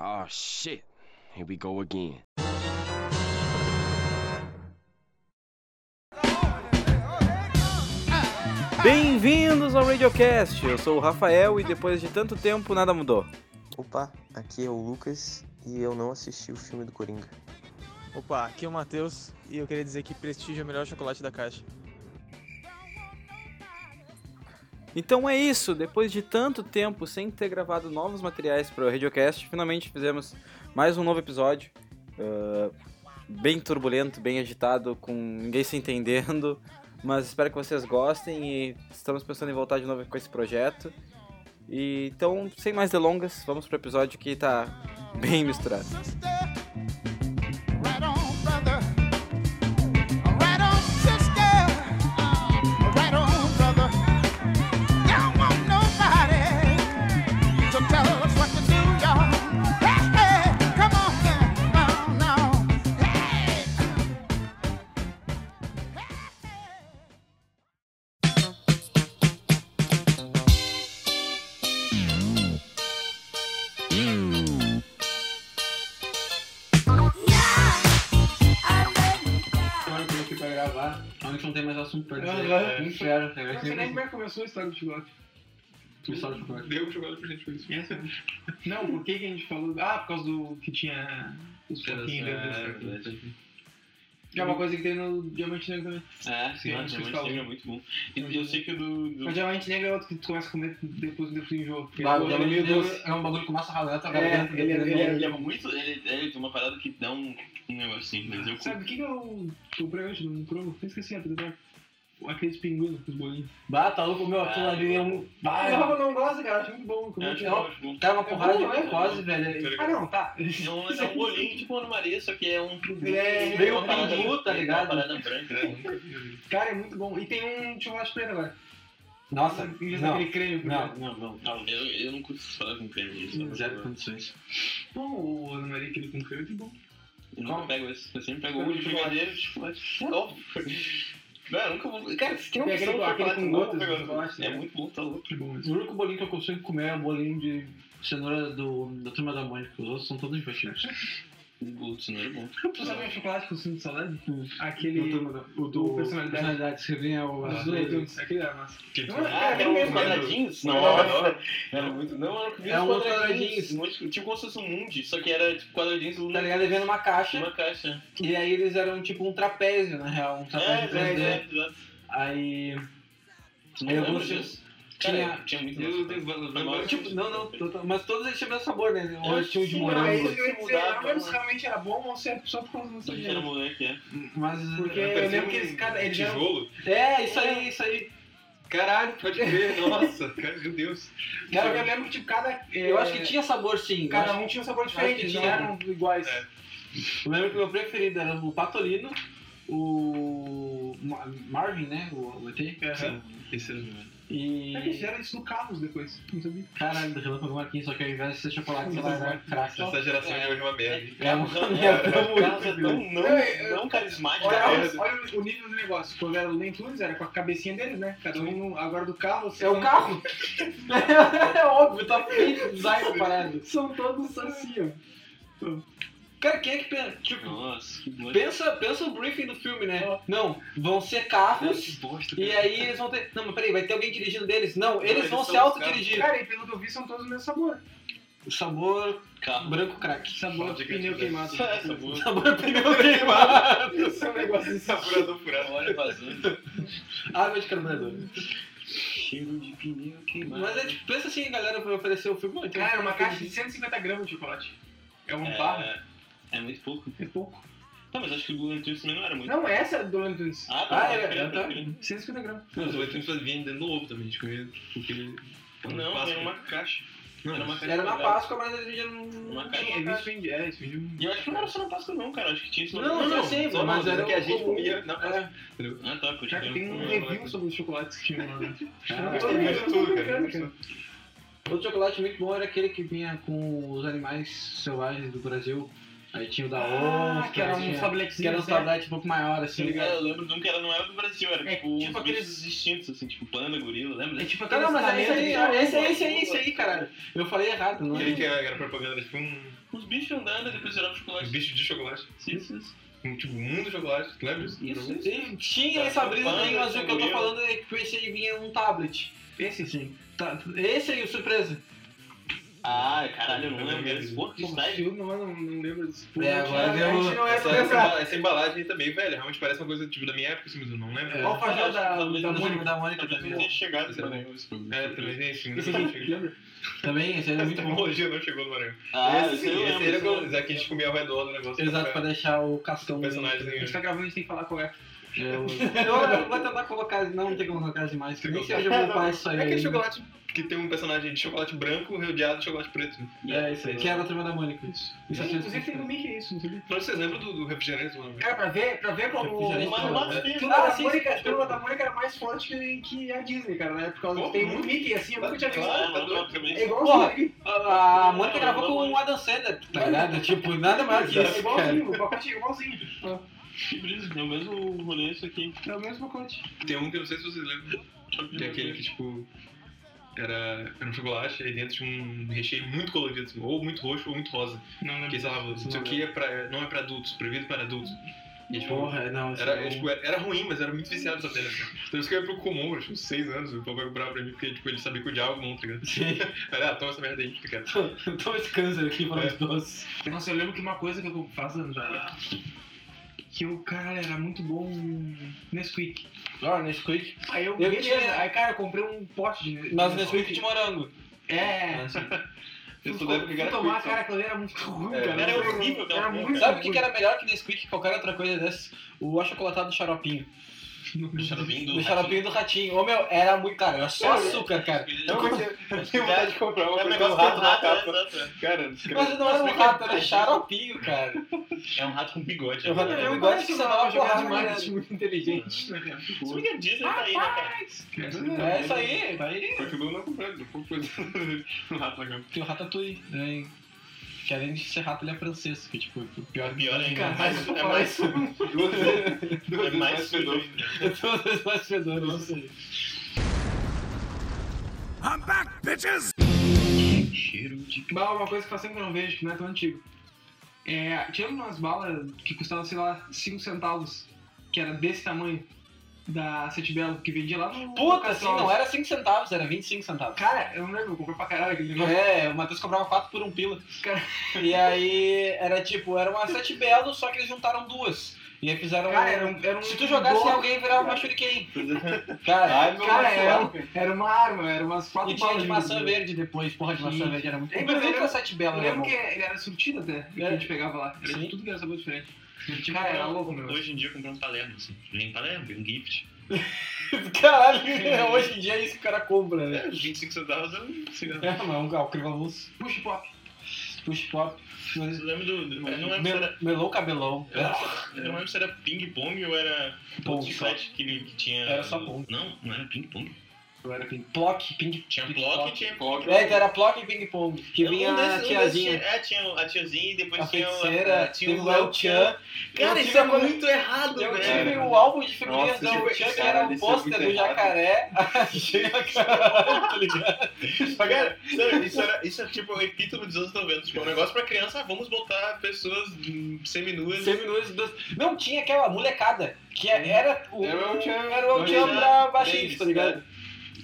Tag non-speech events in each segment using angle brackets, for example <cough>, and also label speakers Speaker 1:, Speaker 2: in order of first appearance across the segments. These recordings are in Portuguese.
Speaker 1: Oh, shit. Here we go again.
Speaker 2: Bem-vindos ao Radiocast! Eu sou o Rafael e depois de tanto tempo nada mudou.
Speaker 3: Opa, aqui é o Lucas e eu não assisti o filme do Coringa.
Speaker 4: Opa, aqui é o Matheus e eu queria dizer que Prestígio é o melhor chocolate da caixa.
Speaker 2: Então é isso, depois de tanto tempo sem ter gravado novos materiais para o Radiocast, finalmente fizemos mais um novo episódio. ah, bem turbulento, bem agitado, com ninguém se entendendo, mas espero que vocês gostem e estamos pensando em voltar de novo com esse projeto. E, então, sem mais delongas, vamos pro episódio que tá bem misturado.
Speaker 5: Right on, brother. Right on, sister. Right on, brother. Don't want nobody to tell us what to do, y'all. Hey, hey, come on now, now, now. Hey.
Speaker 6: Agora que eu aqui pra gravar, a gente não tem mais assunto pra dizer.
Speaker 7: Aham.
Speaker 6: É um inferno, cara. Vai
Speaker 7: Você
Speaker 6: ser
Speaker 7: nem como é que começou a história do chocolate?
Speaker 6: um só de chocolate.
Speaker 7: Deu chocolate pra gente por isso. Não, por que, que a gente falou? Ah, por causa do que tinha os pouquinhos dentro do chocolate. Que é uma coisa que tem no Diamante Negro também.
Speaker 6: É, sim,
Speaker 7: Sim, sim,
Speaker 6: o diamante negro é muito bom. E eu sei que o do. do...
Speaker 7: Mas Diamante Negro é outro que tu começa a comer depois do enjoo. porque
Speaker 6: Bah, o
Speaker 7: ele é
Speaker 6: diamante
Speaker 7: meio
Speaker 6: negro
Speaker 7: doce.
Speaker 6: é um bagulho que começa a ralar tua
Speaker 7: É,
Speaker 6: garganta.
Speaker 7: ele é- ele é-
Speaker 6: é muito. Ele, ele tem uma parada que dá um, um negócio assim, mas eu.
Speaker 7: Sabe o que, que é o, o pregante do cromo? Eu esqueci, a trilha. tá Aqueles pinguins com os bolinhos.
Speaker 8: Bah, tá louco, meu,
Speaker 6: Ah,
Speaker 8: aquilo ali é um. Bah,
Speaker 7: não,
Speaker 8: é
Speaker 7: eu não gosto, cara. Acho muito bom. Como
Speaker 6: É,
Speaker 7: eu
Speaker 6: acho
Speaker 7: te
Speaker 6: que eu acho bom.
Speaker 8: um- cara, uma porrada
Speaker 7: É bom,
Speaker 8: de
Speaker 7: né?
Speaker 8: glucose, velho.
Speaker 7: Ah, não, tá.
Speaker 6: Tá É um, é um bolinho tipo uma Maria, só que é um tributo.
Speaker 7: Ele é-
Speaker 6: meio
Speaker 8: meio brindinho, tá ligado?
Speaker 6: Uma parada branca. né?
Speaker 7: Cara, é muito bom. E tem um chocolate preto agora.
Speaker 8: Nossa,
Speaker 7: Em vez
Speaker 8: não.
Speaker 7: daquele creme. por
Speaker 8: Não,
Speaker 7: exemplo.
Speaker 8: não, não.
Speaker 6: Não, eu, eu não curto falar com creme. isso é uma
Speaker 8: Zero
Speaker 6: coisa.
Speaker 8: condições.
Speaker 7: Bom, o Ana Maria, aquele com creme, é muito bom.
Speaker 6: Eu nunca
Speaker 7: Qual?
Speaker 6: pego esse. Eu sempre pego o de brigadeiro de chocolate. É óbvio. Não, eu nunca vou. Cara, se tem uma
Speaker 7: Tem aquele
Speaker 6: opção de
Speaker 7: com- aquele
Speaker 6: chocolate,
Speaker 7: com
Speaker 6: eu não vou
Speaker 7: gotas de
Speaker 6: pegar.
Speaker 7: chocolate,
Speaker 6: É
Speaker 7: né?
Speaker 6: muito bom, tá louco.
Speaker 7: Que bom
Speaker 8: O único bolinho que eu consigo comer é o bolinho de cenoura do, da turma da Mônica. Os outros são todos infativos.
Speaker 6: O de cenoura é bom.
Speaker 7: Tu sabe o chocolate
Speaker 8: tipo,
Speaker 7: com cinto de salada?
Speaker 8: O
Speaker 7: Aquele.
Speaker 8: do, o
Speaker 7: do-
Speaker 8: personalidade. personalidade, você vem ao.
Speaker 7: Os legumes. Aquele
Speaker 8: né,
Speaker 7: é massa. Não,
Speaker 6: Ah,
Speaker 7: é,
Speaker 6: eram
Speaker 7: é
Speaker 6: uns
Speaker 7: um
Speaker 6: quadradinhos? Não,
Speaker 7: Não.
Speaker 6: era- era muito. Não, era
Speaker 8: É um
Speaker 6: uns
Speaker 8: outro
Speaker 6: quadradinhos.
Speaker 8: quadradinhos.
Speaker 6: um monte- Tipo como se fosse um mundi, só que era tipo quadradinhos do
Speaker 8: Tá ligado? Ele vem numa caixa.
Speaker 6: Uma caixa.
Speaker 8: E aí eles eram tipo um trapézio, na real. Um
Speaker 6: É,
Speaker 8: trapézio
Speaker 6: é,
Speaker 8: 3D.
Speaker 6: é. exato.
Speaker 8: Aí.
Speaker 6: Tu
Speaker 8: Eu
Speaker 6: não lembra
Speaker 8: gosto-
Speaker 6: disso? Cara, tinha muito
Speaker 7: Eu
Speaker 6: gosto.
Speaker 7: tenho-
Speaker 6: Foi mal.
Speaker 8: Tipo, não, não. tô- tô- Mas todos eles tinham o mesmo sabor, né?
Speaker 6: É,
Speaker 8: Ou tinha um de
Speaker 6: sim,
Speaker 7: Não, é isso
Speaker 8: morango.
Speaker 7: que eu ia dizer.
Speaker 6: Mudava,
Speaker 7: Não lembro se
Speaker 6: né?
Speaker 7: realmente era bom ou se era só por causa do
Speaker 6: Acho que era
Speaker 7: nostalgia.
Speaker 6: moleque, é.
Speaker 8: Mas.
Speaker 7: Porque eu um lembro que eles, cara, eles eram.
Speaker 8: É, isso aí, isso aí.
Speaker 7: Caralho, pode <laughs> crer, nossa, cara, meu Deus. Cara, eu lembro que tipo, cada.
Speaker 8: Eu acho que tinha sabor sim. Eu
Speaker 7: Cada
Speaker 8: acho-
Speaker 7: um tinha um sabor
Speaker 8: acho
Speaker 7: diferente,
Speaker 8: que
Speaker 7: eles não
Speaker 8: tinha.
Speaker 7: eram iguais.
Speaker 6: É.
Speaker 8: Eu lembro que o meu preferido era o Patolino, o Ma- Marvin, né? O, o ET.
Speaker 7: Aham.
Speaker 6: Esse era
Speaker 8: E.
Speaker 7: É que fizeram isso no Carlos depois, não sabia?
Speaker 8: Caralho, do Relâmpago Marquinhos, só que ao invés de ser chocolate, é sei lá, era crack.
Speaker 6: geração de hoje é uma merda.
Speaker 8: Carlos é,
Speaker 6: Carlos é
Speaker 8: muito.
Speaker 6: tão não, não carismático.
Speaker 7: Olha,
Speaker 6: cara.
Speaker 7: olha, olha o nível do negócio. Quando era o Lane Tunes, era com a cabecinha deles, né? Cada um no- agora do carro. um
Speaker 8: É o
Speaker 7: são-
Speaker 8: carro! <laughs> é óbvio, tá feito o design da parada.
Speaker 7: São todos assim, ó.
Speaker 8: Cara, quem é que pensa? Tipo,
Speaker 6: Nossa, que bosta.
Speaker 8: pensa, pensa o briefing do filme, né? Não, vão ser carros.
Speaker 6: Que bosta.
Speaker 8: E aí eles vão ter. Não, mas peraí, vai ter alguém dirigindo deles? Não, eles
Speaker 6: eles
Speaker 8: vão
Speaker 6: são
Speaker 8: se autodirigir.
Speaker 7: Cara, e pelo que eu vi, são todos o mesmo sabor.
Speaker 8: O sabor
Speaker 7: <laughs>
Speaker 6: Carro.
Speaker 8: branco crack.
Speaker 7: Sabor de pneu queimado.
Speaker 6: É, sabor.
Speaker 7: <laughs>
Speaker 8: Sabor pneu queimado.
Speaker 7: Esse é um negócio de sabor.
Speaker 6: Olha vazando.
Speaker 8: Água de carburador.
Speaker 6: Cheiro de pneu queimado.
Speaker 8: Mas é tipo, pensa assim, a galera vai oferecer o filme. Bom, então
Speaker 7: Cara, uma
Speaker 8: filme
Speaker 7: caixa de 150 gramas de chocolate. É um barra.
Speaker 6: É, é muito pouco.
Speaker 7: É pouco.
Speaker 6: Não, mas acho que o Golden Twins também não era muito.
Speaker 7: Não, essa é do Lane Tunes.
Speaker 6: Ah,
Speaker 8: Ah, é,
Speaker 6: tranquilo,
Speaker 8: é, tá.
Speaker 6: tranquilo.
Speaker 7: 150 gramas.
Speaker 3: Mas o Oito fazia ainda novo também, a gente comia porque ele.
Speaker 6: Não, era uma caixa. Era uma caixa.
Speaker 8: Era na
Speaker 6: quadrada.
Speaker 8: Páscoa, mas eles já não.
Speaker 6: Tá. Uma
Speaker 7: Tinha,
Speaker 6: caixa.
Speaker 7: eles vendiam- É, eles vendiam.
Speaker 6: E eu acho que não era só na Páscoa, não, cara. Acho que tinha isso
Speaker 8: Não,
Speaker 6: na-
Speaker 8: não, eu sei,
Speaker 3: só
Speaker 8: mas
Speaker 3: não,
Speaker 8: era
Speaker 3: que a gente
Speaker 8: comum.
Speaker 3: comia na
Speaker 8: É.
Speaker 6: Ah, tá, pode
Speaker 7: Cara,
Speaker 6: ter.
Speaker 7: tem um
Speaker 6: Não,
Speaker 7: review sobre os chocolates que tinham lá. né?
Speaker 8: Cara,
Speaker 7: Eu tô
Speaker 3: comia de
Speaker 7: brincando,
Speaker 3: tudo,
Speaker 7: eu tô
Speaker 3: cara.
Speaker 7: brincando,
Speaker 8: Outro chocolate muito bom era aquele que vinha com os animais selvagens do Brasil. Aí tinha o da
Speaker 9: Ah,
Speaker 8: Oscar,
Speaker 9: que era um
Speaker 8: tinha-
Speaker 9: tabletezinho,
Speaker 8: Que era um
Speaker 9: certo?
Speaker 8: tablete um pouco maior, assim,
Speaker 6: Sim, cara,
Speaker 8: ligado?
Speaker 6: eu lembro de um que era, não era do Brasil, era
Speaker 9: É
Speaker 6: tipo,
Speaker 9: tipo
Speaker 6: tipo
Speaker 9: aqueles-
Speaker 6: aqueles distintos, assim, tipo panda, gorila, lembra?
Speaker 9: É tipo
Speaker 8: Não,
Speaker 9: aquele
Speaker 8: não, mas é esse aí,
Speaker 9: orçamento de-
Speaker 8: esse aí, esse aí, esse aí, caralho. Eu falei errado, não é?
Speaker 6: E aí
Speaker 9: Ele
Speaker 6: que
Speaker 9: que
Speaker 6: era-
Speaker 9: era, propaganda, tipo um
Speaker 6: Os bichos andando e depois viraram chocolate.
Speaker 9: bicho de chocolate.
Speaker 6: Sim, sim, sim.
Speaker 9: Um, tipo, mundo de chocolate, tu lembra disso?
Speaker 6: Isso, isso.
Speaker 8: Ele tinha essa brisa também, mas o que eu tô falando é que esse aí vinha um tablet.
Speaker 9: Esse sim.
Speaker 8: Tá, Esse aí, o surpresa.
Speaker 6: Ah, caralho, eu não lembro desse. Porra, que estágio.
Speaker 9: Estilo, não, não, não lembro disso. Pô,
Speaker 8: É, agora
Speaker 9: a gente
Speaker 8: deu-
Speaker 9: não era
Speaker 8: essa-
Speaker 9: pra
Speaker 8: essa
Speaker 9: lembrar. essa, embalagem aí também, velho, realmente parece uma coisa tipo da minha época, assim, mas eu não lembro.
Speaker 8: Olha o
Speaker 6: Ah,
Speaker 8: fajão da,
Speaker 6: talvez
Speaker 8: da
Speaker 6: não-
Speaker 8: Mônica, da Mônica
Speaker 6: Talvez
Speaker 8: também.
Speaker 6: não tenha chegado pra mim.
Speaker 9: É, também tem <laughs> esse filme.
Speaker 8: Esse aqui, lembra? Também, esse aí
Speaker 9: A
Speaker 8: era muito bom.
Speaker 9: tecnologia não chegou no Maranhão.
Speaker 6: Ah,
Speaker 9: esse
Speaker 6: esse
Speaker 9: sim,
Speaker 6: eu
Speaker 9: esse era
Speaker 6: lembro.
Speaker 9: o que a gente comia ao redor do negócio.
Speaker 8: Exato, pra
Speaker 9: pra
Speaker 8: deixar o Cascão. Eu,
Speaker 9: personagem nenhum. tá gravando, a gente tem que falar qual é.
Speaker 8: eu vou tentar colocar, não, não tem como colocar demais. Nem sei onde eu vou upar isso aí.
Speaker 9: É aquele chocolate que tem um personagem de chocolate branco rodeado de chocolate preto. né?
Speaker 8: É, isso aí. Que era a turma da Mônica. Isso. Isso
Speaker 9: Tem,
Speaker 8: assim,
Speaker 9: inclusive tem no Mickey isso, não sei Pra vocês lembram do, do refrigerante, mano?
Speaker 8: Cara, É, pra ver, pra ver como.
Speaker 6: Mas
Speaker 9: né?
Speaker 6: não bate mesmo.
Speaker 8: Ah,
Speaker 9: da
Speaker 8: sim,
Speaker 9: Mônica-
Speaker 8: sim.
Speaker 9: Turma da Mônica era mais forte que, que a Disney, cara, né? Por causa
Speaker 8: Pô,
Speaker 9: que tem
Speaker 8: muito.
Speaker 9: muito Mickey, assim, eu nunca tinha visto.
Speaker 6: Claro,
Speaker 9: tá
Speaker 6: mas
Speaker 9: doido?
Speaker 6: obviamente.
Speaker 9: É igual
Speaker 8: Porra,
Speaker 9: o Mickey,
Speaker 8: A a Mônica gravou com o Adam Sandler, tá
Speaker 9: <laughs>
Speaker 8: ligado? Tipo, nada maior que
Speaker 9: é
Speaker 8: isso, cara.
Speaker 9: igualzinho, o pacote é igualzinho.
Speaker 6: Que brisa, é o mesmo rolê isso aqui.
Speaker 9: É o mesmo pacote. Tem um que eu não sei se vocês lembram, que é aquele que, tipo, era, era um chocolate, aí dentro tinha um recheio muito colorido, assim, ou muito roxo ou muito rosa.
Speaker 8: Não lembro.
Speaker 9: Que, sei lá, isso aqui é pra, não é pra adultos, proibido para adultos. E, tipo,
Speaker 8: Porra, não, isso é um
Speaker 9: Era,
Speaker 8: não- <laughs>
Speaker 9: eu, tipo, era, era ruim, mas era muito viciado essa dele. Então isso que eu ia pro comum, acho, uns 6 anos, o papai comprava pra mim, porque tipo, ele sabia que eu odiava o monstro, tá ligado? <laughs>
Speaker 8: Sim.
Speaker 9: Aí, ah, toma essa merda aí, fica quieto.
Speaker 8: Tô esse câncer aqui falando doce.
Speaker 9: É. Nossa, eu lembro que uma coisa que eu faço já. Que o cara era muito bom Nesquik.
Speaker 8: Ó, Ah, Nesquik.
Speaker 9: Aí eu,
Speaker 8: Eu tinha-
Speaker 9: aí cara, eu comprei um pote de
Speaker 8: Mas Nesquik de morango.
Speaker 9: É, <laughs>
Speaker 6: Eu sou da época que era
Speaker 9: tomar,
Speaker 6: Nesquik,
Speaker 9: cara, aquilo ali era muito <laughs> ruim,
Speaker 6: É,
Speaker 9: cara.
Speaker 6: era horrível, cara.
Speaker 9: Era muito
Speaker 8: Sabe o que, que era melhor que Nesquik que qualquer outra coisa dessas? O achocolatado do xaropinho.
Speaker 6: Do xaropinho do
Speaker 8: Do xaropinho do ratinho. Ô meu, era muito. Cara, era só açúcar, cara.
Speaker 6: Eu
Speaker 9: <laughs>
Speaker 6: curti-
Speaker 9: Tem vontade de comprar uma
Speaker 6: É um
Speaker 9: coisa com
Speaker 6: negócio
Speaker 9: rato
Speaker 6: com
Speaker 9: na
Speaker 6: rato, é,
Speaker 9: capa.
Speaker 6: exato, é.
Speaker 9: Cara,
Speaker 8: Mas não era um rato, era xaropinho, cara.
Speaker 6: É um rato com bigode.
Speaker 8: Eu rato
Speaker 6: né?
Speaker 9: um
Speaker 8: com bigode que você dava porrada
Speaker 9: jogar de
Speaker 8: de
Speaker 9: marketing
Speaker 8: marketing.
Speaker 9: muito <laughs> inteligente.
Speaker 6: Se bem que a Disney tá aí, né, cara?
Speaker 8: É isso aí. Tá aí.
Speaker 9: Continua não comprando, não comprando um <laughs> rato na capa.
Speaker 8: Tem o Ratatouille,
Speaker 9: Tá
Speaker 8: né? Que além de ser rato, ele é francês, que tipo, o pior
Speaker 6: Pior ainda.
Speaker 8: Cara,
Speaker 6: É mais-
Speaker 8: mas-
Speaker 6: é mais- <laughs>
Speaker 9: Duas vezes, duas
Speaker 6: É
Speaker 9: vezes mais
Speaker 6: mais
Speaker 9: fedor.
Speaker 6: fedor.
Speaker 8: Todas as bastidores, não sei.
Speaker 6: Cheiro de
Speaker 9: Bah, uma coisa que faz tempo que eu não vejo, que não é tão antigo. É, tinha umas balas que custavam, sei lá, 5 centavos, que era desse tamanho, da Sete Belo, que vendia lá no.
Speaker 8: Puta, assim,
Speaker 9: Caçol.
Speaker 8: não era 5 centavos, era 25 centavos.
Speaker 9: Cara, eu não lembro, eu comprei pra caralho aquele negócio.
Speaker 8: É, o Matheus comprava 4 por 1 um pila.
Speaker 9: Cara.
Speaker 8: E aí, era tipo, era uma sete belo, só que eles juntaram duas. E aí fizeram.
Speaker 9: Cara, era um. Era um
Speaker 8: Se tu jogasse
Speaker 9: bloco,
Speaker 8: alguém, virava uma shuriken. Cara,
Speaker 6: Ai, meu
Speaker 9: Cara,
Speaker 6: Deus.
Speaker 9: era, um- era uma arma, era umas quatro
Speaker 8: e tinha de
Speaker 9: balas
Speaker 8: maçã verde depois, porra de maçã
Speaker 9: Sim.
Speaker 8: verde, era muito
Speaker 9: É,
Speaker 8: bom.
Speaker 9: mas
Speaker 8: Eu lembro
Speaker 9: eu-
Speaker 8: da sete belo,
Speaker 9: Eu
Speaker 8: né,
Speaker 9: lembro
Speaker 8: irmão?
Speaker 9: que ele era surtido até, que a gente pegava lá. Era
Speaker 8: É? Sim. é um
Speaker 9: tudo que era sabor diferente.
Speaker 6: Tipo,
Speaker 9: Cara, era
Speaker 6: eu-
Speaker 9: louco, meu.
Speaker 6: Hoje em dia eu comprei um Palermo, assim. Vem Palermo, um gift.
Speaker 8: <laughs> Caralho, hoje em dia é isso que o cara compra, né?
Speaker 6: É, 25 centavos eu não sei. lá.
Speaker 8: É, mas é um calcrio avulso.
Speaker 9: Push pop.
Speaker 8: Push pop.
Speaker 9: É.
Speaker 6: Eu lembro do. do- eu não lembro se era.
Speaker 8: Mel- Melou cabelão.
Speaker 6: Eu não sei- eu não lembro se era ping-pong ou era
Speaker 8: Pong
Speaker 6: outro chiclete que, ele- que tinha.
Speaker 8: Era só pong.
Speaker 6: Não, não era ping-pong.
Speaker 9: Eu era pin-
Speaker 8: Plock, ping.
Speaker 6: Tinha
Speaker 8: Ping
Speaker 6: block
Speaker 8: pong.
Speaker 6: e tinha pong.
Speaker 8: É, então era Plock e Ping Pong. Que
Speaker 6: Eu-
Speaker 8: vinha
Speaker 6: um desses- um
Speaker 8: a
Speaker 6: desses
Speaker 8: tiazinha.
Speaker 6: tinha- é, tinha a tiazinha e depois
Speaker 8: A
Speaker 6: tinha o-
Speaker 8: feiticeira,
Speaker 6: tinha
Speaker 8: teve o El Chan.
Speaker 6: Cara,
Speaker 8: Eu
Speaker 6: isso
Speaker 8: tive
Speaker 6: é
Speaker 8: uma-
Speaker 6: muito errado,
Speaker 8: Eu
Speaker 6: velho.
Speaker 8: tive o álbum de figurinhas
Speaker 6: Nossa,
Speaker 8: da El
Speaker 6: tipo,
Speaker 8: Chan, que
Speaker 6: cara,
Speaker 8: era um
Speaker 6: isso é muito
Speaker 8: pôster do
Speaker 6: errado.
Speaker 8: jacaré. A
Speaker 6: <laughs>
Speaker 8: jacaré, tá ligado?
Speaker 6: Cara, sério, isso, era, isso é tipo o epítome dos anos 90. Tipo, um negócio pra criança, ah, vamos botar pessoas hum, seminuas.
Speaker 8: Seminuas dos- Não, tinha aquela molecada. Que é, era o.
Speaker 9: Era o El Chan.
Speaker 8: Era o El Chan é
Speaker 6: Dois,
Speaker 8: pra
Speaker 6: né?
Speaker 8: baixinho,
Speaker 6: Três,
Speaker 8: tá ligado?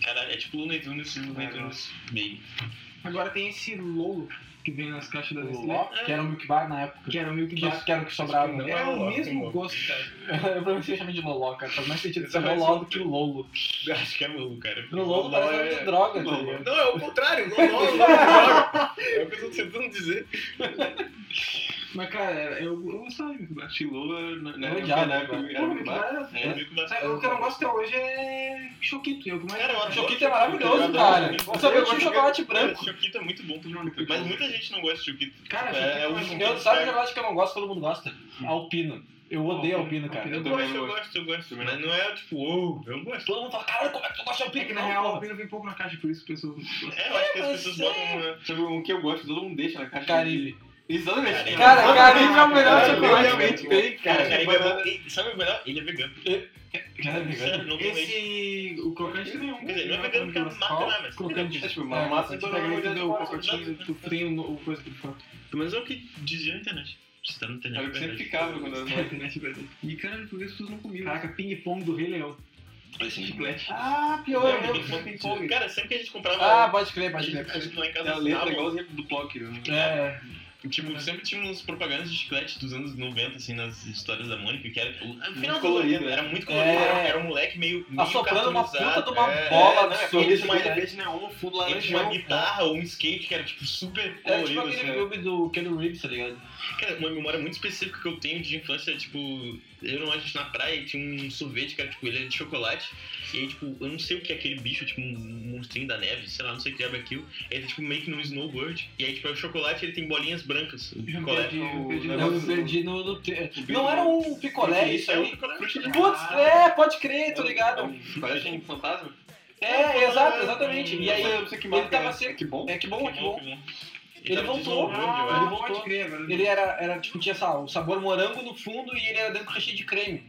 Speaker 6: Cara, é tipo Looney Tunes, Looney
Speaker 9: Ah,
Speaker 6: Tunes Baby. é.
Speaker 9: Agora tem esse Lolo que vem nas caixas da
Speaker 8: O
Speaker 9: Nestlé,
Speaker 8: Ló, Que era o Milk Bar na época.
Speaker 9: que era o Milk Bar.
Speaker 8: Que era o que sobrava.
Speaker 9: Tipo,
Speaker 8: né?
Speaker 9: É
Speaker 6: Não,
Speaker 9: o
Speaker 6: não,
Speaker 9: mesmo
Speaker 6: não.
Speaker 9: gosto, cara.
Speaker 8: <laughs> Eu prometi chamar de Loló, cara. Faz mais sentido ser
Speaker 9: Isso é
Speaker 8: Loló
Speaker 9: mais
Speaker 8: do que o Lolo.
Speaker 6: Acho que é Lolo, é cara.
Speaker 8: O Lolo parece nome de droga, tá ligado?
Speaker 6: Não, é o contrário, Lolo é o nome de droga. É o que eu tô tentando dizer.
Speaker 9: Mas, cara, era-
Speaker 8: É
Speaker 9: eu, eu gostava do Milk Bar.
Speaker 6: Acho que É Lolo na,
Speaker 8: Eu odiava, né,
Speaker 9: Porra, Milk Bar era-
Speaker 6: É, meio que
Speaker 9: Sabe, O que eu não gosto até hoje é choquito. Eu, mas...
Speaker 6: Cara, eu
Speaker 8: O
Speaker 6: adoro
Speaker 8: Choquito é maravilhoso,
Speaker 6: Choquito,
Speaker 8: cara.
Speaker 6: eu adoro
Speaker 8: Você viu
Speaker 6: Choquito.
Speaker 8: o chocolate branco.
Speaker 6: Cara, Choquito é muito bom. Mas muita gente não gosta de Choquito.
Speaker 9: Cara,
Speaker 6: é, é
Speaker 9: Choquito
Speaker 6: o
Speaker 9: é
Speaker 6: único
Speaker 8: Eu, sabe o chocolate que eu não gosto, todo mundo gosta? Alpino. Eu odeio alpino, cara.
Speaker 6: Eu
Speaker 9: Eu
Speaker 6: gosto,
Speaker 9: também
Speaker 6: eu gosto, eu gosto. Mas não é tipo, uou, eu gosto.
Speaker 8: Todo mundo fala, caralho, como é que tu gosta de
Speaker 9: É
Speaker 8: alpino?
Speaker 9: que na
Speaker 8: Não,
Speaker 9: real o
Speaker 8: porra.
Speaker 9: Alpino vem pouco na caixa, por isso que as pessoas.
Speaker 6: É, eu acho que as
Speaker 8: mas
Speaker 6: pessoas
Speaker 8: é-
Speaker 6: botam uma.
Speaker 9: Sabe, um que eu gosto, todo mundo deixa na caixa.
Speaker 8: Caribe. Exatamente.
Speaker 6: Cara,
Speaker 8: Cara, Caribe é o melhor
Speaker 6: Cara,
Speaker 8: chocolate
Speaker 6: eu
Speaker 8: que tem, cara.
Speaker 6: Cara, ele é
Speaker 8: Banana-
Speaker 6: bom. E Sabe o melhor? Ele é vegano.
Speaker 8: Cara, é
Speaker 6: Sério,
Speaker 8: vegano.
Speaker 6: não
Speaker 8: Esse. O crocante não é um.
Speaker 6: Quer dizer, não é vegano porque é uma mata lá, mas-
Speaker 8: Crocante,
Speaker 6: É,
Speaker 8: tipo,
Speaker 6: é,
Speaker 8: uma massa de
Speaker 6: tipo,
Speaker 8: pega
Speaker 6: é,
Speaker 8: e tu
Speaker 6: é,
Speaker 8: vê o
Speaker 6: é,
Speaker 8: pacotinho,
Speaker 6: é,
Speaker 8: tu frem o coisa que tu fala.
Speaker 6: Pelo menos é o que dizia na internet. Se tá na internet.
Speaker 8: Era o que sempre
Speaker 6: verdade.
Speaker 8: ficava quando eu era
Speaker 9: E cara, por que as pessoas não comiam?
Speaker 8: Caraca, ping-pong do Rei Leão.
Speaker 6: Assim,
Speaker 8: Chiclete. é um
Speaker 9: Ah,
Speaker 8: Então,
Speaker 9: pior,
Speaker 6: lembra
Speaker 9: eu
Speaker 6: que
Speaker 9: lembro do
Speaker 6: quando-
Speaker 9: ping-pong.
Speaker 6: Cara, sempre que a gente comprava.
Speaker 8: Ah, pode crer,
Speaker 6: a
Speaker 8: pode
Speaker 6: gente, a
Speaker 8: crer.
Speaker 6: gente lá em
Speaker 8: É
Speaker 6: casa
Speaker 8: a letra
Speaker 6: assinava,
Speaker 8: igualzinha do Plock, né?
Speaker 9: É,
Speaker 6: Tipo, sempre tinha uns propagandas de chiclete dos anos 90, assim, nas histórias da Mônica, que era. No
Speaker 8: Muito
Speaker 6: final
Speaker 8: colorido,
Speaker 6: do
Speaker 8: né?
Speaker 6: era muito colorido,
Speaker 8: É.
Speaker 6: era, era um moleque meio. meio
Speaker 8: Assoprando uma puta
Speaker 6: cartoonizado,
Speaker 8: de uma
Speaker 6: é.
Speaker 8: bola
Speaker 6: não, é,
Speaker 8: absurda.
Speaker 6: ele tinha uma-
Speaker 8: Ele tinha um fundo
Speaker 6: Ele tinha uma
Speaker 8: laranjão.
Speaker 6: guitarra ou um skate que era, tipo, super
Speaker 8: É
Speaker 6: colorido,
Speaker 8: tipo
Speaker 6: assim.
Speaker 8: aquele
Speaker 6: né?
Speaker 8: filme do Keanu Reeves, tá ligado?
Speaker 6: Cara, uma memória muito específica que eu tenho de infância é, tipo, eu não a gente na praia e tinha um sorvete que era, tipo, ele era de chocolate. E aí, tipo, eu não sei o que é aquele bicho, tipo, um monstrinho da neve, sei lá, não sei o que é aquilo. Ele é, tipo, meio que num snowboard. E aí, tipo, é o chocolate ele tem bolinhas brancas. O picolé.
Speaker 8: Eu perdi no. no te- Não era um picolé isso
Speaker 6: é um
Speaker 8: aí?
Speaker 6: picolé.
Speaker 8: Putz, é, pode crer, tô ligado.
Speaker 6: Parece um
Speaker 8: fantasma? É, exato, exatamente. E aí,
Speaker 6: Nossa,
Speaker 8: ele tava assim. Que bom. É que bom, é que bom. Ele
Speaker 6: tava de
Speaker 8: voltou. Ah,
Speaker 6: snowboard, eu
Speaker 8: Ele
Speaker 6: acho.
Speaker 8: voltou.
Speaker 9: pode crer, agora
Speaker 8: Ele era, era tipo, tinha essa, o sabor morango no fundo e ele era dentro recheio de creme.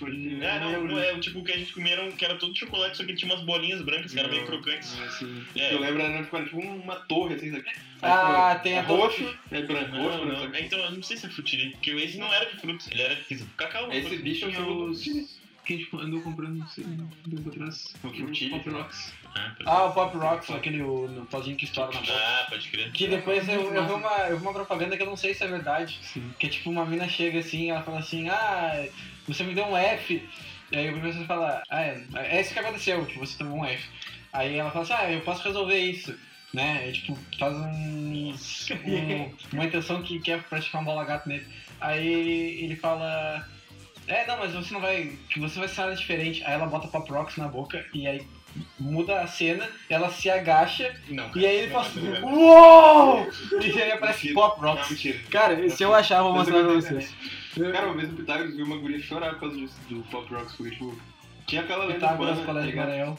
Speaker 6: É, não, não é o tipo que a gente comia, era um- que era todo chocolate, só que tinha umas bolinhas brancas que eram meio crocantes. É.
Speaker 8: assim. Eu lembro, era tipo, uma torre, assim, sabe?
Speaker 9: Ah,
Speaker 8: Ah, tem a roxo, é branco,
Speaker 6: Não, não. É, Então, eu não sei se é frutiri, porque esse não era de frutos, ele era de cacau.
Speaker 8: Esse
Speaker 6: frutos.
Speaker 8: bicho é
Speaker 9: tinha
Speaker 8: o...
Speaker 9: os... Que a gente andou comprando, não sei, um tempo atrás.
Speaker 8: Frutilha.
Speaker 9: Pop Rocks.
Speaker 6: Ah, pode-
Speaker 8: Ah, o Pop Rocks, aquele o, no pauzinho que estoura na boca.
Speaker 6: Ah, pode crer.
Speaker 8: Que depois eu, eu, vi uma, eu vi uma propaganda que eu não sei se é verdade.
Speaker 9: Sim.
Speaker 8: Que é tipo, uma mina chega assim, ela fala assim, ah, você me deu um F. E aí o professor fala, ah, é, é isso que aconteceu, que você tomou um F. Aí ela fala assim, ah, eu posso resolver isso. Né? E, tipo, faz um, um- uma intenção que quer praticar um bola gato nele. Aí ele fala. É, não, mas você não vai. que Você vai ser uma diferente. Aí ela bota pop rocks na boca e aí muda a cena, ela se agacha
Speaker 6: Não,
Speaker 8: e aí ele
Speaker 6: não,
Speaker 8: fala assim,
Speaker 6: não, não.
Speaker 8: uou! E aí aparece Pop
Speaker 9: Não,
Speaker 8: Rocks.
Speaker 9: mentira.
Speaker 8: Cara, se eu achar, vou mostrar pra vocês.
Speaker 9: Cara, uma vez no Pitágoras viu uma guria chorar por causa disso, do Pop Rocks, porque, tipo, tinha aquela lenda
Speaker 8: Pitágoras
Speaker 9: urbana, tá
Speaker 8: Colégio do
Speaker 9: ligado?
Speaker 8: Maranhão.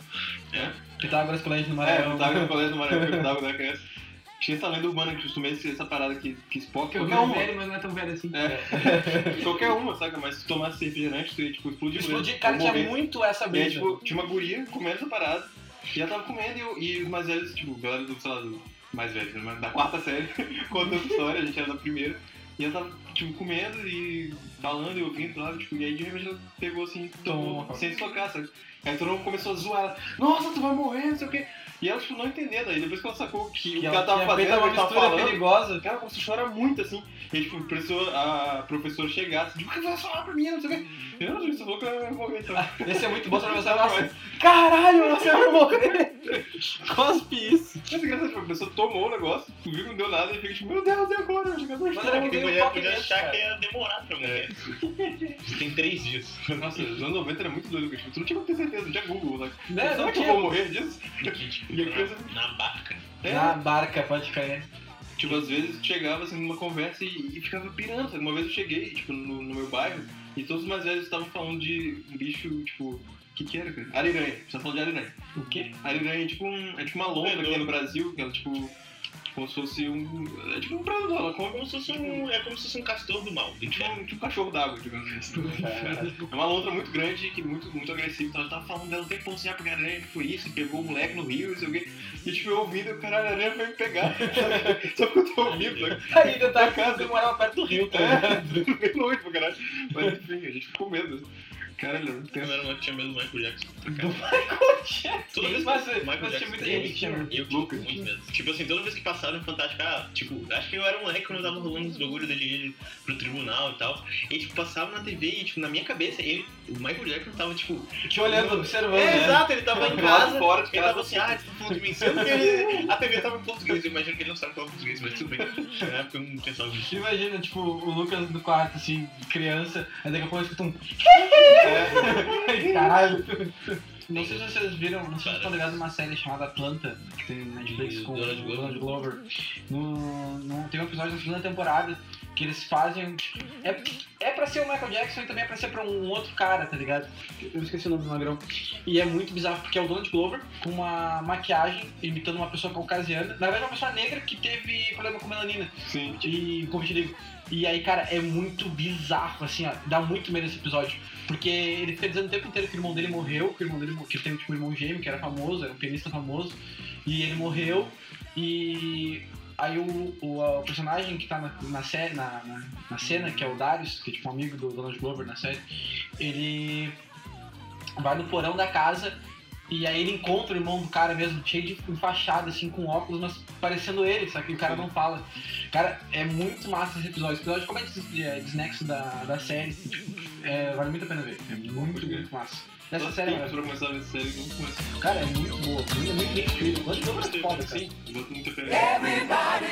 Speaker 9: É.
Speaker 8: Pitágoras Colégio do
Speaker 9: É,
Speaker 8: Maranhão.
Speaker 9: o Pitágoras Colégio do Maranhão, que eu tava quando era criança. Tinha essa lenda urbana que costuma existir essa parada que, que Spock...
Speaker 8: Eu
Speaker 9: qualquer
Speaker 8: não-
Speaker 9: uma.
Speaker 8: velho,
Speaker 9: mas não é tão velho assim.
Speaker 8: É.
Speaker 9: qualquer uma, saca? Mas se tu tomasse refrigerante, tu ia, tipo, explodir.
Speaker 8: Explodir, cara,
Speaker 9: Ou
Speaker 8: tinha
Speaker 9: morrer.
Speaker 8: muito essa
Speaker 9: E aí,
Speaker 8: brisa.
Speaker 9: tipo, tinha uma guria comendo essa parada, e ela tava comendo, e, eu- e os mais velhos, tipo, galera do, sei lá, do mais velhos, né, mas da quarta série, <laughs> contando história, a gente era da primeira, e ela tava, tipo, comendo e falando e ouvindo lá, tipo, e aí de repente ela pegou assim, tomou,
Speaker 8: Toma.
Speaker 9: sem se tocar, sabe? Aí todo mundo começou a zoar ela, nossa, tu vai morrer, não sei o quê. E ela, tipo, não entendendo, aí depois que ela sacou que, o que ela tava
Speaker 8: tinha feito
Speaker 9: fazendo, o
Speaker 8: uma
Speaker 9: que ela tava
Speaker 8: mistura
Speaker 9: falando,
Speaker 8: perigosa.
Speaker 9: Cara, como se chora muito, assim. E, tipo, o professor, a professora chegasse, tipo, o que você vai falar pra mim? Não sei o quê. Eu não sei, você falou que eu ia morrer, então.
Speaker 8: Esse é muito bom pra
Speaker 9: <laughs>
Speaker 8: você falar assim, caralho, você vai morrer. Cospe isso.
Speaker 9: Mas é engraçado, tipo, a pessoa tomou o negócio, viu que não deu nada e fica tipo, meu Deus, e agora? Eu jogador
Speaker 8: Mas era
Speaker 9: chora.
Speaker 8: que
Speaker 6: Tem
Speaker 8: nem
Speaker 6: mulher
Speaker 8: um
Speaker 6: que podia
Speaker 8: pop
Speaker 6: achar
Speaker 8: cara.
Speaker 6: que ia demorar pra morrer.
Speaker 9: É.
Speaker 6: Tem três dias.
Speaker 9: Nossa, os anos 90 era muito doido, porque, tipo, tu não tinha como ter certeza, não tinha Google, sabe?
Speaker 8: Né, não
Speaker 9: Será que eu vou
Speaker 8: tinha. tipo,
Speaker 9: morrer disso? E a coisa-
Speaker 6: Na, na barca.
Speaker 9: É,
Speaker 8: Na barca, pode cair.
Speaker 9: tipo, às vezes tu chegava assim numa conversa e, e ficava pirando, sabe? Uma vez eu cheguei, tipo, no, no meu bairro, e todos os mais velhos estavam falando de um bicho, tipo, o que que era, cara? Ariranha, você falando de ariranha.
Speaker 8: O quê?
Speaker 9: Ariranha é tipo, um, é tipo uma longa aqui no Brasil, que ela, tipo, como se fosse um. É tipo um predador, ela
Speaker 6: É
Speaker 9: come
Speaker 6: como se fosse um, é como se fosse um castor do mal. do
Speaker 9: Tipo
Speaker 6: inferno.
Speaker 9: um, tipo um cachorro d'água, digamos assim. É uma lontra muito grande que muito, muito agressiva. Então ela tava falando dela um tempão assim, ah, porque a aranha foi isso, pegou o moleque no rio, não sei o quê. E tipo, eu ouvindo, o caralho, a aranha vai me pegar. <laughs> Só porque eu tô ouvindo, né?
Speaker 8: Aí ainda tá casa, eu morava perto do rio, tá ligado?
Speaker 9: É, bem longe pra caralho. Mas enfim, a gente ficou com medo. Caralho, não tem
Speaker 6: Eu era uma que tinha medo do Michael Jackson. pra caralho. Toda
Speaker 8: Sim,
Speaker 6: vez
Speaker 8: mas-
Speaker 6: que o Michael
Speaker 8: mas
Speaker 6: Jackson
Speaker 8: tinha muita
Speaker 6: teve,
Speaker 8: gente que tinha medo.
Speaker 6: eu
Speaker 9: Louco,
Speaker 6: tive muito medo. Tipo assim, toda vez que passaram Fantástico, ah, tipo, acho que eu era um moleque quando eu tava rolando os bagulho dele ele pro tribunal e tal. E tipo, passava na TV e, tipo, na minha cabeça, ele, o Michael Jackson tava, tipo.
Speaker 8: Te olhando, observando.
Speaker 6: É,
Speaker 8: né?
Speaker 6: exato, ele tava em
Speaker 9: Do lado
Speaker 6: casa.
Speaker 9: fora de
Speaker 6: Ele
Speaker 9: casa. tipo."
Speaker 6: tava assim, ah, eles estão falando de mim, sendo que ele- a TV tava em português, eu imagino que ele não sabe falar português, mas tudo bem. Na época eu não pensava nisso.
Speaker 8: Imagina, tipo, o Lucas do quarto, assim, criança, aí daqui a pouco escuta um. <laughs> É. Caralho. Não sei se vocês viram, não sei se vocês estão ligados uma série chamada Atlanta, que tem na Netflix com o
Speaker 6: Donald Glover.
Speaker 8: Donald Glover. No, no, tem um episódio da segunda temporada que eles fazem. É, é pra ser o Michael Jackson e também é pra ser pra um outro cara, tá ligado? Eu esqueci o nome do magrão. E é muito bizarro porque é o Donald Glover com uma maquiagem imitando uma pessoa caucasiana. Na verdade, é uma pessoa negra que teve problema com né? melanina
Speaker 9: Sim.
Speaker 8: e convertido. E aí, cara, é muito bizarro, assim, ó. Dá muito medo esse episódio. Porque ele fica dizendo o tempo inteiro que o irmão dele morreu, que o irmão dele mor- que ele teve tipo, um irmão gêmeo, que era famoso, era um pianista famoso, e ele morreu. E aí o, o, a- o personagem que tá na, na, sé- na, na, na cena, que é o Darius, que é tipo um amigo do Donald Glover na série, ele vai no porão da casa e aí ele encontra o irmão do cara mesmo, cheio de fachada, assim, com óculos, mas parecendo ele, só que o cara não fala. Cara, é muito massa esse episódio. Esse episódio, como é des- é desnexo da, da série, é, vale muito a pena ver. É muito, muito massa. Essa
Speaker 9: Nós
Speaker 8: série, é
Speaker 9: temos pra começar a ver série, vamos começar.
Speaker 8: cara, é muito boa. Muito, muito bem feita. Quantas
Speaker 6: é
Speaker 9: Eu
Speaker 8: câmeras
Speaker 9: gostei,
Speaker 8: foda, cara.
Speaker 6: assim?
Speaker 9: sim. Boto muita
Speaker 8: É!
Speaker 9: pegada.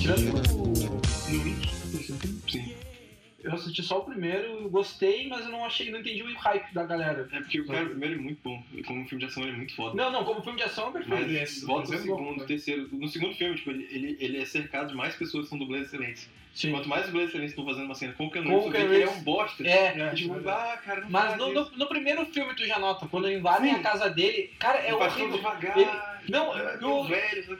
Speaker 8: Tirando o...
Speaker 9: Sim.
Speaker 8: Eu assisti só o primeiro, eu gostei, mas eu não achei, não entendi o hype da galera.
Speaker 9: É porque o cara primeiro é muito bom. e Como filme de ação ele é muito foda.
Speaker 8: Não, não, como filme de ação é perfeito.
Speaker 9: Mas volta no
Speaker 8: Filme é bom.
Speaker 9: segundo, terceiro. No segundo filme, tipo, ele, ele, ele é cercado de mais pessoas que são dublês excelentes.
Speaker 8: Sim.
Speaker 9: Quanto mais dublês excelentes estão fazendo uma cena com o Keanu
Speaker 8: Com o
Speaker 9: Reeves,
Speaker 8: Keanu
Speaker 9: você vê que ele é
Speaker 8: Reeves.
Speaker 9: um bosta.
Speaker 8: É,
Speaker 9: E, tipo,
Speaker 8: é.
Speaker 9: ah, cara, não
Speaker 8: Mas
Speaker 9: faz
Speaker 8: no,
Speaker 9: isso.
Speaker 8: no, no primeiro filme tu já nota, quando invadem
Speaker 9: Sim.
Speaker 8: a casa dele, cara, é
Speaker 9: Ele faz tudo
Speaker 8: horrível.
Speaker 9: um devagar.
Speaker 8: Ele- Não,
Speaker 9: ah,
Speaker 8: eu,
Speaker 9: velho.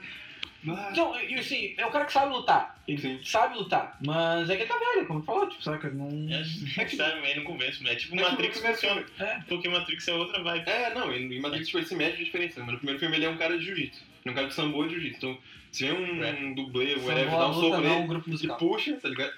Speaker 9: Ah,
Speaker 8: Então, e e, assim, é o cara que sabe lutar. Ele
Speaker 9: Sim.
Speaker 8: sabe lutar. Mas é que ele tá velho, como tu falou, tipo, saca? Não.
Speaker 6: É, sabe, aí não convence, né? É tipo
Speaker 9: Mas
Speaker 6: Matrix
Speaker 9: tipo, no
Speaker 6: funciona.
Speaker 9: primeiro
Speaker 8: É.
Speaker 6: Porque Matrix é outra vibe.
Speaker 9: É, não, e em Matrix tipo, ele se mede de diferença. Mas no primeiro filme ele é um cara de jiu-jitsu. Ele é um cara de sambo e jiu-jitsu. Então, se vem um,
Speaker 6: É.
Speaker 9: um dublê,
Speaker 8: Só
Speaker 9: o Eleve
Speaker 8: boa
Speaker 9: dá um
Speaker 8: luta,
Speaker 9: soco
Speaker 8: não,
Speaker 9: nele,
Speaker 8: um grupo
Speaker 9: ele
Speaker 8: musical.
Speaker 9: puxa, tá ligado?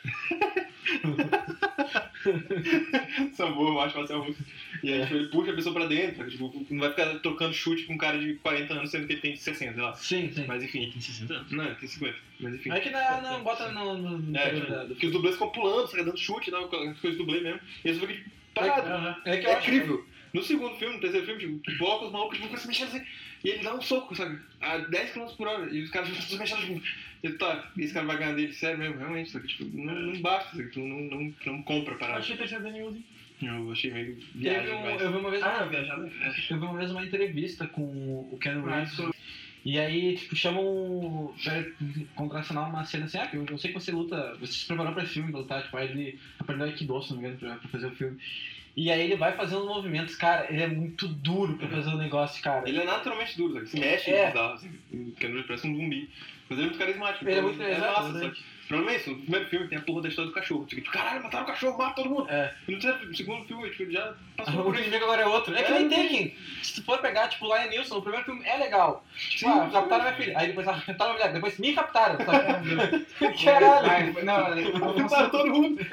Speaker 9: Sambo, eu acho, mas é russo. E aí, tipo, ele puxa a pessoa pra dentro. sabe? Tipo, não vai ficar trocando chute com um cara de 40 anos, sendo que ele tem 60, sei lá.
Speaker 8: Sim, sim.
Speaker 9: Mas enfim.
Speaker 6: Tem 60 anos.
Speaker 9: Não, ele tem 50. Mas enfim.
Speaker 8: É que na, na, bota no. no, no
Speaker 9: É, tipo, porque os dublês ficam pulando, sabe, dando chute, né? dando coisa do dublê mesmo. E eles ficam tipo, parados.
Speaker 8: Aham. É que eu
Speaker 9: É
Speaker 8: acho-
Speaker 9: incrível. No segundo filme, no terceiro filme, tipo, tu coloca os malucos, tipo, começa a mexer assim. E ele dá um soco, sabe? A 10 km por hora. E os caras <laughs> tipo, se mexendo, tipo, ele tá, esse cara vai ganhar dele, sério mesmo, realmente, sabe? Tipo, não, não basta, sabe? Tu não, não, não compra a
Speaker 8: Eu
Speaker 9: parada.
Speaker 8: Achei terceiro Danielzinho.
Speaker 9: Eu achei meio
Speaker 8: Teve
Speaker 9: viagem,
Speaker 8: um-
Speaker 9: mas...
Speaker 8: eu vi uma vez.
Speaker 9: Ah,
Speaker 8: uma-
Speaker 9: viajada.
Speaker 8: Eu vi uma vez uma entrevista com o Ken
Speaker 9: Ah,
Speaker 8: Reeves. E aí, tipo, chamam pra contracionar uma cena assim, ah, eu, eu sei que você luta, você se preparou pra esse filme pra lutar, tipo, aí ele aprendeu Aikido, se não me engano, pra, pra fazer o filme. E aí ele vai fazendo movimentos, cara, ele é muito duro pra fazer o negócio, cara. Ele,
Speaker 9: Ele é naturalmente duro, sabe? Se mexe,
Speaker 8: É.
Speaker 9: é. bizarro, assim. Porque ele parece um zumbi. Mas ele é muito carismático.
Speaker 8: é
Speaker 9: então
Speaker 8: muito
Speaker 9: É
Speaker 8: exato,
Speaker 9: massa,
Speaker 8: né?
Speaker 9: sabe? O problema é isso. No primeiro filme tem a porra da história do cachorro. Tipo, caralho, mataram o cachorro, mata todo mundo.
Speaker 8: É.
Speaker 9: E no terceiro- no segundo filme, tipo, já passou
Speaker 8: <laughs> O
Speaker 9: por isso.
Speaker 8: inimigo agora é outro. É que
Speaker 9: É.
Speaker 8: nem Taken. Se tu for pegar, tipo, Lion Nilson, o primeiro filme é legal. Tipo, ah, captaram minha filha. Aí depois, ah, captaram minha mulher. Depois
Speaker 4: <laughs>
Speaker 8: me captaram. <laughs> sabe? Caralho.
Speaker 4: Mas, não, eu,
Speaker 9: Mataram todo
Speaker 8: é
Speaker 9: mundo.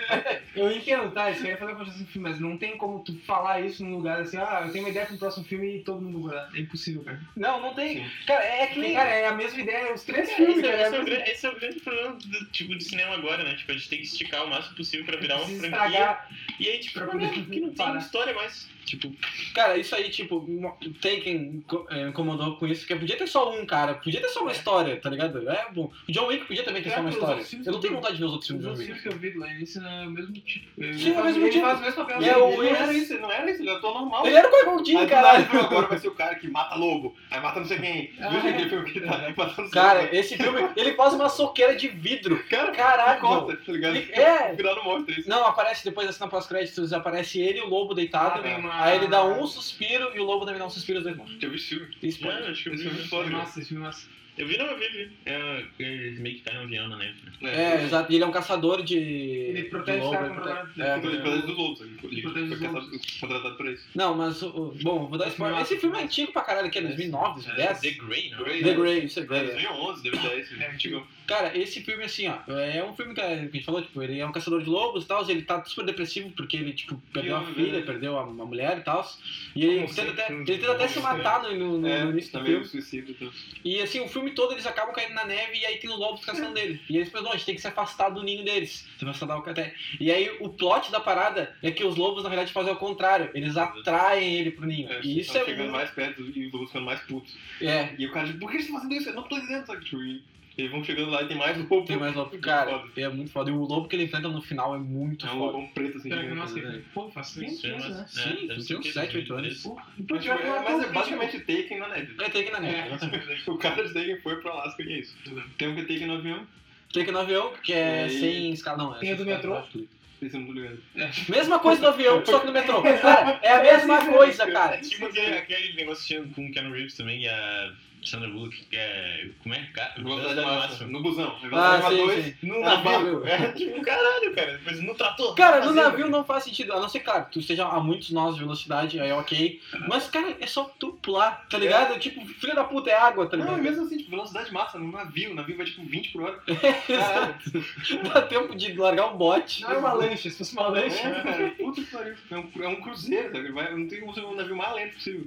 Speaker 4: eu entendo, tá? Isso aí é fazer a construção do filme, mas não tem como tu falar isso num lugar assim, ah, eu tenho uma ideia pro próximo filme e todo mundo gostar. É impossível, cara.
Speaker 8: Não, não tem. Cara, é que nem...
Speaker 4: Cara, é a mesma ideia, os três
Speaker 6: Esse,
Speaker 4: filmes,
Speaker 6: esse
Speaker 4: cara.
Speaker 6: é o
Speaker 4: a mesma-
Speaker 6: grande, esse é o grande problema do tipo de cinema agora, né? Tipo, a gente tem que esticar o máximo possível pra virar uma
Speaker 4: Se
Speaker 6: franquia.
Speaker 4: estragar.
Speaker 6: um E aí, tipo,
Speaker 4: pra
Speaker 6: uma merda
Speaker 4: poder
Speaker 6: que não tem
Speaker 4: parar.
Speaker 6: história mais. Tipo,
Speaker 8: Cara, isso aí, tipo, mo- tem quem co- eh, incomodou com isso, porque podia ter só um, cara. Podia ter só uma história, tá ligado? É bom. O John Wick podia também ter só uma
Speaker 4: É, Os
Speaker 8: história.
Speaker 4: outros filmes
Speaker 8: Eu não tenho
Speaker 4: que-
Speaker 8: vontade de ver os outros
Speaker 4: Os
Speaker 8: filmes do
Speaker 4: outros
Speaker 8: John Wick.
Speaker 4: filmes que eu vi do Lion, esse é o mesmo tipo. Ele
Speaker 8: Sim, é o mesmo
Speaker 4: ele
Speaker 8: tipo.
Speaker 4: faz o mesmo papel.
Speaker 8: E é o
Speaker 9: Ele não era
Speaker 8: Wes-
Speaker 9: isso, ele não era isso, ele atua normal.
Speaker 8: Ele era o
Speaker 9: Aí
Speaker 8: Coigondinho,
Speaker 9: do
Speaker 8: cara.
Speaker 9: nada, tipo, Agora vai ser o cara que mata lobo, aí mata não sei quem. Viu aquele filme que ele tá aí matando
Speaker 8: Ah. Cara, esse filme, ele faz uma soqueira de vidro.
Speaker 9: Cara,
Speaker 8: Caralho.
Speaker 9: conta, tá ligado?
Speaker 8: Ele- é.
Speaker 9: No final não mostra isso.
Speaker 8: Não, aparece depois da cena pós-créditos, aparece ele e o lobo deitado.
Speaker 4: Ah, tem uma-
Speaker 8: Aí ele dá um suspiro e o lobo também dá um suspiro os dois morrem.
Speaker 9: Já vi esse filme.
Speaker 8: Isso, pô.
Speaker 6: mano, acho que eu
Speaker 9: Esse
Speaker 6: vi.
Speaker 9: filme é foda.
Speaker 4: Nossa, esse filme é massa.
Speaker 6: Eu vi, não, eu vi, eu vi. É, eles meio que tá no avião, né?
Speaker 8: É, exato. E ele é um caçador de.
Speaker 4: Ele protege
Speaker 8: de
Speaker 4: os
Speaker 8: lobo,
Speaker 4: caras
Speaker 8: ele
Speaker 4: contra
Speaker 8: protege-
Speaker 4: a-
Speaker 8: é.
Speaker 9: Então, Ele protege dos lobos, sabe? Ele
Speaker 4: Protege
Speaker 9: foi
Speaker 4: dos
Speaker 9: caçado- contratado pra isso.
Speaker 8: Não, mas. o- o- Bom, vou dar spoiler. Esse filme
Speaker 9: né?
Speaker 8: é antigo pra caralho, que é 2009,
Speaker 6: É,
Speaker 8: 2010.
Speaker 6: The Grey, não?
Speaker 9: Grey,
Speaker 8: The
Speaker 9: né?
Speaker 8: Grey, isso é Grey. é.
Speaker 9: 2011, 2010,
Speaker 4: É,
Speaker 9: tipo,
Speaker 8: Cara, esse filme, assim, ó, é um filme que a gente falou, tipo, ele é um caçador de lobos e tal, ele tá super depressivo porque ele, tipo, perdeu a
Speaker 9: Pior,
Speaker 8: filha,
Speaker 9: né?
Speaker 8: perdeu a, uma mulher e tal. E ele
Speaker 9: Como
Speaker 8: tenta,
Speaker 9: sempre,
Speaker 8: até,
Speaker 9: né?
Speaker 8: ele tenta até se matar no, no- no
Speaker 9: é,
Speaker 8: início do
Speaker 9: tá meio
Speaker 8: filme.
Speaker 9: suicídio. Então.
Speaker 8: E assim, o filme todo eles acabam caindo na neve e aí tem os lobos caçando
Speaker 9: É.
Speaker 8: dele. E eles pensam, não, a gente tem que se afastar do ninho deles. Se afastar da Alcaté. E aí o plot da parada é que os lobos, na verdade, fazem o contrário. Eles atraem ele pro ninho.
Speaker 9: É,
Speaker 8: E
Speaker 9: eles
Speaker 8: isso
Speaker 9: tão
Speaker 8: é.
Speaker 9: chegando
Speaker 8: muito-
Speaker 9: mais perto e os lobos ficando mais putos.
Speaker 8: É,
Speaker 6: tá
Speaker 9: E o cara, tipo, por que eles estão fazendo isso? Eu não tô entendendo, sabe? Tipo, e
Speaker 6: Eles vão chegando lá e tem mais um pouco.
Speaker 8: Tem mais lobo. Cara, é muito foda. E o lobo que ele enfrenta no final é muito
Speaker 6: É um
Speaker 8: foda.
Speaker 6: lobão preto assim.
Speaker 9: Será que,
Speaker 6: gigante,
Speaker 9: nossa,
Speaker 6: né?
Speaker 9: pô, faz tempo
Speaker 10: Isso é
Speaker 9: isso,
Speaker 10: uma-
Speaker 9: né?
Speaker 10: É,
Speaker 8: Sim,
Speaker 10: deve
Speaker 8: tu
Speaker 10: ser
Speaker 8: tem
Speaker 10: o
Speaker 8: uns
Speaker 10: quê?
Speaker 8: 7, 8 anos.
Speaker 10: 2013?
Speaker 9: E
Speaker 6: Mas,
Speaker 9: pior que não tão
Speaker 6: é
Speaker 9: crítico.
Speaker 6: basicamente Taken na neve.
Speaker 8: É, tem que ir na
Speaker 9: É.
Speaker 8: neve.
Speaker 6: <laughs> O cara de Taken foi pra Alaska, que é isso. Tem um que é Taken no avião,
Speaker 8: Tem que ir no avião, que é
Speaker 6: E-
Speaker 8: sem escalão. É
Speaker 9: Tem a do
Speaker 8: sem
Speaker 9: metrô?
Speaker 8: escalão.
Speaker 9: é
Speaker 6: vocês não estão ligando.
Speaker 8: Mesma coisa do avião, só que no metrô. Cara, é a mesma coisa,
Speaker 6: um é
Speaker 8: cara.
Speaker 10: Tipo aquele, aquele negócio tinha com o Keanu Reeves também e a Sandra Bullock, que é. Como é? Ca-
Speaker 6: Velocidade máxima. No busão.
Speaker 8: Ah,
Speaker 6: Velocidade
Speaker 8: sim,
Speaker 6: dois.
Speaker 8: sim.
Speaker 6: No
Speaker 8: Ah,
Speaker 6: navio.
Speaker 8: valeu.
Speaker 6: <laughs> É tipo, caralho, cara. Mas no trator.
Speaker 8: Cara, no
Speaker 6: Fazendo.
Speaker 8: navio não faz sentido. A não ser, claro, que tu esteja a muitos nós de velocidade, aí é ok. Mas, cara, é só tu pular, tá ligado? Tipo, filho da puta, é água, tá
Speaker 6: Não, e
Speaker 8: ligado?
Speaker 6: mesmo assim, tipo, velocidade máxima no navio. O navio vai tipo 20 por hora.
Speaker 8: Exato. Dá tempo de largar um bote.
Speaker 9: Não é uma lancha, se fosse uma lancha.
Speaker 10: né,
Speaker 6: É, cara. Puta que pariu. É um, é um cruzeiro, sabe? Vai- não tem como ser um navio mais lento possível.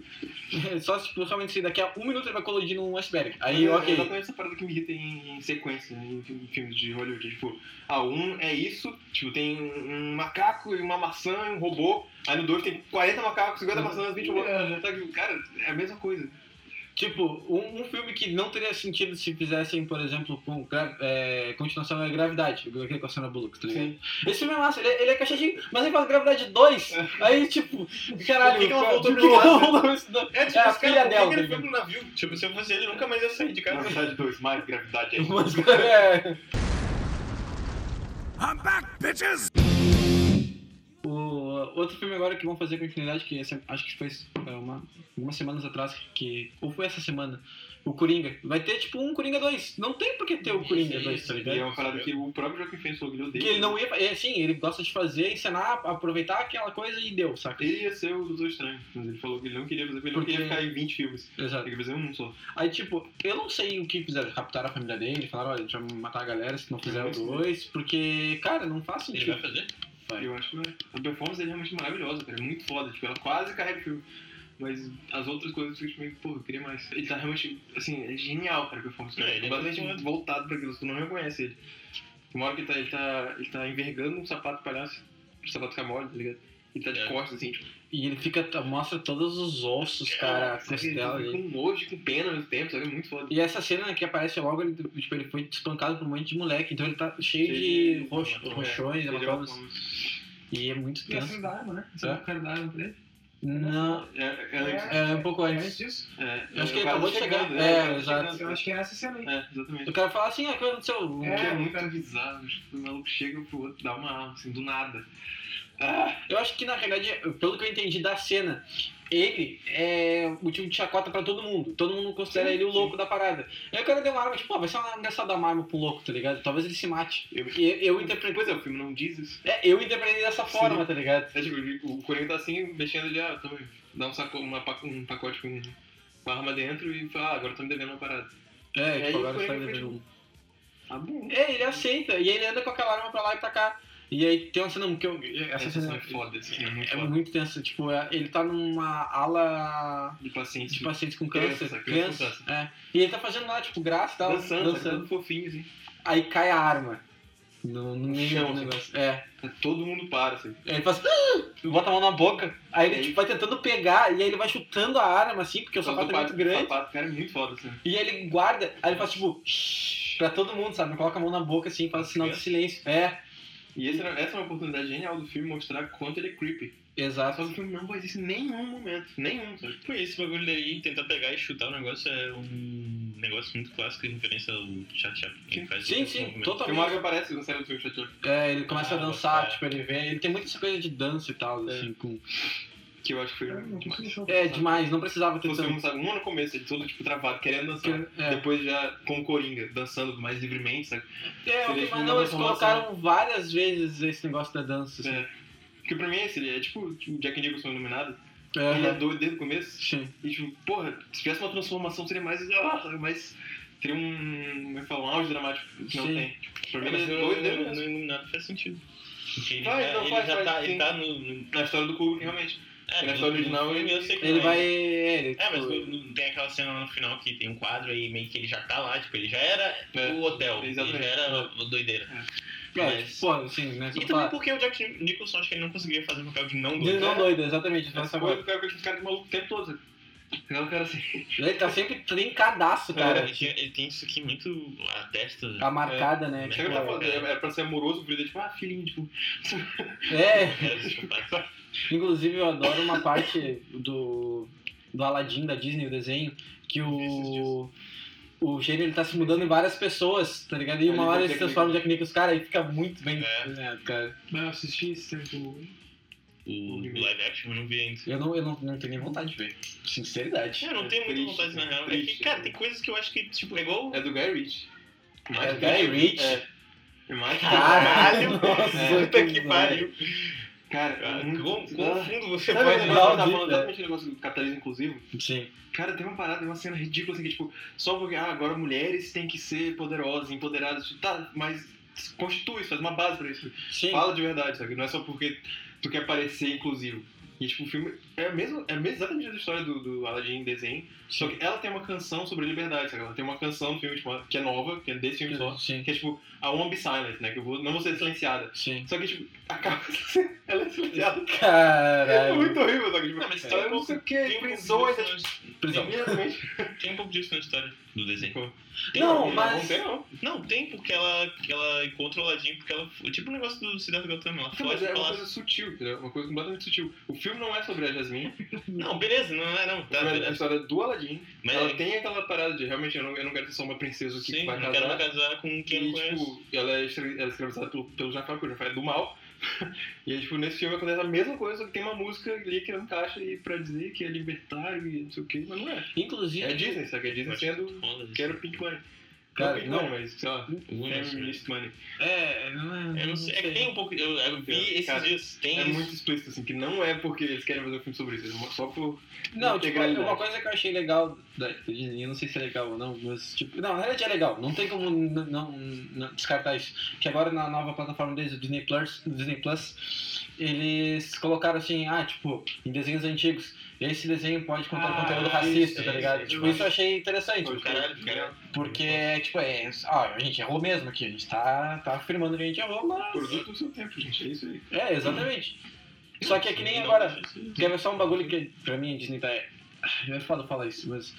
Speaker 8: É Só se tipo, realmente se daqui a um minuto ele vai colidir num iceberg. Aí,
Speaker 6: é
Speaker 8: ok.
Speaker 6: exatamente essa parada que me irrita em, em sequência, em, em filmes de Hollywood. Tipo, ah, um é isso, tipo, tem um um macaco e uma maçã e um robô. Aí no dois tem 40 macacos, 50
Speaker 10: Uhum.
Speaker 6: maçãs, 20 robôs. Sabe, cara, é a mesma coisa.
Speaker 8: Tipo, um, um filme que não teria sentido se fizessem, por exemplo, com gra- é, continuação é Gravidade, aquele com a Sandra Bullock, tá ligado? Esse filme é massa, ele, é- ele é caixadinho, mas ele faz Gravidade 2, aí
Speaker 6: <laughs>
Speaker 8: tipo, caralho,
Speaker 6: Por que que ela
Speaker 8: pra-
Speaker 6: voltou
Speaker 8: por
Speaker 6: pra
Speaker 8: que que ela
Speaker 6: casa?
Speaker 8: voltou pra esse nome?
Speaker 10: É,
Speaker 8: tipo, a esse cara, filha por que dela, que ele
Speaker 10: ele
Speaker 8: foi
Speaker 10: foi
Speaker 8: né?
Speaker 10: pro navio? Tipo, se eu fosse ele, nunca mais ia sair de casa.
Speaker 6: Gravidade 2, é
Speaker 10: <laughs>
Speaker 6: mais gravidade aí.
Speaker 8: Mas, é,
Speaker 11: I'm back, bitches!
Speaker 8: o outro filme agora que vão fazer continuidade, que esse- acho que foi é, uma, algumas semanas atrás, que, ou foi essa semana, o Coringa. Vai ter tipo um Coringa 2, não tem por que ter o Coringa 2, tá ligado?
Speaker 6: E é uma parada que o próprio Joaquim Phoenix falou que ele
Speaker 8: Que
Speaker 6: odeia.
Speaker 8: ele não ia. É, sim, ele gosta de fazer, encenar, aproveitar aquela coisa e deu, saca?
Speaker 6: Ele ia ser o Doutor Estranho, mas ele falou que ele não queria fazer, porque ele não
Speaker 8: Porque-
Speaker 6: queria ficar em 20 filmes. Ele
Speaker 8: Exato.
Speaker 6: queria fazer um só.
Speaker 8: Aí, tipo, eu não sei o que fizeram. Raptaram a família dele, falaram, olha, a gente vai matar a galera se não fizer o dois, porque, cara, não faz
Speaker 10: Ele vai
Speaker 8: sentido.
Speaker 10: fazer?
Speaker 6: Eu acho que a performance dele é realmente maravilhosa, cara. É muito foda. Tipo, ela quase carrega o filme. Mas as outras coisas eu fico tipo meio, pô, eu queria mais. Ele tá realmente, assim, é genial, cara, a performance dele.
Speaker 10: É, ele
Speaker 6: Ele
Speaker 10: é
Speaker 6: é
Speaker 10: muito
Speaker 6: completamente voltado pra aquilo, tu não reconhece ele. Uma hora que ele tá, ele tá, ele tá envergando um sapato palhaço, o sapato fica mole, tá ligado? Ele tá de
Speaker 10: É.
Speaker 6: costas, assim, tipo,
Speaker 8: E ele fica, mostra todos os ossos, cara, a
Speaker 6: sabe, ele
Speaker 8: costela
Speaker 6: É, fica
Speaker 8: dele.
Speaker 6: com nojo, e com pena ao mesmo tempo, sabe? É muito foda.
Speaker 8: E essa cena que aparece logo, ele, tipo, ele foi espancado por um monte de moleque, então ele tá cheio
Speaker 6: Cheio
Speaker 8: de
Speaker 6: de
Speaker 8: roxo,
Speaker 6: hematomas.
Speaker 8: roxões,
Speaker 6: Ele é
Speaker 8: hematomas.
Speaker 6: uma-
Speaker 8: assim, E é muito
Speaker 9: E a
Speaker 8: tenso.
Speaker 9: cena da arma, né? Você não quer dar arma pra ele?
Speaker 8: Não,
Speaker 6: É, é, é,
Speaker 8: é um pouco
Speaker 9: É
Speaker 8: antes.
Speaker 9: antes disso.
Speaker 6: é,
Speaker 8: Eu acho que
Speaker 6: é o
Speaker 8: ele
Speaker 6: cara
Speaker 8: acabou de
Speaker 6: chegando,
Speaker 8: chegar.
Speaker 6: né?
Speaker 8: É,
Speaker 6: O cara
Speaker 8: exato.
Speaker 6: chegando.
Speaker 9: Eu acho que é essa cena aí.
Speaker 6: É, exatamente.
Speaker 8: O cara fala assim, ah, o que aconteceu?
Speaker 6: O que é
Speaker 9: É,
Speaker 6: muito
Speaker 9: cara.
Speaker 6: bizarro, tipo, o maluco chega pro outro, dá uma arma, assim, do nada. Ah,
Speaker 8: Eu acho que na realidade, pelo que eu entendi da cena, ele é o tipo de chacota pra todo mundo. Todo mundo considera ele o louco da parada. Aí o cara deu uma arma, tipo, pô, vai ser uma engraçada dar uma arma pro louco, tá ligado? Talvez ele se mate.
Speaker 6: eu,
Speaker 8: E eu, eu interpretei.
Speaker 6: Pois é, o filme não diz isso.
Speaker 8: É, eu interpretei dessa forma, tá ligado?
Speaker 6: É, tipo, o Coringa tá assim, mexendo ali, ah, toma aí. dá um, saco, uma, pa- um pacote com com arma dentro e fala, ah, agora tô me devendo uma parada.
Speaker 8: É,
Speaker 6: É,
Speaker 8: tipo,
Speaker 6: e
Speaker 8: agora
Speaker 6: foi-
Speaker 8: você tá
Speaker 6: foi
Speaker 8: me
Speaker 6: tipo-
Speaker 8: devendo um.
Speaker 6: Tá bom.
Speaker 8: É, ele aceita, e aí ele anda com aquela arma pra lá e pra cá. E aí tem uma cena que eu.
Speaker 6: Essa
Speaker 8: Essa
Speaker 6: sessão
Speaker 8: cena
Speaker 6: é foda, esse filme é muito
Speaker 8: é
Speaker 6: foda.
Speaker 8: muito tensa, tipo, é- ele tá numa ala
Speaker 6: De paciente.
Speaker 8: de
Speaker 6: Tipo,
Speaker 8: pacientes com
Speaker 6: Criança,
Speaker 8: câncer. né?
Speaker 6: criança
Speaker 8: Criança, é. E ele tá fazendo lá, tipo, graça e tal.
Speaker 6: dançando, tá todo fofinho, assim.
Speaker 8: Aí cai a arma no, no meio
Speaker 6: chão,
Speaker 8: do
Speaker 6: assim.
Speaker 8: negócio. É.
Speaker 6: Todo mundo para, assim.
Speaker 8: Aí ele faz. "Ah!", Bota a mão na boca. Aí ele tipo, vai tentando pegar e aí ele vai chutando a arma assim, porque o
Speaker 6: Só
Speaker 8: sapato
Speaker 6: do
Speaker 8: é
Speaker 6: pato-
Speaker 8: muito grande.
Speaker 6: sapato, cara, é muito foda, assim.
Speaker 8: E aí ele guarda. Aí ele faz tipo. "Shh", Pra todo mundo, sabe? Coloca a mão na boca assim, faz sinal de silêncio. É,
Speaker 6: E essa, era- essa é uma oportunidade genial do filme mostrar quanto ele é creepy.
Speaker 8: exato.
Speaker 6: Só que o filme não faz isso em nenhum momento. Nenhum, sabe?
Speaker 10: Pô, esse bagulho daí, tentar pegar e chutar o negócio é um negócio muito clássico em referência ao Chap Chap. que faz
Speaker 8: Sim,
Speaker 10: esse
Speaker 8: sim,
Speaker 10: movimento.
Speaker 6: Tem uma hora
Speaker 8: totalmente.
Speaker 6: que aparece no série do filme Chateau,
Speaker 8: É, ele começa a
Speaker 10: Ah,
Speaker 8: dançar,
Speaker 10: é.
Speaker 8: tipo, ele vê. Ele tem muita essa coisa de dança e tal, assim, com.
Speaker 6: que eu acho que foi
Speaker 9: Eu não
Speaker 6: demais.
Speaker 9: consigo
Speaker 8: É, demais, não precisava ter
Speaker 6: Você
Speaker 8: tanto.
Speaker 6: não sabe, um no começo, ele todo tipo travado, querendo dançar.
Speaker 8: É.
Speaker 6: Depois já com o Coringa, dançando mais livremente, sabe?
Speaker 8: É,
Speaker 6: Seria,
Speaker 8: ok,
Speaker 6: tipo,
Speaker 8: mas
Speaker 6: uma
Speaker 8: não, eles
Speaker 6: transformação.
Speaker 8: colocaram várias vezes esse negócio da dança. Assim.
Speaker 6: É. Porque pra mim é esse, ele é tipo o Jack Nicholson iluminado. Ele é
Speaker 8: É.
Speaker 6: doido desde o começo.
Speaker 8: Sim.
Speaker 6: E tipo, porra, se tivesse uma transformação seria mais. Ah, sabe, mais teria um. Como é que fala? Um auge dramático. Que não
Speaker 8: Sim.
Speaker 6: tem. Tipo, pra mim ele
Speaker 10: Mas
Speaker 6: é
Speaker 10: no,
Speaker 6: doido desde o
Speaker 10: no,
Speaker 6: começo.
Speaker 10: no Iluminado faz sentido. Porque Ele,
Speaker 6: Faz,
Speaker 10: já,
Speaker 6: não
Speaker 10: ele
Speaker 6: faz,
Speaker 10: já
Speaker 6: faz,
Speaker 10: tá, ele
Speaker 6: sim.
Speaker 10: tá no. no-
Speaker 6: Na história do Kubrick, realmente.
Speaker 10: é,
Speaker 6: Na
Speaker 10: no-
Speaker 6: história
Speaker 10: no
Speaker 6: original,
Speaker 10: filme
Speaker 6: ele-
Speaker 10: eu sei que
Speaker 8: Ele
Speaker 10: não
Speaker 8: vai. É, ele,
Speaker 10: É, mas
Speaker 8: tipo,
Speaker 10: no- no- tem aquela cena lá no final que tem um quadro aí meio que ele já tá lá, tipo, ele já era
Speaker 6: É,
Speaker 10: o hotel, ele
Speaker 6: exatamente.
Speaker 10: já era o doideira.
Speaker 8: é, tipo, pô, assim, né?
Speaker 10: E
Speaker 8: Só
Speaker 10: também
Speaker 9: ah.
Speaker 8: falar.
Speaker 10: porque o Jack Nicholson acho que ele não conseguia fazer um papel de não
Speaker 8: Ele
Speaker 10: doido.
Speaker 6: né?
Speaker 8: não doido, exatamente. Nossa,
Speaker 6: um Essa coisa que eu acho que os caras de maluco o tempo todo. sabe?
Speaker 9: Senão eu quero assim.
Speaker 8: Ele tá sempre trincadaço,
Speaker 6: Cara,
Speaker 8: cara.
Speaker 6: ele, tem, ele tem isso aqui muito. A testa.
Speaker 9: Tá
Speaker 8: A marcada, né?
Speaker 9: Chega pra falar,
Speaker 8: Tipo,
Speaker 9: é, é pra ser amoroso, o vídeo é tipo, ah, filhinho, tipo.
Speaker 8: é,
Speaker 6: É,
Speaker 9: <laughs>
Speaker 6: desculpa.
Speaker 8: Inclusive, eu adoro uma parte do, do Aladdin da Disney, o desenho, que o. O gênio ele tá se mudando em várias pessoas, tá ligado? E uma
Speaker 9: Ele
Speaker 8: hora
Speaker 9: tá
Speaker 8: ele se
Speaker 9: Jack
Speaker 8: transforma em Jack Nicholson, cara, aí fica muito bem
Speaker 6: É.
Speaker 8: desenhado, cara.
Speaker 4: Mas eu assisti esse tempo.
Speaker 6: o live action eu não vi ainda.
Speaker 8: Eu não, eu não, não tenho nem vontade de ver. Sinceridade.
Speaker 6: Eu não tenho muita
Speaker 9: triste,
Speaker 6: vontade na
Speaker 9: né?
Speaker 6: real. É que,
Speaker 9: Triste,
Speaker 6: cara,
Speaker 9: né?
Speaker 6: tem coisas que eu acho que, tipo, é igual.
Speaker 9: É do Guy Ritchie.
Speaker 8: É
Speaker 9: Mas-
Speaker 8: Guy Rich.
Speaker 9: É. Mas- <laughs>
Speaker 8: Caralho, nossa,
Speaker 9: É.
Speaker 6: Puta que pariu.
Speaker 9: Cara,
Speaker 6: Cara,
Speaker 9: muito-
Speaker 6: quão quão fundo você
Speaker 9: Sabe
Speaker 6: vai
Speaker 9: o negócio que eu
Speaker 8: legal
Speaker 9: tava
Speaker 8: disso,
Speaker 9: falando
Speaker 8: né?
Speaker 9: exatamente o negócio do capitalismo inclusivo?
Speaker 8: Sim.
Speaker 9: Cara, tem uma parada, tem uma cena ridícula assim que, tipo, só porque ah, agora mulheres têm que ser poderosas, empoderadas, tipo, tá, mas constitui isso, faz uma base pra isso.
Speaker 8: Sim.
Speaker 9: Fala de verdade, sabe? Não é só porque tu quer parecer inclusivo. E, tipo, o filme é, mesmo, é mesmo exatamente a história do, do Aladdin em desenho, só que ela tem uma canção sobre liberdade, sabe? Ela tem uma canção no filme, tipo, que é nova, que é desse filme só,
Speaker 8: Sim.
Speaker 9: que é, tipo, I Won't Be Silent, né? Que eu vou, não vou ser silenciada.
Speaker 8: Sim.
Speaker 9: Só que, tipo, <laughs> acaba... ela é silenciada. É
Speaker 8: Caralho.
Speaker 9: muito horrível, sabe? Tipo,
Speaker 6: Não, mas tem
Speaker 9: ela
Speaker 8: é
Speaker 6: um pouco-
Speaker 9: sei o que,
Speaker 6: Tem um pouco
Speaker 9: prisão,
Speaker 6: disso
Speaker 9: essa
Speaker 6: na-
Speaker 8: Prisão.
Speaker 9: Primeiramente,
Speaker 6: <laughs> Tem um pouco disso na história do desenho.
Speaker 8: Não,
Speaker 9: não,
Speaker 8: mas-
Speaker 9: tem, não.
Speaker 6: Não, tem porque ela, que ela encontra o Aladdin, porque ela. Tipo o negócio do Cidade Gautama, ela
Speaker 9: Não,
Speaker 6: foge
Speaker 9: mas é
Speaker 6: do
Speaker 9: uma
Speaker 6: palácio.
Speaker 9: coisa sutil, entendeu? Uma coisa completamente sutil. O filme não é sobre a Jasmine,
Speaker 6: Não, beleza, não é não. Tá,
Speaker 9: é a
Speaker 6: beleza.
Speaker 9: história do Aladdin.
Speaker 6: Mas
Speaker 9: ela tem aquela parada de realmente eu não, eu não quero ser só uma princesa que
Speaker 6: sim,
Speaker 9: vai
Speaker 6: não
Speaker 9: casar.
Speaker 6: quero me casar com quem eu não
Speaker 9: e,
Speaker 6: conhece.
Speaker 9: tipo, ela é, estra- ela é escravizada pelo, pelo Jafar, porque o Jafar é do mal. <laughs> E aí, tipo, nesse filme acontece a mesma coisa, só que tem uma música ali que não encaixa e pra dizer que é libertário e não sei o que, mas não é.
Speaker 8: Inclusive.
Speaker 9: É Disney, sabe? É Disney sendo
Speaker 6: Rola,
Speaker 9: quero Pink Money.
Speaker 8: Cara,
Speaker 9: Não Pink
Speaker 8: não.
Speaker 9: Money, mas sei lá,
Speaker 6: Women's
Speaker 9: Feminist Money.
Speaker 8: É, não é.
Speaker 6: Eu não sei, é que tem um pouco. Eu, eu vi esses
Speaker 9: Cara,
Speaker 6: dias, tem.
Speaker 9: É
Speaker 6: isso.
Speaker 9: muito explícito, assim, que não é porque eles querem fazer um filme sobre isso, é só por
Speaker 8: Não, tipo,
Speaker 9: Integralidade.
Speaker 8: uma coisa que eu achei legal da da Disney, eu não sei se é legal ou não, mas tipo. Não, na realidade é legal, não tem como n- não, não descartar isso. Que agora na nova plataforma deles, o Disney Plus, o Disney Plus, eles colocaram assim, ah, tipo, em desenhos antigos, esse desenho pode contar
Speaker 4: Ah,
Speaker 8: conteúdo
Speaker 4: isso,
Speaker 8: racista, tá
Speaker 6: isso,
Speaker 8: ligado?
Speaker 6: isso,
Speaker 8: tipo,
Speaker 6: eu
Speaker 8: isso eu achei interessante.
Speaker 6: Pô, Caralho,
Speaker 9: né?
Speaker 6: cara.
Speaker 8: Porque, tipo, é. Ah, a gente errou mesmo aqui, a gente tá, tá afirmando que a gente errou, mas.
Speaker 9: produto do seu tempo, gente. É isso aí.
Speaker 8: É, exatamente. Só que é que nem
Speaker 6: Não,
Speaker 8: agora.
Speaker 6: mas isso-
Speaker 8: Quer ver só um bagulho que pra mim a Disney tá. É foda falar isso, mas.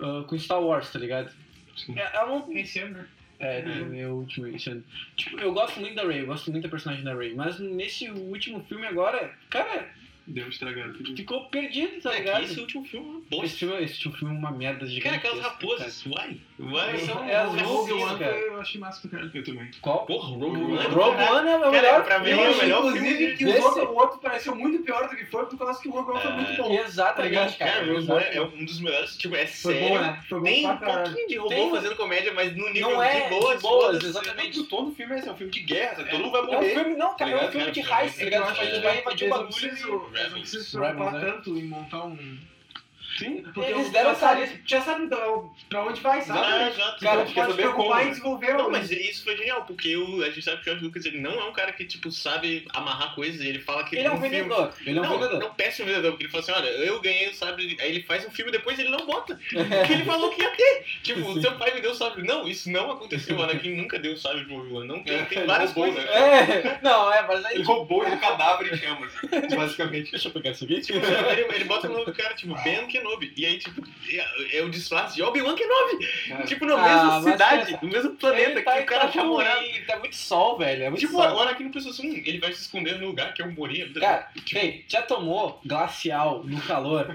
Speaker 8: ah, com Star Wars, tá ligado?
Speaker 9: Sim.
Speaker 8: É, Ela não.
Speaker 4: Esse ano, né?
Speaker 8: É, né, meu último esse ano. Tipo, eu gosto muito da Ray, eu gosto muito da personagem da Ray, mas nesse último filme agora, cara,
Speaker 9: Deu estragado.
Speaker 8: ficou perdido, tá
Speaker 6: É que
Speaker 8: ligado?
Speaker 6: esse último filme é uma bosta.
Speaker 8: Esse filme, esse filme é uma merda de
Speaker 6: Cara, aquelas raposas, uai. Uai,
Speaker 8: Sim.
Speaker 6: são.
Speaker 8: É, as
Speaker 4: o Rogue
Speaker 8: movies,
Speaker 4: One
Speaker 8: cara.
Speaker 4: eu achei massa pra caralho.
Speaker 9: Eu também.
Speaker 8: Qual?
Speaker 6: Porra, Rogue
Speaker 8: Rogue
Speaker 6: One.
Speaker 8: One é o
Speaker 6: Cara,
Speaker 8: melhor.
Speaker 6: pra mim
Speaker 4: Eu
Speaker 6: é o
Speaker 4: acho,
Speaker 6: melhor
Speaker 4: inclusive,
Speaker 6: filme.
Speaker 4: que
Speaker 8: desse-
Speaker 4: o outro, o outro pareceu muito pior do que foi, por causa que o Rogue One foi muito bom.
Speaker 8: Exatamente, cara.
Speaker 6: É. Cara, Tá Rogue One
Speaker 8: exatamente.
Speaker 6: é um dos melhores. Tipo, é
Speaker 4: Foi
Speaker 6: sério.
Speaker 4: bom, né? Foi bom
Speaker 6: Tem
Speaker 4: pra
Speaker 6: um
Speaker 4: caralho.
Speaker 6: pouquinho de robô
Speaker 8: Tem um-
Speaker 6: fazendo comédia, mas no nível
Speaker 8: Não é
Speaker 6: de boas,
Speaker 8: de boas,
Speaker 6: foda-se. tá
Speaker 8: exatamente.
Speaker 9: Todo filme é assim, é um filme de guerra, sabe? todo mundo vai
Speaker 8: É um
Speaker 9: morrer.
Speaker 8: filme, não, cara, é um
Speaker 9: ligado?
Speaker 8: filme de
Speaker 6: Cara,
Speaker 8: heist, tá ligado?
Speaker 6: eu
Speaker 8: Tipo, a
Speaker 6: acho
Speaker 8: gente
Speaker 6: que
Speaker 8: vai invadir o
Speaker 4: Eles não
Speaker 8: bagulho.
Speaker 4: precisam- eles não precisam se preocupar
Speaker 8: Rebels, né?
Speaker 4: tanto em montar um.
Speaker 9: Sim.
Speaker 4: Porque
Speaker 8: Eles
Speaker 6: é um
Speaker 4: o-
Speaker 8: deram
Speaker 4: já
Speaker 8: essa
Speaker 4: sabe-
Speaker 8: lista.
Speaker 4: Já sabe pra- pra onde vai, sabe?
Speaker 6: Ah,
Speaker 8: Cara,
Speaker 6: exato.
Speaker 4: Cara,
Speaker 9: quer
Speaker 4: tu pode
Speaker 9: saber
Speaker 4: se preocupar
Speaker 9: como,
Speaker 4: em
Speaker 9: né?
Speaker 4: desenvolver
Speaker 6: Não,
Speaker 4: o-
Speaker 6: mas isso foi genial, porque o- a gente sabe que o George Lucas ele não é um cara que tipo, sabe amarrar coisas, ele fala que
Speaker 8: Ele é um
Speaker 6: num filme-
Speaker 8: vendedor. Ele é um
Speaker 6: Não,
Speaker 8: vendedor.
Speaker 6: não peça um vendedor, porque ele fala assim, olha, eu ganhei o sabre, aí ele faz um filme depois ele
Speaker 8: <laughs>
Speaker 6: não bota. Porque ele falou que ia ter. Tipo, o seu pai me deu o sabre. Não, isso não aconteceu, o Anakin nunca deu o sabre pro Obi-Wan. Não tem, tem
Speaker 9: ele
Speaker 6: várias
Speaker 9: roubou,
Speaker 6: coisas.
Speaker 9: né?
Speaker 8: É, <laughs> não, é, mas aí.
Speaker 9: Ele roubou e um cadáver em chamas, basicamente.
Speaker 8: Deixa eu pegar isso aqui.
Speaker 6: Tipo, ele, ele bota o nome do cara, tipo, Ben Kenobi. E aí, tipo, é, é o disfarce de Obi-Wan Kenobi.
Speaker 9: É.
Speaker 6: Tipo, na
Speaker 8: Ah,
Speaker 6: mesma
Speaker 8: mas tá
Speaker 6: cidade,
Speaker 8: pensa-
Speaker 6: no mesmo planeta é que o cara tinha morado.
Speaker 8: Tá muito sol, velho. É muito
Speaker 6: Tipo,
Speaker 8: sol.
Speaker 6: agora aqui no pessoal, assim, hum, ele vai se esconder no lugar que eu morri.
Speaker 8: Cara, bem, já tomou glacial no calor.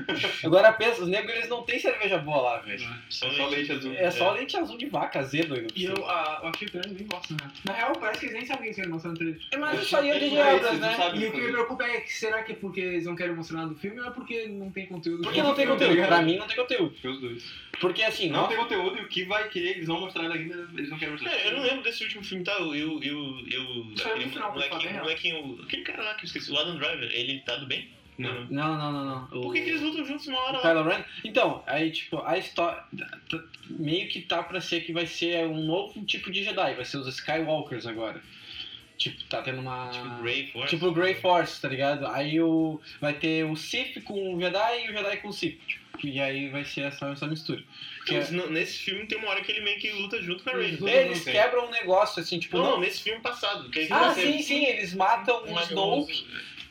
Speaker 8: Agora pensa, os negros eles não têm cerveja boa lá, velho.
Speaker 6: só
Speaker 9: Só leite azul.
Speaker 8: É só leite azul de vaca azedo ainda.
Speaker 4: E eu, a, eu achei que eles nem gostam, né? Na real, parece que eles nem sabem que eles mostrar no trailer.
Speaker 8: Mas isso aí é de
Speaker 9: Eles-
Speaker 8: diabras,
Speaker 9: eles não
Speaker 8: né?
Speaker 9: sabem
Speaker 4: E o que
Speaker 9: fazer.
Speaker 4: me preocupa é que será que é porque eles não querem mostrar nada do filme ou é porque não tá tem conteúdo?
Speaker 8: Porque não tem conteúdo. Pra mim não tem
Speaker 6: É.
Speaker 8: conteúdo.
Speaker 9: Os dois.
Speaker 8: Porque assim,
Speaker 9: Não
Speaker 8: não.
Speaker 9: tem conteúdo e o que vai querer, eles vão mostrar ainda, eles não querem mostrar.
Speaker 6: É, eu não lembro desse último filme, tá? Eu. eu, eu, eu
Speaker 4: Só
Speaker 6: aquele
Speaker 4: no final, pra falar,
Speaker 6: molequinho,
Speaker 4: né?
Speaker 6: molequinho- Aquele cara lá que eu esqueci, o Adam Driver, ele tá do bem?
Speaker 9: Não.
Speaker 8: Não, não, não, não.
Speaker 6: Por que, que eles lutam juntos uma hora
Speaker 8: O
Speaker 6: lá?
Speaker 8: Kylo Ren? Então, aí, tipo, a história. tá- Meio que tá pra ser que vai ser um novo tipo de Jedi, vai ser os Skywalkers agora. Tipo, tá tendo uma.
Speaker 6: Tipo, Grey Force.
Speaker 8: Tipo o Grey Force, tá ligado? Aí o. Vai ter o Sith com o Jedi e o Jedi com o Sith. Tipo, e aí vai ser essa, essa mistura.
Speaker 6: Então, mas no- Nesse filme tem uma hora que ele meio que luta junto com a Rey. É,
Speaker 4: Os dois-
Speaker 8: Eles
Speaker 9: tem.
Speaker 8: quebram um negócio, assim, tipo,
Speaker 6: Não, não,
Speaker 8: não.
Speaker 6: nesse filme passado. Que aí
Speaker 8: Ah,
Speaker 6: você-
Speaker 8: sim, sim, eles matam o
Speaker 6: Mas eu-
Speaker 8: Snoke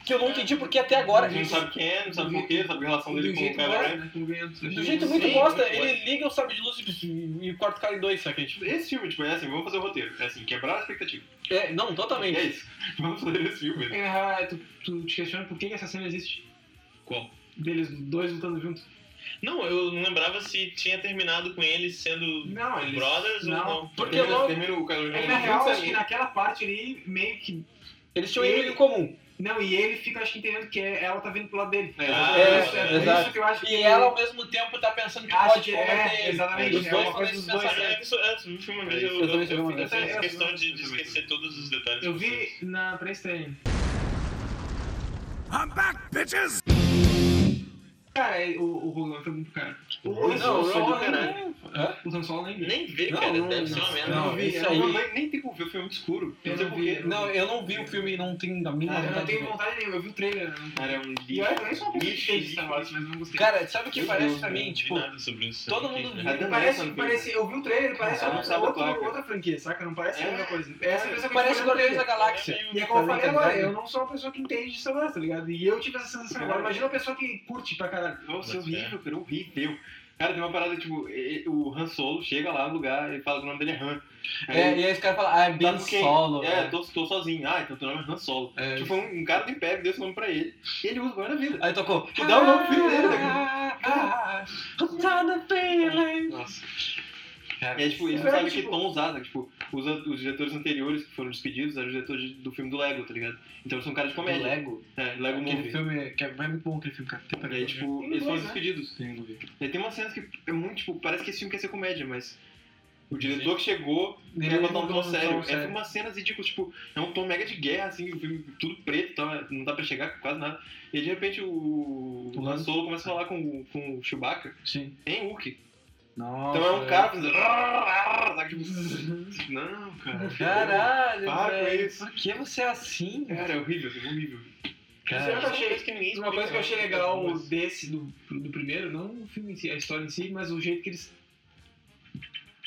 Speaker 2: que eu não entendi porque até agora.
Speaker 6: Não sabe quem é, não sabe por quê, sabe a relação
Speaker 8: Do
Speaker 6: dele com o
Speaker 8: jeito que
Speaker 6: cara.
Speaker 8: vai, né? Com o vento.
Speaker 2: Do jeito muito
Speaker 6: Sim,
Speaker 2: bosta,
Speaker 6: muito
Speaker 2: ele liga o sabre de luz e, e corta o cara em dois, saca? Tipo,
Speaker 6: Esse filme, tipo, é assim, vamos fazer o roteiro. É assim, quebrar a expectativa.
Speaker 2: é, não, totalmente.
Speaker 6: É isso. <laughs> Vamos fazer esse filme.
Speaker 8: É, na real, é, tu, tu te questiona por que que essa cena existe.
Speaker 12: Qual?
Speaker 8: Deles dois lutando junto.
Speaker 12: Não, eu não lembrava se tinha terminado com eles sendo
Speaker 8: Não, eles...
Speaker 12: brothers
Speaker 8: não.
Speaker 12: ou não.
Speaker 2: Porque
Speaker 6: Termina-
Speaker 2: logo-
Speaker 6: termina o cara
Speaker 8: É que na
Speaker 6: não
Speaker 8: real,
Speaker 6: sabe.
Speaker 8: acho que naquela parte ali, meio que...
Speaker 2: Eles tinham um
Speaker 8: Ele-
Speaker 2: inimigo em comum.
Speaker 8: Não, e ele fica, acho que entendendo que é- ela tá vindo pro lado dele.
Speaker 6: É,
Speaker 2: é,
Speaker 8: isso,
Speaker 2: é,
Speaker 8: por
Speaker 2: exato.
Speaker 8: isso que eu acho que...
Speaker 2: E ela ao mesmo tempo tá pensando que
Speaker 8: Acho
Speaker 2: pode
Speaker 8: que
Speaker 2: combater
Speaker 8: é,
Speaker 2: ele.
Speaker 8: exatamente.
Speaker 2: Os
Speaker 8: é
Speaker 2: dois
Speaker 8: uma
Speaker 2: ficam
Speaker 8: coisa
Speaker 2: nesse
Speaker 8: dos dois.
Speaker 2: pensamento.
Speaker 12: É, isso, é, eu vi uma vez,
Speaker 6: É
Speaker 12: eu,
Speaker 6: isso.
Speaker 12: eu,
Speaker 2: Eu também
Speaker 12: eu,
Speaker 2: vi uma
Speaker 12: fiz
Speaker 2: vez.
Speaker 12: essa
Speaker 8: Eu-
Speaker 12: questão
Speaker 8: eu-
Speaker 12: de, de
Speaker 6: eu-
Speaker 12: esquecer todos os detalhes.
Speaker 8: Eu vi na pré-estreia.
Speaker 13: I'm back, bitches!
Speaker 8: Cara, é- o, o Roland foi muito caro. O
Speaker 6: Não,
Speaker 8: Han
Speaker 6: não,
Speaker 8: Solo
Speaker 6: foi
Speaker 8: nem-
Speaker 6: do caralho.
Speaker 8: O Han Solo nem vi.
Speaker 12: Nem vê,
Speaker 2: Não,
Speaker 12: cara,
Speaker 2: não,
Speaker 12: deve ser uma merda.
Speaker 8: não,
Speaker 2: Não,
Speaker 8: vi,
Speaker 2: isso
Speaker 8: eu
Speaker 2: aí.
Speaker 6: Não, nem, nem tem como ver, o filme é muito escuro.
Speaker 8: Eu
Speaker 6: não sei
Speaker 8: não
Speaker 6: porquê.
Speaker 8: vi.
Speaker 2: Não, eu não vi o filme, não tenho a mínima
Speaker 8: Ah, eu
Speaker 2: vontade
Speaker 8: não
Speaker 2: de
Speaker 8: tenho
Speaker 2: ver.
Speaker 8: vontade nenhuma, eu vi o trailer. né?
Speaker 6: Cara, é um lixo.
Speaker 8: E olha, que eu nem sou uma pessoa que
Speaker 6: Lixo,
Speaker 8: fez de Star Wars,
Speaker 6: lixo.
Speaker 8: mas não gostei.
Speaker 2: Cara, sabe o que
Speaker 6: Meu
Speaker 2: parece
Speaker 6: Deus, né?
Speaker 2: pra
Speaker 6: não
Speaker 2: mim?
Speaker 6: vi
Speaker 2: Tipo,
Speaker 12: nada sobre isso.
Speaker 2: todo
Speaker 12: sabe?
Speaker 2: mundo
Speaker 12: Né?
Speaker 2: viu.
Speaker 6: Adam
Speaker 8: Parece,
Speaker 6: Sandler.
Speaker 8: parece, eu vi o trailer, parece
Speaker 6: Ah, não
Speaker 8: outra,
Speaker 6: sabe
Speaker 8: outra-
Speaker 6: atuar, cara.
Speaker 8: outra franquia, saca? Não parece
Speaker 6: É.
Speaker 8: a mesma coisa. É essa pessoa que
Speaker 2: parece
Speaker 8: eu tô
Speaker 2: Guardiões
Speaker 8: falando
Speaker 2: da Galáxia.
Speaker 12: É meio-
Speaker 8: E é como eu
Speaker 2: Tá
Speaker 8: falei
Speaker 2: ligado?
Speaker 8: agora, eu não sou uma pessoa que entende de Star Wars, tá ligado? E eu tive essa sensação agora. Imagina uma pessoa que curte pra caralho.
Speaker 12: Mas,
Speaker 6: Nossa,
Speaker 2: é.
Speaker 6: horrível, cara, horrível. Cara, tem uma parada, tipo, e- o Han Solo chega lá no lugar e fala que o nome dele é Han. Aí
Speaker 2: É, e aí os caras falam, ah, é
Speaker 6: ele, tá
Speaker 2: Ben
Speaker 6: com quem?
Speaker 2: Solo.
Speaker 6: É,
Speaker 8: né?
Speaker 2: velho.
Speaker 6: tô, tô sozinho. Ah, então teu nome é Han Solo.
Speaker 2: É.
Speaker 6: Tipo, um, um cara de pé deu esse nome pra ele. E ele usa o nome da vida.
Speaker 2: Aí tocou.
Speaker 6: E
Speaker 8: "Tá
Speaker 6: dá o nome pro filho dele, né?
Speaker 2: Ah, ah, ah, I'm tired of feeling.
Speaker 6: Nossa. É, tipo, eles não
Speaker 8: Cara,
Speaker 6: sabem que
Speaker 8: tipo-
Speaker 6: tom usar, né? Tipo, os, an- os diretores anteriores que foram despedidos eram os diretores de- do filme do Lego, tá ligado? Então eles são caras de comédia.
Speaker 2: Lego.
Speaker 6: É, Lego
Speaker 8: Aquele
Speaker 6: Movie.
Speaker 8: filme, que é é muito bom aquele filme, cara.
Speaker 6: E aí, tipo,
Speaker 8: Tem
Speaker 6: eles foram
Speaker 8: dois, né?
Speaker 6: despedidos. E aí tem umas cenas que é muito, tipo, parece que esse filme quer ser comédia, mas o diretor que chegou
Speaker 8: Ele
Speaker 6: queria botar um
Speaker 8: mudou
Speaker 6: tom
Speaker 8: um tom
Speaker 6: sério. É
Speaker 8: sério.
Speaker 6: umas cenas ridículas, tipo, é um tom mega de guerra, assim, o filme tudo preto, tá, não dá pra chegar com quase nada. E aí, de repente o, o Han Solo começa a falar com, o- com o Chewbacca
Speaker 8: Sim.
Speaker 6: em Hulk.
Speaker 8: Nossa.
Speaker 6: Então é um cara fazendo. sabe, tipo, Não, cara.
Speaker 2: Caralho,
Speaker 6: Para com
Speaker 2: velho.
Speaker 6: isso.
Speaker 2: Por que você é assim?
Speaker 6: Cara, é horrível, é horrível.
Speaker 8: Cara, eu achei-
Speaker 6: que ninguém
Speaker 8: Uma coisa que eu achei
Speaker 6: explica,
Speaker 8: legal
Speaker 6: mas-
Speaker 8: desse, do, do primeiro, não o filme em si, a história em si, mas o jeito que eles.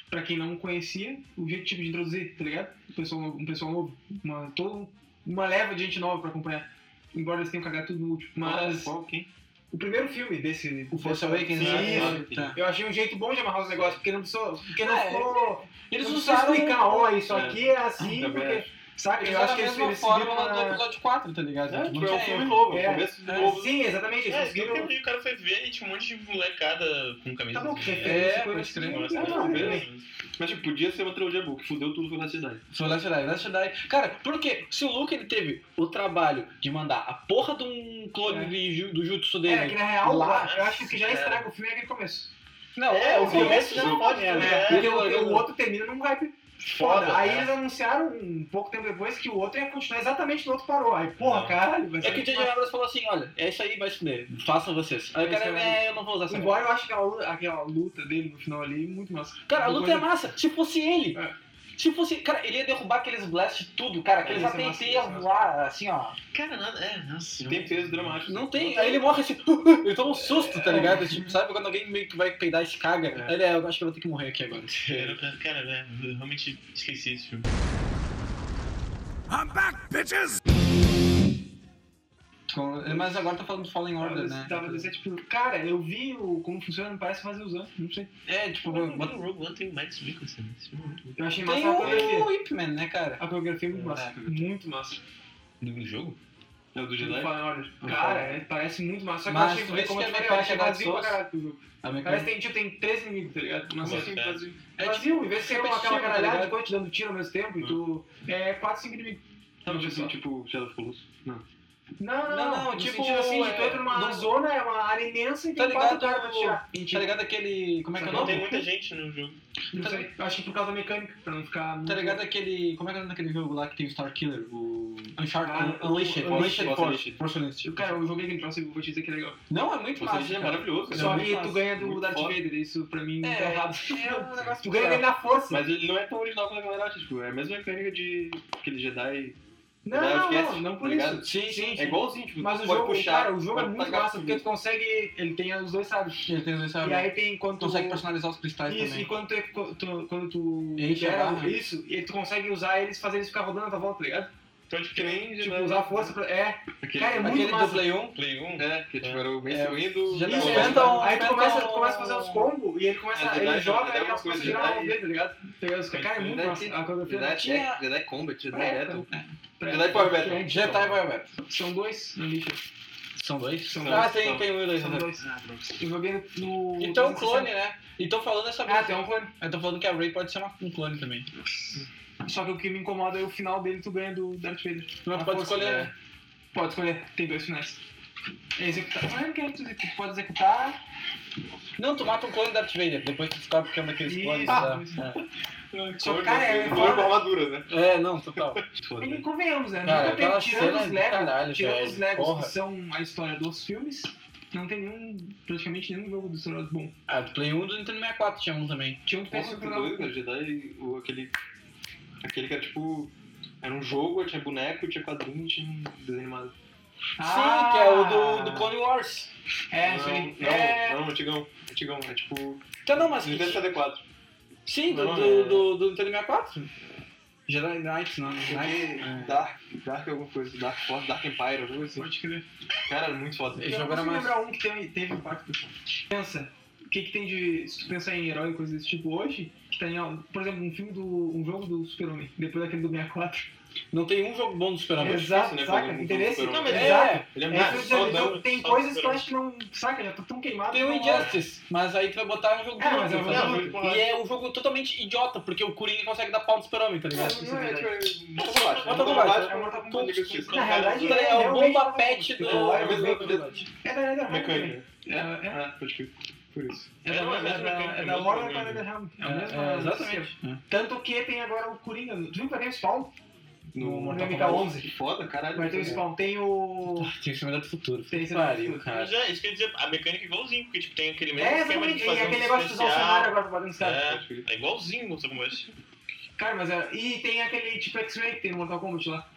Speaker 8: Pra quem não conhecia, o jeito tipo de introduzir, tá ligado? Um pessoal, novo- um pessoal novo. Uma, todo, um, uma leva de gente nova pra acompanhar. Embora eles tenham cagado tudo no último. Mas
Speaker 6: Qual, quem?
Speaker 8: o primeiro filme desse.
Speaker 2: O Force Awakens,
Speaker 8: Sim,
Speaker 2: né?
Speaker 6: isso.
Speaker 2: Tá.
Speaker 8: Eu achei um jeito bom de amarrar os negócios, porque não precisou. Porque não
Speaker 2: É,
Speaker 8: ficou.
Speaker 2: Eles
Speaker 8: não precisou
Speaker 2: usaram
Speaker 8: explicar, ó, isso
Speaker 6: É.
Speaker 8: aqui é assim,
Speaker 6: Também
Speaker 8: porque. Saca?
Speaker 2: né? Eles
Speaker 8: Eu
Speaker 2: usaram
Speaker 8: acho
Speaker 2: a
Speaker 8: que eles,
Speaker 2: mesma
Speaker 8: eles
Speaker 2: fórmula do
Speaker 8: seguiram na-
Speaker 2: episódio 4, tá ligado?
Speaker 6: É,
Speaker 2: Tipo,
Speaker 6: tipo, é um
Speaker 2: é,
Speaker 6: filme novo, é
Speaker 8: é,
Speaker 6: o começo do
Speaker 2: é, um
Speaker 6: novo.
Speaker 8: Sim, exatamente. Eles
Speaker 12: É, isso que eu
Speaker 8: conseguiram.
Speaker 12: vi, o cara foi ver e tinha um monte de molecada com camisa.
Speaker 8: Tá bom,
Speaker 12: de-
Speaker 8: que
Speaker 2: É,
Speaker 8: coisa
Speaker 2: pode crer.
Speaker 8: assim,
Speaker 12: Nossa,
Speaker 8: não,
Speaker 6: Não,
Speaker 8: não,
Speaker 6: beleza.
Speaker 8: beleza.
Speaker 6: Mas tipo, podia ser uma trilogia boa, que fudeu tudo com a cidade.
Speaker 2: Foi Last Jedi, Last Jedi. Cara, porque se o Luke ele teve o trabalho de mandar a porra de um clone
Speaker 8: É.
Speaker 2: de ju- do jutsu
Speaker 8: É,
Speaker 2: dele.
Speaker 8: que na real,
Speaker 2: Lá,
Speaker 8: eu acho que o que já
Speaker 12: cara.
Speaker 8: estraga o filme é aquele começo.
Speaker 2: Não,
Speaker 12: É, o começo já não pode
Speaker 2: é,
Speaker 12: né?
Speaker 2: né?
Speaker 8: Porque o,
Speaker 2: Aquilo-
Speaker 8: o outro termina num hype foda. É.
Speaker 12: Foda,
Speaker 8: Aí
Speaker 2: é.
Speaker 12: né?
Speaker 8: eles anunciaram um pouco tempo depois que o outro ia continuar exatamente no outro parou. Aí, porra,
Speaker 12: Não.
Speaker 8: caralho, vai
Speaker 2: É que o J.J. Abrams falou assim, olha, é isso aí, vai se fuder, façam vocês. Aí o cara,
Speaker 8: Isso
Speaker 2: é, eu não vou usar essa
Speaker 8: Embora eu acho aquela, lu- aquela luta dele no final ali muito massa.
Speaker 2: Cara, a
Speaker 8: Uma
Speaker 2: luta é
Speaker 8: coisa-
Speaker 2: massa. Se fosse ele.
Speaker 8: É.
Speaker 2: Se fosse. Cara, ele ia derrubar aqueles blast tudo, cara. Aqueles
Speaker 8: É, isso é massa,
Speaker 2: AT&T
Speaker 8: isso é
Speaker 2: ia
Speaker 8: massa.
Speaker 2: voar, assim, ó.
Speaker 12: Cara, nada. É, nossa.
Speaker 6: Não tem peso dramático.
Speaker 2: Não tem. Aí ele morre assim. <laughs> ele toma um susto, tá ligado? Tipo, sabe quando alguém meio que vai peidar e se caga? Ele é, eu acho que eu vou ter que morrer aqui agora.
Speaker 12: Cara,
Speaker 8: <laughs>
Speaker 12: cara, cara, né, eu realmente esqueci esse filme.
Speaker 13: I'm back, bitches!
Speaker 2: Mas agora tá falando de Fallen Order,
Speaker 8: Tava,
Speaker 2: né?
Speaker 8: tava desse, tipo, cara, eu vi o, como funciona, parece fazer os anos, não sei.
Speaker 2: É, tipo,
Speaker 12: Pô,
Speaker 8: Uhum.
Speaker 12: mas
Speaker 2: bota-
Speaker 12: no Rogue One tem o Mads Mikkelsen. Esse filme é muito bom.
Speaker 8: Eu achei massa
Speaker 2: tem
Speaker 8: a coreografia.
Speaker 2: o Whipman, né, cara?
Speaker 8: A coreografia é muito massa.
Speaker 2: É.
Speaker 8: Muito massa.
Speaker 12: Do jogo?
Speaker 6: É o do
Speaker 8: Do
Speaker 6: Jedi.
Speaker 8: Fallen Order. Cara, é, parece muito massa. Só que
Speaker 2: Mas
Speaker 8: eu
Speaker 2: tu
Speaker 8: achei,
Speaker 2: vê
Speaker 8: como
Speaker 2: que
Speaker 8: eu te
Speaker 2: é
Speaker 8: falei, eu achei
Speaker 2: Dark
Speaker 8: vazio pra
Speaker 2: Souls.
Speaker 8: caralho pro jogo.
Speaker 2: A
Speaker 8: Parece
Speaker 2: mecânica.
Speaker 8: que tem, tipo, tem três inimigos, tá ligado? Mas
Speaker 6: Nossa,
Speaker 8: assim,
Speaker 12: cara.
Speaker 8: vazio.
Speaker 2: É,
Speaker 8: vazio, em vez de ser uma, aquela
Speaker 2: repetitivo, tá
Speaker 8: caralhada de
Speaker 2: ligado?
Speaker 8: coisa te dando tiro ao mesmo tempo e tu. É 4, 5 inimigos.
Speaker 6: Sabe, tipo, assim, tipo, Shadow of the Colossus? Não.
Speaker 8: Não, não,
Speaker 2: Não,
Speaker 8: não.
Speaker 2: não,
Speaker 8: no
Speaker 2: tipo,
Speaker 8: sentido assim, de tu
Speaker 2: é,
Speaker 8: entra numa
Speaker 2: não-
Speaker 8: zona, é uma área imensa e
Speaker 2: Tá
Speaker 8: tem quatro
Speaker 2: ligado?
Speaker 8: caras pra tirar.
Speaker 2: Tá ligado aquele. Como é que é o
Speaker 12: Não
Speaker 2: nome?
Speaker 8: né?
Speaker 12: tem muita gente no jogo.
Speaker 8: Não sei. Eu acho que por causa da mecânica, pra não ficar. muito-
Speaker 2: Tá ligado aquele. Como é que é o nome daquele jogo lá que tem o Star Killer? O. Uncharted.
Speaker 8: Ah,
Speaker 2: Unleashed.
Speaker 8: o-
Speaker 2: Unleashed
Speaker 6: Force
Speaker 2: Force.
Speaker 6: Unleashed.
Speaker 2: Force Unleashed.
Speaker 8: Cara, eu joguei aquele troço e vou te dizer que é legal.
Speaker 2: Não, é muito
Speaker 6: Você
Speaker 2: massa.
Speaker 6: já é
Speaker 2: cara.
Speaker 6: maravilhoso. cara.
Speaker 8: Só
Speaker 6: Muito
Speaker 8: que tu
Speaker 6: massa,
Speaker 8: ganha do
Speaker 6: muito
Speaker 8: Darth
Speaker 6: foda.
Speaker 8: Vader, isso pra mim tá errado.
Speaker 2: É, é
Speaker 8: <laughs>
Speaker 2: um negócio
Speaker 8: Tu ganha dele na força.
Speaker 6: Mas ele não é tão original quanto a galera acha, tipo, é a mesma mecânica de aquele Jedi.
Speaker 8: Não,
Speaker 6: Jedi
Speaker 8: não,
Speaker 6: Outcast,
Speaker 8: não, não por
Speaker 6: tá ligado?
Speaker 8: isso. Sim, sim.
Speaker 6: É igualzinho, tipo,
Speaker 8: Mas o
Speaker 6: tu pode
Speaker 8: jogo,
Speaker 6: puxar,
Speaker 8: cara, o jogo é
Speaker 6: pode
Speaker 8: muito
Speaker 6: tacar
Speaker 8: massa, porque
Speaker 6: comida.
Speaker 8: tu consegue. Ele tem os dois sabres.
Speaker 2: Ele tem os dois
Speaker 8: E
Speaker 2: sabres.
Speaker 8: aí tem quando tu.
Speaker 2: Consegue personalizar os cristais
Speaker 8: Isso,
Speaker 2: também.
Speaker 8: e quando tu, tu- quando tu
Speaker 2: Enche a
Speaker 8: libera
Speaker 2: barra.
Speaker 8: isso, e tu consegue usar eles, fazer eles ficar rodando a tua volta, tá ligado?
Speaker 9: Pode crer.
Speaker 6: Cringe,
Speaker 4: Tipo,
Speaker 6: né?
Speaker 4: usar a força pra. É,
Speaker 9: Aquele,
Speaker 4: cara, é muito
Speaker 8: Aquele do
Speaker 4: massa.
Speaker 8: Play 1.
Speaker 9: Play 1.
Speaker 6: É, que tipo, era o Mace Windu.
Speaker 8: Já
Speaker 6: e
Speaker 8: não
Speaker 6: o-
Speaker 4: Isso,
Speaker 8: inventa um-
Speaker 4: aí tu
Speaker 8: inventa
Speaker 4: começa,
Speaker 8: um-
Speaker 4: começa a fazer os combos e ele começa.
Speaker 6: É
Speaker 4: ele
Speaker 6: verdade,
Speaker 4: joga e
Speaker 6: é
Speaker 4: ele
Speaker 6: uma
Speaker 4: começa a
Speaker 6: coisa
Speaker 4: girar a mão
Speaker 6: Jedi.
Speaker 4: dele, tá ligado? Tá ligado? Cara, é muito
Speaker 6: Verdade, é.
Speaker 4: massa. A coreografia
Speaker 6: Jedi,
Speaker 4: tinha-
Speaker 6: Jedi, Jedi Combat, Jedi
Speaker 4: É,
Speaker 6: Battle.
Speaker 4: pra-
Speaker 8: é
Speaker 6: Jedi Power Battle.
Speaker 4: pra-
Speaker 8: Jedi vai Web.
Speaker 4: São dois no lixo.
Speaker 8: São dois?
Speaker 4: São então. Ah,
Speaker 8: ah,
Speaker 6: dois,
Speaker 8: tem,
Speaker 6: são-
Speaker 8: tem o Willis.
Speaker 4: São
Speaker 8: né?
Speaker 4: dois. Eu joguei no. no-
Speaker 8: Então é um clone, né? Então falando essa
Speaker 4: Ah, tem um clone.
Speaker 8: Eu tô falando que a Ray pode ser uma- um clone também.
Speaker 4: Só que o que me incomoda é o final dele, tu ganha do Darth Vader.
Speaker 8: Tu não
Speaker 4: A
Speaker 8: pode
Speaker 4: força,
Speaker 8: escolher,
Speaker 4: é.
Speaker 8: né?
Speaker 4: Pode escolher, tem dois finais. É executar. Não lembro quem é que tu executa. Tu pode executar.
Speaker 8: Não, tu mata um clone do Darth Vader, depois tu descobre que é um daqueles
Speaker 4: Isso.
Speaker 8: clones da...
Speaker 4: Só que, cara, é
Speaker 6: Ele foi com
Speaker 4: foda.
Speaker 6: armadura, né?
Speaker 8: É, não, total.
Speaker 4: E convenhamos, né?
Speaker 8: Cara,
Speaker 4: Nunca teve,
Speaker 8: aquela
Speaker 4: tirando
Speaker 8: cena é
Speaker 4: os
Speaker 8: do
Speaker 4: Legos,
Speaker 8: caralho,
Speaker 4: tirando
Speaker 8: velho.
Speaker 4: os Legos,
Speaker 8: Porra.
Speaker 4: que são a história dos filmes, não tem nenhum, praticamente nenhum jogo do Star Wars bom.
Speaker 8: Ah, do Play 1 do Nintendo 64 tinha um também.
Speaker 4: Tinha um que
Speaker 6: Nossa,
Speaker 4: parece
Speaker 6: que
Speaker 4: que jogava-
Speaker 6: doido, cara. Jedi, o- aquele. Aquele que era tipo. Era um jogo, tinha boneco, tinha quadrinho, tinha um desenho animado.
Speaker 4: Ah!
Speaker 8: Sim, que é o do, do Clone Wars.
Speaker 4: É, isso
Speaker 6: não,
Speaker 4: aí.
Speaker 6: Não,
Speaker 4: É,
Speaker 6: não, antigão. Antigão, é tipo.
Speaker 8: Então não, mas...
Speaker 6: Nintendo 64.
Speaker 8: Sim, do,
Speaker 6: Não,
Speaker 8: do,
Speaker 6: é-
Speaker 8: do, do Nintendo 64.
Speaker 4: Jedi Knights, não.
Speaker 6: Porque Dark,
Speaker 9: é.
Speaker 6: Dark é alguma coisa, Dark Force, Dark Empire, alguma coisa assim.
Speaker 4: Pode crer.
Speaker 6: Cara, era muito foda.
Speaker 8: Esse
Speaker 4: Eu não
Speaker 8: jogo era
Speaker 4: consigo
Speaker 8: mais-
Speaker 4: lembrar um que teve, teve impacto. Pensa, o que, que tem de. Se tu pensar em herói e coisas desse tipo hoje, que tá em. al- Por exemplo, um filme do. um jogo do Super-Homem, depois daquele do 64.
Speaker 8: Não tem um jogo bom do Super-Homem.
Speaker 4: Exato,
Speaker 6: né, fazer
Speaker 4: saca?
Speaker 6: um jogo
Speaker 4: Interesse.
Speaker 6: do Super-Homem.
Speaker 4: Exato.
Speaker 8: É,
Speaker 6: Ele é
Speaker 4: É,
Speaker 6: muito
Speaker 4: eu já-
Speaker 6: fodão.
Speaker 4: eu- tem
Speaker 6: só
Speaker 4: coisas que eu
Speaker 6: super-
Speaker 4: acho que não. Saca, já tô tão queimado.
Speaker 8: tem o
Speaker 4: que não rola.
Speaker 8: Injustice, mas aí tu vai botar um jogo
Speaker 4: É,
Speaker 8: do
Speaker 4: mas é um
Speaker 8: Coringa,
Speaker 4: jogo
Speaker 8: sabe?
Speaker 4: muito
Speaker 8: E é um jogo totalmente idiota, porque o Coringa consegue dar pau no Super-Homem, tá ligado?
Speaker 6: Não, é, tipo, é Mortal Kombat.
Speaker 8: Mortal
Speaker 6: Mortal
Speaker 8: Kombat,
Speaker 6: Kombat, é Mortal Kombat, diga assim,
Speaker 4: Na realidade,
Speaker 8: É, o
Speaker 4: realmente
Speaker 8: bomba
Speaker 4: um-
Speaker 8: pet do...
Speaker 4: É,
Speaker 6: é o mesmo
Speaker 4: É, é, é, é,
Speaker 6: Mecânica.
Speaker 4: É, é,
Speaker 6: Ah, pode crer. Por isso.
Speaker 4: é, da-
Speaker 9: É, mas
Speaker 4: é,
Speaker 9: mesmo
Speaker 4: da-
Speaker 9: mecânica,
Speaker 4: é da
Speaker 9: mesmo
Speaker 4: Warner
Speaker 9: mecânica.
Speaker 4: para a Graham. É o
Speaker 8: É,
Speaker 4: mesmo,
Speaker 8: é,
Speaker 4: é,
Speaker 8: exatamente.
Speaker 4: Tanto que tem agora o Coringa. Tu viu que vai ter o Spawn? No
Speaker 6: Mortal
Speaker 4: MK11.
Speaker 6: Kombat. Que foda, caralho.
Speaker 4: Vai ter o Spawn. Tem o.
Speaker 8: Tinha que ser melhor do futuro.
Speaker 4: Tem esse
Speaker 8: Pariu,
Speaker 4: do-
Speaker 8: cara.
Speaker 9: Mas é, isso quer dizer, a mecânica é igualzinho, porque tipo, tem aquele mesmo
Speaker 4: É,
Speaker 9: esquema
Speaker 4: exatamente.
Speaker 9: de
Speaker 4: E
Speaker 9: fazer
Speaker 4: aquele
Speaker 9: um
Speaker 4: negócio de usar o cenário agora pra bater nos caras.
Speaker 9: É, é igualzinho o Mortal Kombat.
Speaker 4: Cara, mas é. E tem aquele tipo X-Ray que tem no Mortal Kombat lá.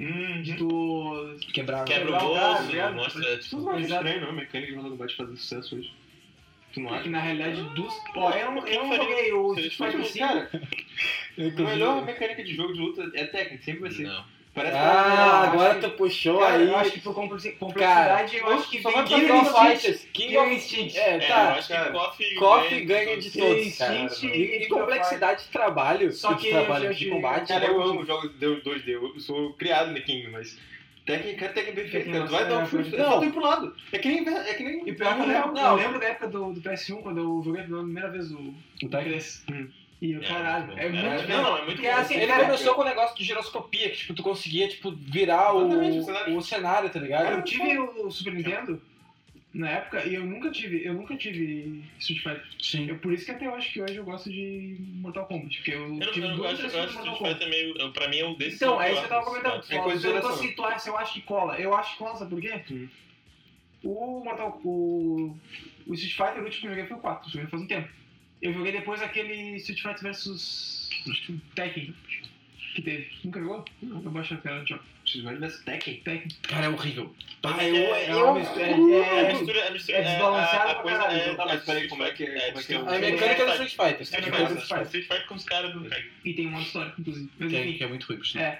Speaker 6: Hum,
Speaker 4: De tu.
Speaker 8: Quebrar.
Speaker 9: Quebra o
Speaker 4: legal, cara,
Speaker 9: bolso,
Speaker 6: né?
Speaker 4: obrigado.
Speaker 9: mostra. tipo,
Speaker 4: Tudo mais.
Speaker 6: estranho, não? é? A mecânica de Mortal Kombat fazer sucesso hoje. Tu não
Speaker 4: né? Que
Speaker 6: acha?
Speaker 4: na realidade dos. Ó, eu não, eu não
Speaker 9: Faria-
Speaker 4: joguei o
Speaker 9: seria
Speaker 4: Street Fighter
Speaker 6: Mas,
Speaker 4: 5.
Speaker 6: cara, a melhor mecânica de jogo de luta é técnica, sempre vai ser.
Speaker 9: Não.
Speaker 6: Parece
Speaker 8: Ah, agora
Speaker 6: que
Speaker 8: tu puxou
Speaker 4: Cara,
Speaker 8: aí.
Speaker 4: eu acho que por complexi- complexidade, eu acho que
Speaker 8: só
Speaker 4: vem
Speaker 8: vai
Speaker 4: Killer
Speaker 8: fazer uma
Speaker 4: Instinct.
Speaker 8: Fighters. King
Speaker 4: Killer
Speaker 8: of
Speaker 4: Instinct.
Speaker 8: É,
Speaker 9: É, eu
Speaker 8: tá.
Speaker 9: acho
Speaker 6: cara.
Speaker 9: que Coffee.
Speaker 8: Coffee ganha de
Speaker 4: Killer
Speaker 8: todos, cara.
Speaker 4: Instinct
Speaker 8: E,
Speaker 4: e
Speaker 8: e complexidade de trabalho.
Speaker 4: Só que
Speaker 8: de trabalho
Speaker 4: eu
Speaker 8: de
Speaker 4: já-
Speaker 8: combate.
Speaker 6: Cara, eu
Speaker 8: né?
Speaker 6: amo jogos de 2D, eu sou criado no King, mas. Técnica, cara, técnica perfeita,
Speaker 4: Técnica,
Speaker 6: cara. Tu vai dar um
Speaker 4: nossa,
Speaker 6: chute,
Speaker 4: é,
Speaker 6: é só tu ir pro lado. É que nem. É que nem
Speaker 4: E pior que eu
Speaker 6: é
Speaker 4: lembro,
Speaker 8: Não.
Speaker 4: eu lembro da época do, do PS1, quando eu joguei pela primeira vez o
Speaker 8: O
Speaker 4: Tetris.
Speaker 6: Hum.
Speaker 4: E o
Speaker 9: É,
Speaker 4: caralho,
Speaker 9: bom.
Speaker 4: é muito
Speaker 6: Era
Speaker 4: bom.
Speaker 9: Não, não, é muito
Speaker 4: Porque
Speaker 9: bom.
Speaker 4: assim,
Speaker 8: Ele
Speaker 4: cara,
Speaker 8: começou com o negócio de giroscopia, que tipo, tu conseguia tipo, virar o,
Speaker 6: Exatamente, o cenário.
Speaker 8: o cenário, tá
Speaker 4: eu
Speaker 8: ligado?
Speaker 4: tive o
Speaker 9: É.
Speaker 4: Super Nintendo na época e eu nunca tive, eu nunca tive Street Fighter.
Speaker 8: Sim.
Speaker 4: Eu- por isso que até eu acho que hoje eu gosto de Mortal Kombat, porque eu,
Speaker 9: Eu,
Speaker 4: tive
Speaker 9: não, eu
Speaker 4: duas
Speaker 9: gosto, eu
Speaker 4: versões de
Speaker 9: acho que
Speaker 4: um Mortal Kombat.
Speaker 9: Street Fighter é meio. eu- Pra mim é o desse.
Speaker 4: Então, é isso que eu tava comentando.
Speaker 6: É coisa de
Speaker 4: eu não tô
Speaker 6: geração.
Speaker 4: situar se eu acho que cola. Eu acho que cola, sabe por quê?
Speaker 6: Hum.
Speaker 4: O Mortal o, o Street Fighter, o último que eu joguei foi o 4, joguei faz um tempo. Eu joguei depois aquele Street Fighter vs Tekken que teve. Nunca jogou? Eu baixei a tela, tchau.
Speaker 6: X-Men vs Tekken. um
Speaker 4: Tekken.
Speaker 8: Cara, é horrível.
Speaker 9: É, é,
Speaker 4: É uma mistura.
Speaker 9: é
Speaker 4: É,
Speaker 9: mistura, é mistura.
Speaker 4: é desbalanceado
Speaker 9: a- a
Speaker 4: pra
Speaker 9: coisa
Speaker 4: caralho.
Speaker 9: é-
Speaker 6: Tá, mas
Speaker 9: é
Speaker 6: peraí, como é que
Speaker 9: Street
Speaker 6: é? Como é que é?
Speaker 9: Fighter,
Speaker 8: A mecânica do Street Fighter.
Speaker 9: Street
Speaker 4: mecânica do
Speaker 9: Fighter,
Speaker 4: Street Fighter.
Speaker 9: Street Fighter com os caras do.
Speaker 4: e tem uma história, inclusive. Mas
Speaker 8: Que,
Speaker 4: enfim.
Speaker 8: que é muito ruim,
Speaker 4: É.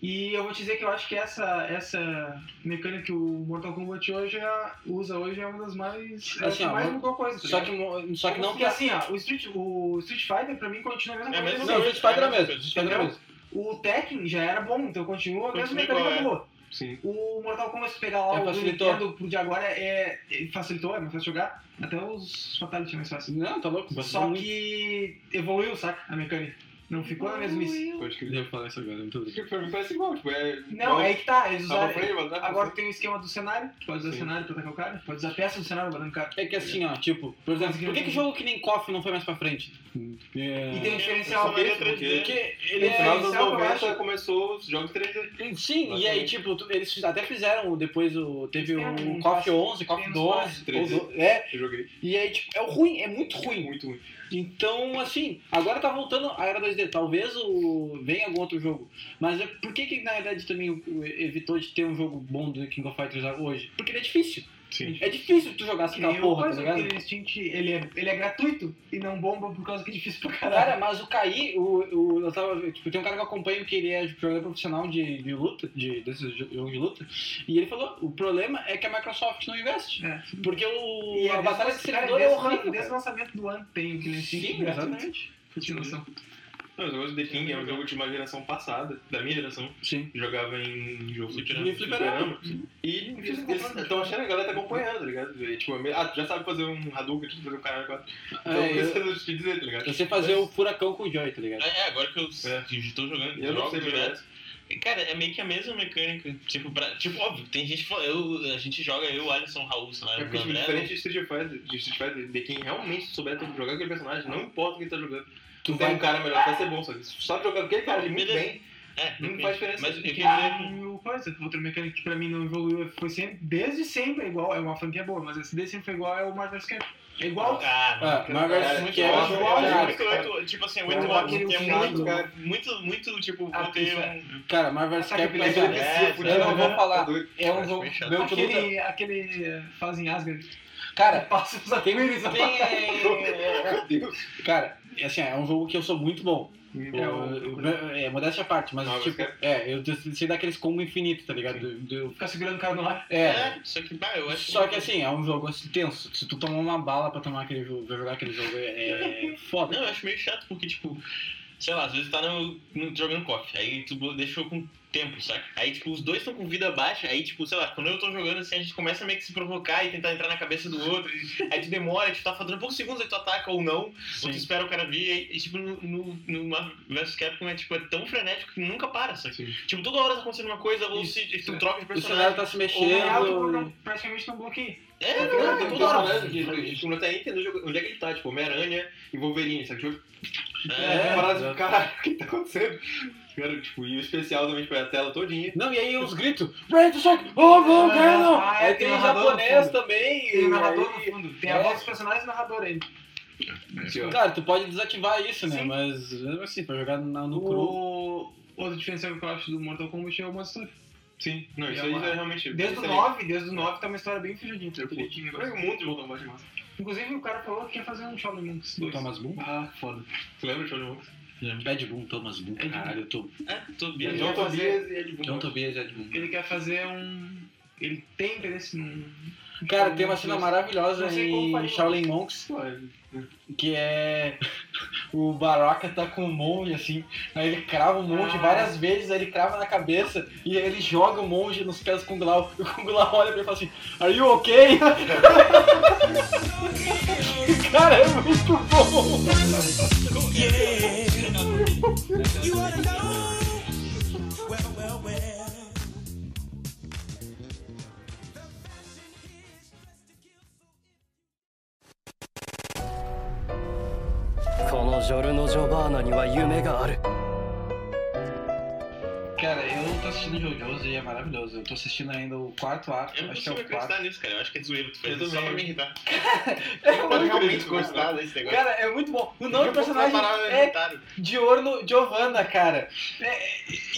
Speaker 4: E eu vou te dizer que eu acho que essa, essa mecânica que o Mortal Kombat hoje é- usa hoje é uma das mais. é a
Speaker 8: Assim,
Speaker 4: que
Speaker 8: ó,
Speaker 4: mais
Speaker 8: mo-
Speaker 4: mudou coisa. tá
Speaker 8: Só
Speaker 4: ligado?
Speaker 8: que, só que
Speaker 4: Como
Speaker 8: não
Speaker 4: se-
Speaker 8: tem assim.
Speaker 4: assim, ó, o Street, o Street Fighter pra mim continua a mesma
Speaker 9: É,
Speaker 4: coisa.
Speaker 9: mas
Speaker 8: Não,
Speaker 4: assim.
Speaker 8: o Street Fighter é o mesmo. o Street Fighter é o mesmo.
Speaker 4: O Tekken já era bom, então continua a mesma
Speaker 9: Continua
Speaker 4: mecânica
Speaker 9: igual,
Speaker 4: boa.
Speaker 6: Sim.
Speaker 4: O Mortal Kombat, se pegar lá
Speaker 8: É,
Speaker 4: o do
Speaker 8: facilitou.
Speaker 4: Nintendo pro de agora, é, é- facilitou, é mais fácil jogar. Até os Fatality é mais fácil.
Speaker 8: Não, tá louco.
Speaker 4: Só que evoluiu, saca? A mecânica. Não ficou na mesmice.
Speaker 6: Pode crer.
Speaker 8: Devo falar isso agora, é muito
Speaker 6: Porque pra mim parece igual, tipo, é.
Speaker 4: Não, é aí que tá, eles
Speaker 6: Tava
Speaker 4: usaram.
Speaker 6: pra ele, mas
Speaker 9: é,
Speaker 6: dá pra
Speaker 4: Agora tem o esquema do cenário, tu pode usar
Speaker 6: Sim.
Speaker 4: cenário pra atacar o cara, pode usar peça do cenário pra atacar o cara.
Speaker 8: É que assim, ó, tipo, por exemplo, por que que jogo que nem KOF não foi mais pra frente?
Speaker 4: E
Speaker 8: É...
Speaker 4: tem o diferencial
Speaker 6: Porque-
Speaker 4: dele.
Speaker 8: Porque ele
Speaker 6: No final
Speaker 8: é...
Speaker 6: dos
Speaker 4: isso é o que eu
Speaker 6: 90 começou os jogos 3D.
Speaker 8: Sim, e aí, tipo, tu- eles até fizeram depois o. Teve
Speaker 4: Tem
Speaker 8: o
Speaker 4: um
Speaker 8: KOF
Speaker 4: passo-
Speaker 8: 11, KOF
Speaker 4: tem uns
Speaker 8: 12,
Speaker 6: passos,
Speaker 8: ou do- é,
Speaker 6: Eu joguei.
Speaker 8: e aí, tipo, é ruim, é muito ruim.
Speaker 6: Muito, muito.
Speaker 8: Então, assim, agora tá voltando a era 2D. Talvez o... venha algum outro jogo. Mas é- por que que, na verdade, também o- o- evitou de ter um jogo bom do King of Fighters hoje? Porque ele é difícil.
Speaker 9: Sim.
Speaker 8: É difícil tu jogar
Speaker 4: Que
Speaker 8: assim
Speaker 4: nem
Speaker 8: aquela
Speaker 4: o
Speaker 8: porra, tá
Speaker 4: coisa,
Speaker 8: ligado?
Speaker 4: aquele instinct, ele é, ele é gratuito e não bomba por causa que é difícil pra caralho.
Speaker 8: Cara, mas o Kai, o, o, eu tava, tipo, tem um cara que eu acompanho que ele é jogador profissional de, de luta, de, desses jo- jogos de luta, e ele falou, o problema é que a Microsoft não investe.
Speaker 4: É.
Speaker 8: Porque o,
Speaker 4: E
Speaker 8: a
Speaker 4: é
Speaker 8: batalha de
Speaker 4: desde- cara,
Speaker 8: servidor é
Speaker 4: desde-
Speaker 8: horrível.
Speaker 4: Desde o
Speaker 8: cara.
Speaker 4: lançamento do ano tem Tipo, o Killer Instinct.
Speaker 8: Sim,
Speaker 4: gratuito.
Speaker 8: exatamente.
Speaker 4: Continuação.
Speaker 9: Não, os jogos de The King é um jogo de uma geração passada, da minha geração.
Speaker 8: Sim.
Speaker 9: Jogava em jogo de
Speaker 8: Em fliperama.
Speaker 9: fliperama. E eles estão achando, a galera tá acompanhando, tá ligado? E, tipo, ah, tu já sabe fazer um Hadouken, tipo, fazer um caralho 4. Então,
Speaker 8: É, eu-
Speaker 9: eu... te dizer, tá ligado?
Speaker 8: Você fazer o furacão com o Joy, tá ligado?
Speaker 6: É, agora que eu
Speaker 9: É.
Speaker 6: estou jogando,
Speaker 9: Eu não
Speaker 6: jogo
Speaker 9: sei jogar.
Speaker 6: direto. Cara, é meio que a mesma mecânica. Tipo, pra- tipo óbvio, tem gente que fala, eu, a gente joga eu, Alisson, Raul, sei lá,
Speaker 9: É
Speaker 6: o
Speaker 9: porque, tipo,
Speaker 6: André.
Speaker 9: diferente de Street Fighter, de Street Fighter, de quem realmente souber jogar aquele personagem, não importa quem tá jogando.
Speaker 8: Tu
Speaker 9: tem
Speaker 8: vai-
Speaker 9: um cara melhor pra ser bom, sabe? Só jogar aquele cara de muito
Speaker 6: Beleza.
Speaker 9: bem,
Speaker 6: É,
Speaker 9: não
Speaker 6: depende.
Speaker 9: faz diferença. é
Speaker 6: Mas eu queria dizer,
Speaker 4: E o coisa, outra mecânica que pra mim não evoluiu, foi sempre, desde sempre é igual, é uma franquia boa, mas esse desde sempre foi igual, é o Marvel Cap. É igual,
Speaker 6: ah,
Speaker 8: Ah, mas
Speaker 9: Cara,
Speaker 8: versus
Speaker 9: muito
Speaker 8: que é
Speaker 9: óbvio,
Speaker 8: jogado.
Speaker 9: óbvio.
Speaker 6: muito, muito, tipo assim,
Speaker 9: Ah,
Speaker 4: Eu
Speaker 6: muito
Speaker 4: não
Speaker 6: óbvio,
Speaker 4: acho
Speaker 6: que é
Speaker 4: que é
Speaker 6: muito,
Speaker 9: cara.
Speaker 6: muito, muito, tipo,
Speaker 4: Ah,
Speaker 6: vou ter
Speaker 4: isso é-
Speaker 6: um-
Speaker 8: Cara, Marvel vs.
Speaker 4: Ataque
Speaker 8: Capcom
Speaker 4: Black
Speaker 8: é
Speaker 9: Ele
Speaker 8: jogado.
Speaker 6: Ops.
Speaker 9: aprecia,
Speaker 6: É,
Speaker 9: fudido,
Speaker 8: eu não vou
Speaker 9: né?
Speaker 8: falar.
Speaker 9: Tá doido.
Speaker 8: É um jogo
Speaker 6: Fechado.
Speaker 8: meu de luta.
Speaker 4: aquele, aquele eh, fazem Asgard. É <laughs>
Speaker 8: Cara,
Speaker 4: Passa os
Speaker 8: tem,
Speaker 4: ataques.
Speaker 8: tem...
Speaker 9: Meu Deus.
Speaker 8: Cara, assim, é um jogo que eu sou muito bom.
Speaker 4: Tipo,
Speaker 9: É,
Speaker 8: Eu- eu- é, modéstia à parte, mas
Speaker 9: Não,
Speaker 8: tipo,
Speaker 9: mas
Speaker 8: é, eu sei daqueles combo infinito, tá ligado? Do- do-
Speaker 4: Ficar segurando o cara no ar.
Speaker 8: é.
Speaker 6: É, só que, bah, eu acho
Speaker 8: Só que assim, é um jogo assim, tenso. Se tu tomar uma bala pra tomar aquele jogo, pra jogar aquele jogo
Speaker 4: <laughs>
Speaker 8: é, é
Speaker 6: Não,
Speaker 8: foda.
Speaker 6: eu acho meio chato, porque, tipo, sei lá, às vezes tá no, no- jogando KOF, aí tu bo- deixou com tempo, saca? Aí, tipo, os dois estão com vida baixa, aí, tipo, sei lá, quando eu tô jogando, assim, a gente começa meio que se provocar e tentar entrar na cabeça do outro, e- aí tu demora, tu tá faltando poucos segundos, aí tu ataca ou não, ou tu espera o cara vir, aí, e, tipo, no, no, no Marvel vs Capcom é, tipo, é tão frenético que nunca para, saca?
Speaker 9: Sim.
Speaker 6: Tipo, toda hora tá acontecendo uma coisa, ou
Speaker 4: Isso.
Speaker 6: se se tu troca de
Speaker 8: O cenário
Speaker 6: personagem...
Speaker 8: tá se
Speaker 4: É algo que
Speaker 8: mexendo.
Speaker 4: não- praticamente um não bloqueia.
Speaker 6: É,
Speaker 9: Porque
Speaker 6: não,
Speaker 9: tem
Speaker 6: é,
Speaker 9: um
Speaker 6: toda hora.
Speaker 9: personagem que, tipo, não até entender onde é que ele tá, tipo, Homem-Aranha e Wolverine, sabe? Tipo,
Speaker 8: É,
Speaker 9: parado,
Speaker 8: exato.
Speaker 9: tipo, caralho, <laughs> o que tá acontecendo? Cara, tipo, e o especial também foi a tela todinha.
Speaker 8: Não, e aí os gritos, Red Shark, oh, não, cara, não!
Speaker 4: Ah, é,
Speaker 8: Aí
Speaker 4: tem
Speaker 8: tem um
Speaker 4: narrador
Speaker 8: japonês
Speaker 4: no
Speaker 8: também.
Speaker 4: Tem o
Speaker 8: e
Speaker 4: narrador no
Speaker 8: aí-
Speaker 4: fundo. Tem
Speaker 8: É.
Speaker 4: a voz dos personagens e o narrador aí.
Speaker 9: Assim, ó.
Speaker 8: Cara, tu pode desativar isso, né?
Speaker 4: Sim.
Speaker 8: Mas assim, pra jogar na- no cru.
Speaker 4: O outro diferencial que eu acho do Mortal Kombat é o Monster.
Speaker 9: Sim, não, isso
Speaker 4: É
Speaker 9: aí
Speaker 4: uma-
Speaker 9: é realmente.
Speaker 4: Desde o
Speaker 9: excelente.
Speaker 4: 9, desde o 9 tá uma história bem fechadinha.
Speaker 8: um
Speaker 9: Eu
Speaker 4: tranquila.
Speaker 9: curti muito de Mortal Kombat, massa.
Speaker 4: Inclusive o cara falou que quer fazer um Shaolin Monks 2.
Speaker 8: Thomas Boom?
Speaker 4: Ah, foda.
Speaker 9: Tu lembra do show de Monks?
Speaker 8: Bad Boom, Thomas Boom,
Speaker 4: Ed Boon.
Speaker 8: caralho, eu tô.
Speaker 6: É, tô
Speaker 8: um
Speaker 4: Ele
Speaker 6: bem.
Speaker 4: quer fazer-
Speaker 9: e Ed Boon.
Speaker 8: John Tobias Ed Boon.
Speaker 4: Ele quer fazer um... Ele tem interesse num...
Speaker 8: Cara, tem uma cena maravilhosa
Speaker 4: Não sei como
Speaker 8: em
Speaker 4: faria.
Speaker 8: Shaolin Monks,
Speaker 9: Pô, é-
Speaker 8: que é <laughs> o Baraka tá com um monge, assim, aí ele crava o monge
Speaker 4: Ah.
Speaker 8: várias vezes, aí ele crava na cabeça e aí ele joga o monge nos pés do Kung Lao, e o Kung Lao olha pra ele e fala assim, Are you okay? Cara, é muito bom! Cara, eu tô assistindo Jojo's e é maravilhoso, eu tô assistindo ainda o quarto ato,
Speaker 6: Eu não
Speaker 8: acho que é
Speaker 6: consigo
Speaker 8: o quarto.
Speaker 6: acreditar nisso, cara. Eu acho que é zoeiro tu
Speaker 9: Eu
Speaker 6: fez isso só pra
Speaker 9: também.
Speaker 8: <laughs>
Speaker 6: me irritar.
Speaker 8: É
Speaker 6: Eu pode
Speaker 8: muito
Speaker 6: realmente
Speaker 8: bom.
Speaker 6: gostar desse negócio.
Speaker 8: Cara, é muito bom. O
Speaker 6: Não,
Speaker 8: nome do personagem é Diorno Giovanna, cara. É,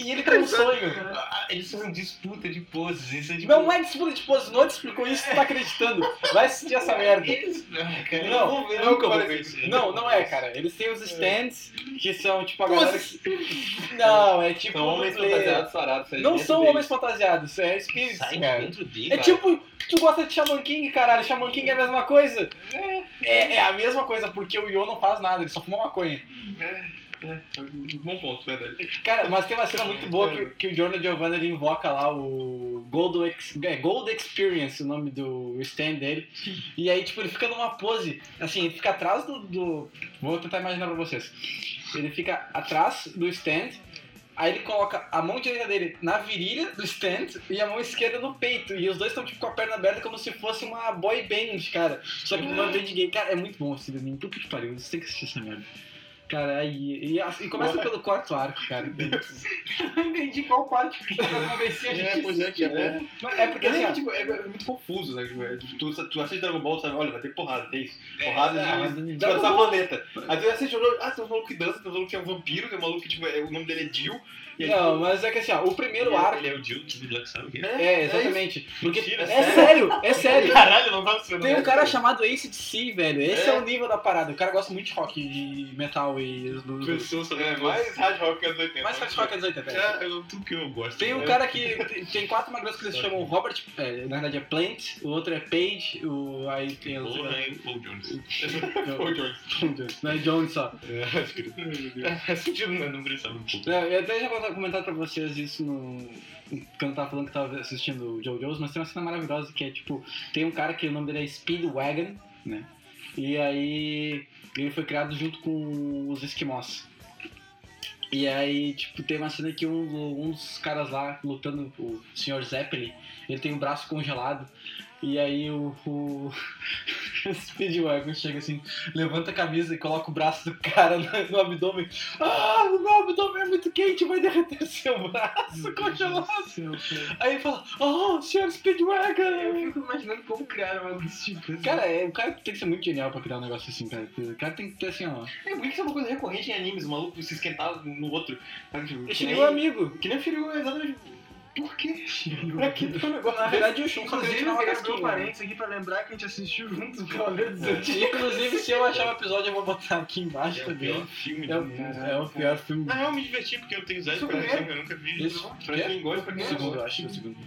Speaker 8: e ele tem um sonho.
Speaker 6: Ah, Eles são um disputa de poses. Isso é tipo...
Speaker 8: Não é disputa de pose, não te explicou isso, tu tá acreditando. Vai assistir essa merda.
Speaker 6: Eles- Ah, cara,
Speaker 8: Não,
Speaker 6: eu vou ver,
Speaker 8: nunca vou
Speaker 6: eu quero
Speaker 8: ver
Speaker 6: isso.
Speaker 8: Não, não é, cara. Eles têm os stands, que são tipo a galera que- Não, é tipo.
Speaker 9: São homens
Speaker 8: é-
Speaker 9: fantasiados sarados. sabe?
Speaker 8: Não
Speaker 9: Dentro
Speaker 8: são
Speaker 9: deles.
Speaker 8: homens fantasiados, é espíritos,
Speaker 6: Sai de
Speaker 8: cara.
Speaker 6: dentro dele.
Speaker 8: É tipo, tu gosta de Shaman King, caralho. Shaman King é a mesma coisa? É, é a mesma coisa, porque o Yo não faz nada, ele só fuma maconha.
Speaker 9: É, um Bom ponto, verdade.
Speaker 8: Cara, mas tem uma cena muito boa que, que o Jordan Giovanna ele invoca lá o Gold, Ex- é, Gold Experience, o nome do stand dele. E aí, tipo, ele fica numa pose, assim, ele fica atrás do. do- Vou tentar imaginar pra vocês. Ele fica atrás do stand, aí ele coloca a mão direita dele na virilha do stand e a mão esquerda no peito. E os dois estão, tipo, com a perna aberta como se fosse uma boy band, cara. Só que uma band gay. Cara, é muito bom esse desenho. Puta que pariu, você tem que assistir essa merda. Cara, aí. E, assim, e começa pelo quarto arco,
Speaker 4: <laughs>
Speaker 8: cara.
Speaker 4: não entendi qual parte que eu convenci a gente.
Speaker 9: É, pois é, que é
Speaker 8: né?
Speaker 9: bom.
Speaker 4: Mas é porque
Speaker 9: Porque
Speaker 4: assim,
Speaker 9: é,
Speaker 4: ó,
Speaker 9: tipo, é, é muito confuso, né? Tipo, é, tu, tu assiste Dragon Ball, sabe? Olha, vai ter porrada, tem isso. Porrada
Speaker 8: ah, mas
Speaker 9: de
Speaker 8: Dragon
Speaker 9: dançar planeta. Aí tu assiste o jogo, ah, tem um maluco que dança, tem um maluco que é um vampiro, tem um maluco que tipo, é, o nome dele é Jill. E aí,
Speaker 8: Não, mas é que assim, ó, o primeiro arco.
Speaker 6: Ele é o Jill, tipo, do Black Sabbath. né?
Speaker 8: É, exatamente. Porque
Speaker 9: Mentira,
Speaker 8: é sério, é sério.
Speaker 9: Caralho, não tava sendo.
Speaker 8: Tem
Speaker 6: né?
Speaker 8: um cara chamado Ace DC, velho. Esse é. o nível da parada. O cara gosta muito de rock, de metal e.
Speaker 9: Pessoa só
Speaker 6: né?
Speaker 9: é mais hard rock que anos 80.
Speaker 8: Mais hard rock é 18, velho.
Speaker 9: É, eu, tudo que eu gosto.
Speaker 8: Tem um
Speaker 9: né?
Speaker 8: cara que. tem- Tem quatro magros que eles chamam Robert. é, na verdade é Plant, o outro é Page, o. Aí tem o.
Speaker 6: Ou né, Paul Jones. <laughs>
Speaker 9: Pô, Jorge.
Speaker 8: Não é Jones só.
Speaker 6: tá
Speaker 9: É, escrito. Faz sentido, né? Não precisa um pouco.
Speaker 8: É, Eu até já vou comentar pra vocês isso no. Quando eu tava falando que eu tava assistindo o JoJo's, mas tem uma cena maravilhosa que é tipo: tem um cara que o nome dele é Speedwagon, né? E aí ele foi criado junto com os esquimós. E aí, tipo, tem uma cena que um, do- um dos caras lá lutando, o Sr. Zeppelin, ele tem o braço congelado. E aí o, o <laughs> o Speedwagon chega assim, levanta a camisa e coloca o braço do cara no, no abdômen. Ah, o meu abdômen é muito quente, vai derreter seu braço congelado. Aí ele fala, oh, Sr.
Speaker 4: eu
Speaker 8: Speedwagon!
Speaker 4: fico imaginando como criaram algo desse tipo. assim.
Speaker 8: Cara, é, o cara tem que ser muito genial pra criar um negócio assim, cara. O cara tem que ter assim, ó.
Speaker 9: É, por que isso é uma coisa recorrente em animes? O maluco se esquentar no outro. Sabe, tipo, que
Speaker 8: Shiryu
Speaker 9: nem-
Speaker 8: amigo.
Speaker 9: Que nem o Shiryu, exatamente. Por quê?
Speaker 8: Pra que ter um negócio? Na verdade, o Shun só
Speaker 4: Inclusive,
Speaker 8: queria
Speaker 4: eu
Speaker 8: tirar uma
Speaker 4: peguei meu
Speaker 8: casquinha, É. né?
Speaker 4: parênteses aqui pra lembrar que a gente assistiu juntos o Cavaleiro do Zodíaco.
Speaker 8: Inclusive, se eu achar o episódio, eu vou botar aqui embaixo
Speaker 6: É o
Speaker 8: também.
Speaker 6: pior filme
Speaker 8: É
Speaker 6: do
Speaker 8: o,
Speaker 6: mundo.
Speaker 8: é o pior filme.
Speaker 6: Na real, eu me diverti porque eu tenho zero
Speaker 4: Isso
Speaker 6: coração, eu nunca vi.
Speaker 8: Isso.
Speaker 6: Pra quem gosta, né? pra
Speaker 8: O
Speaker 6: quem não
Speaker 8: segundo,
Speaker 6: gosta.
Speaker 8: eu acho. é O segundo.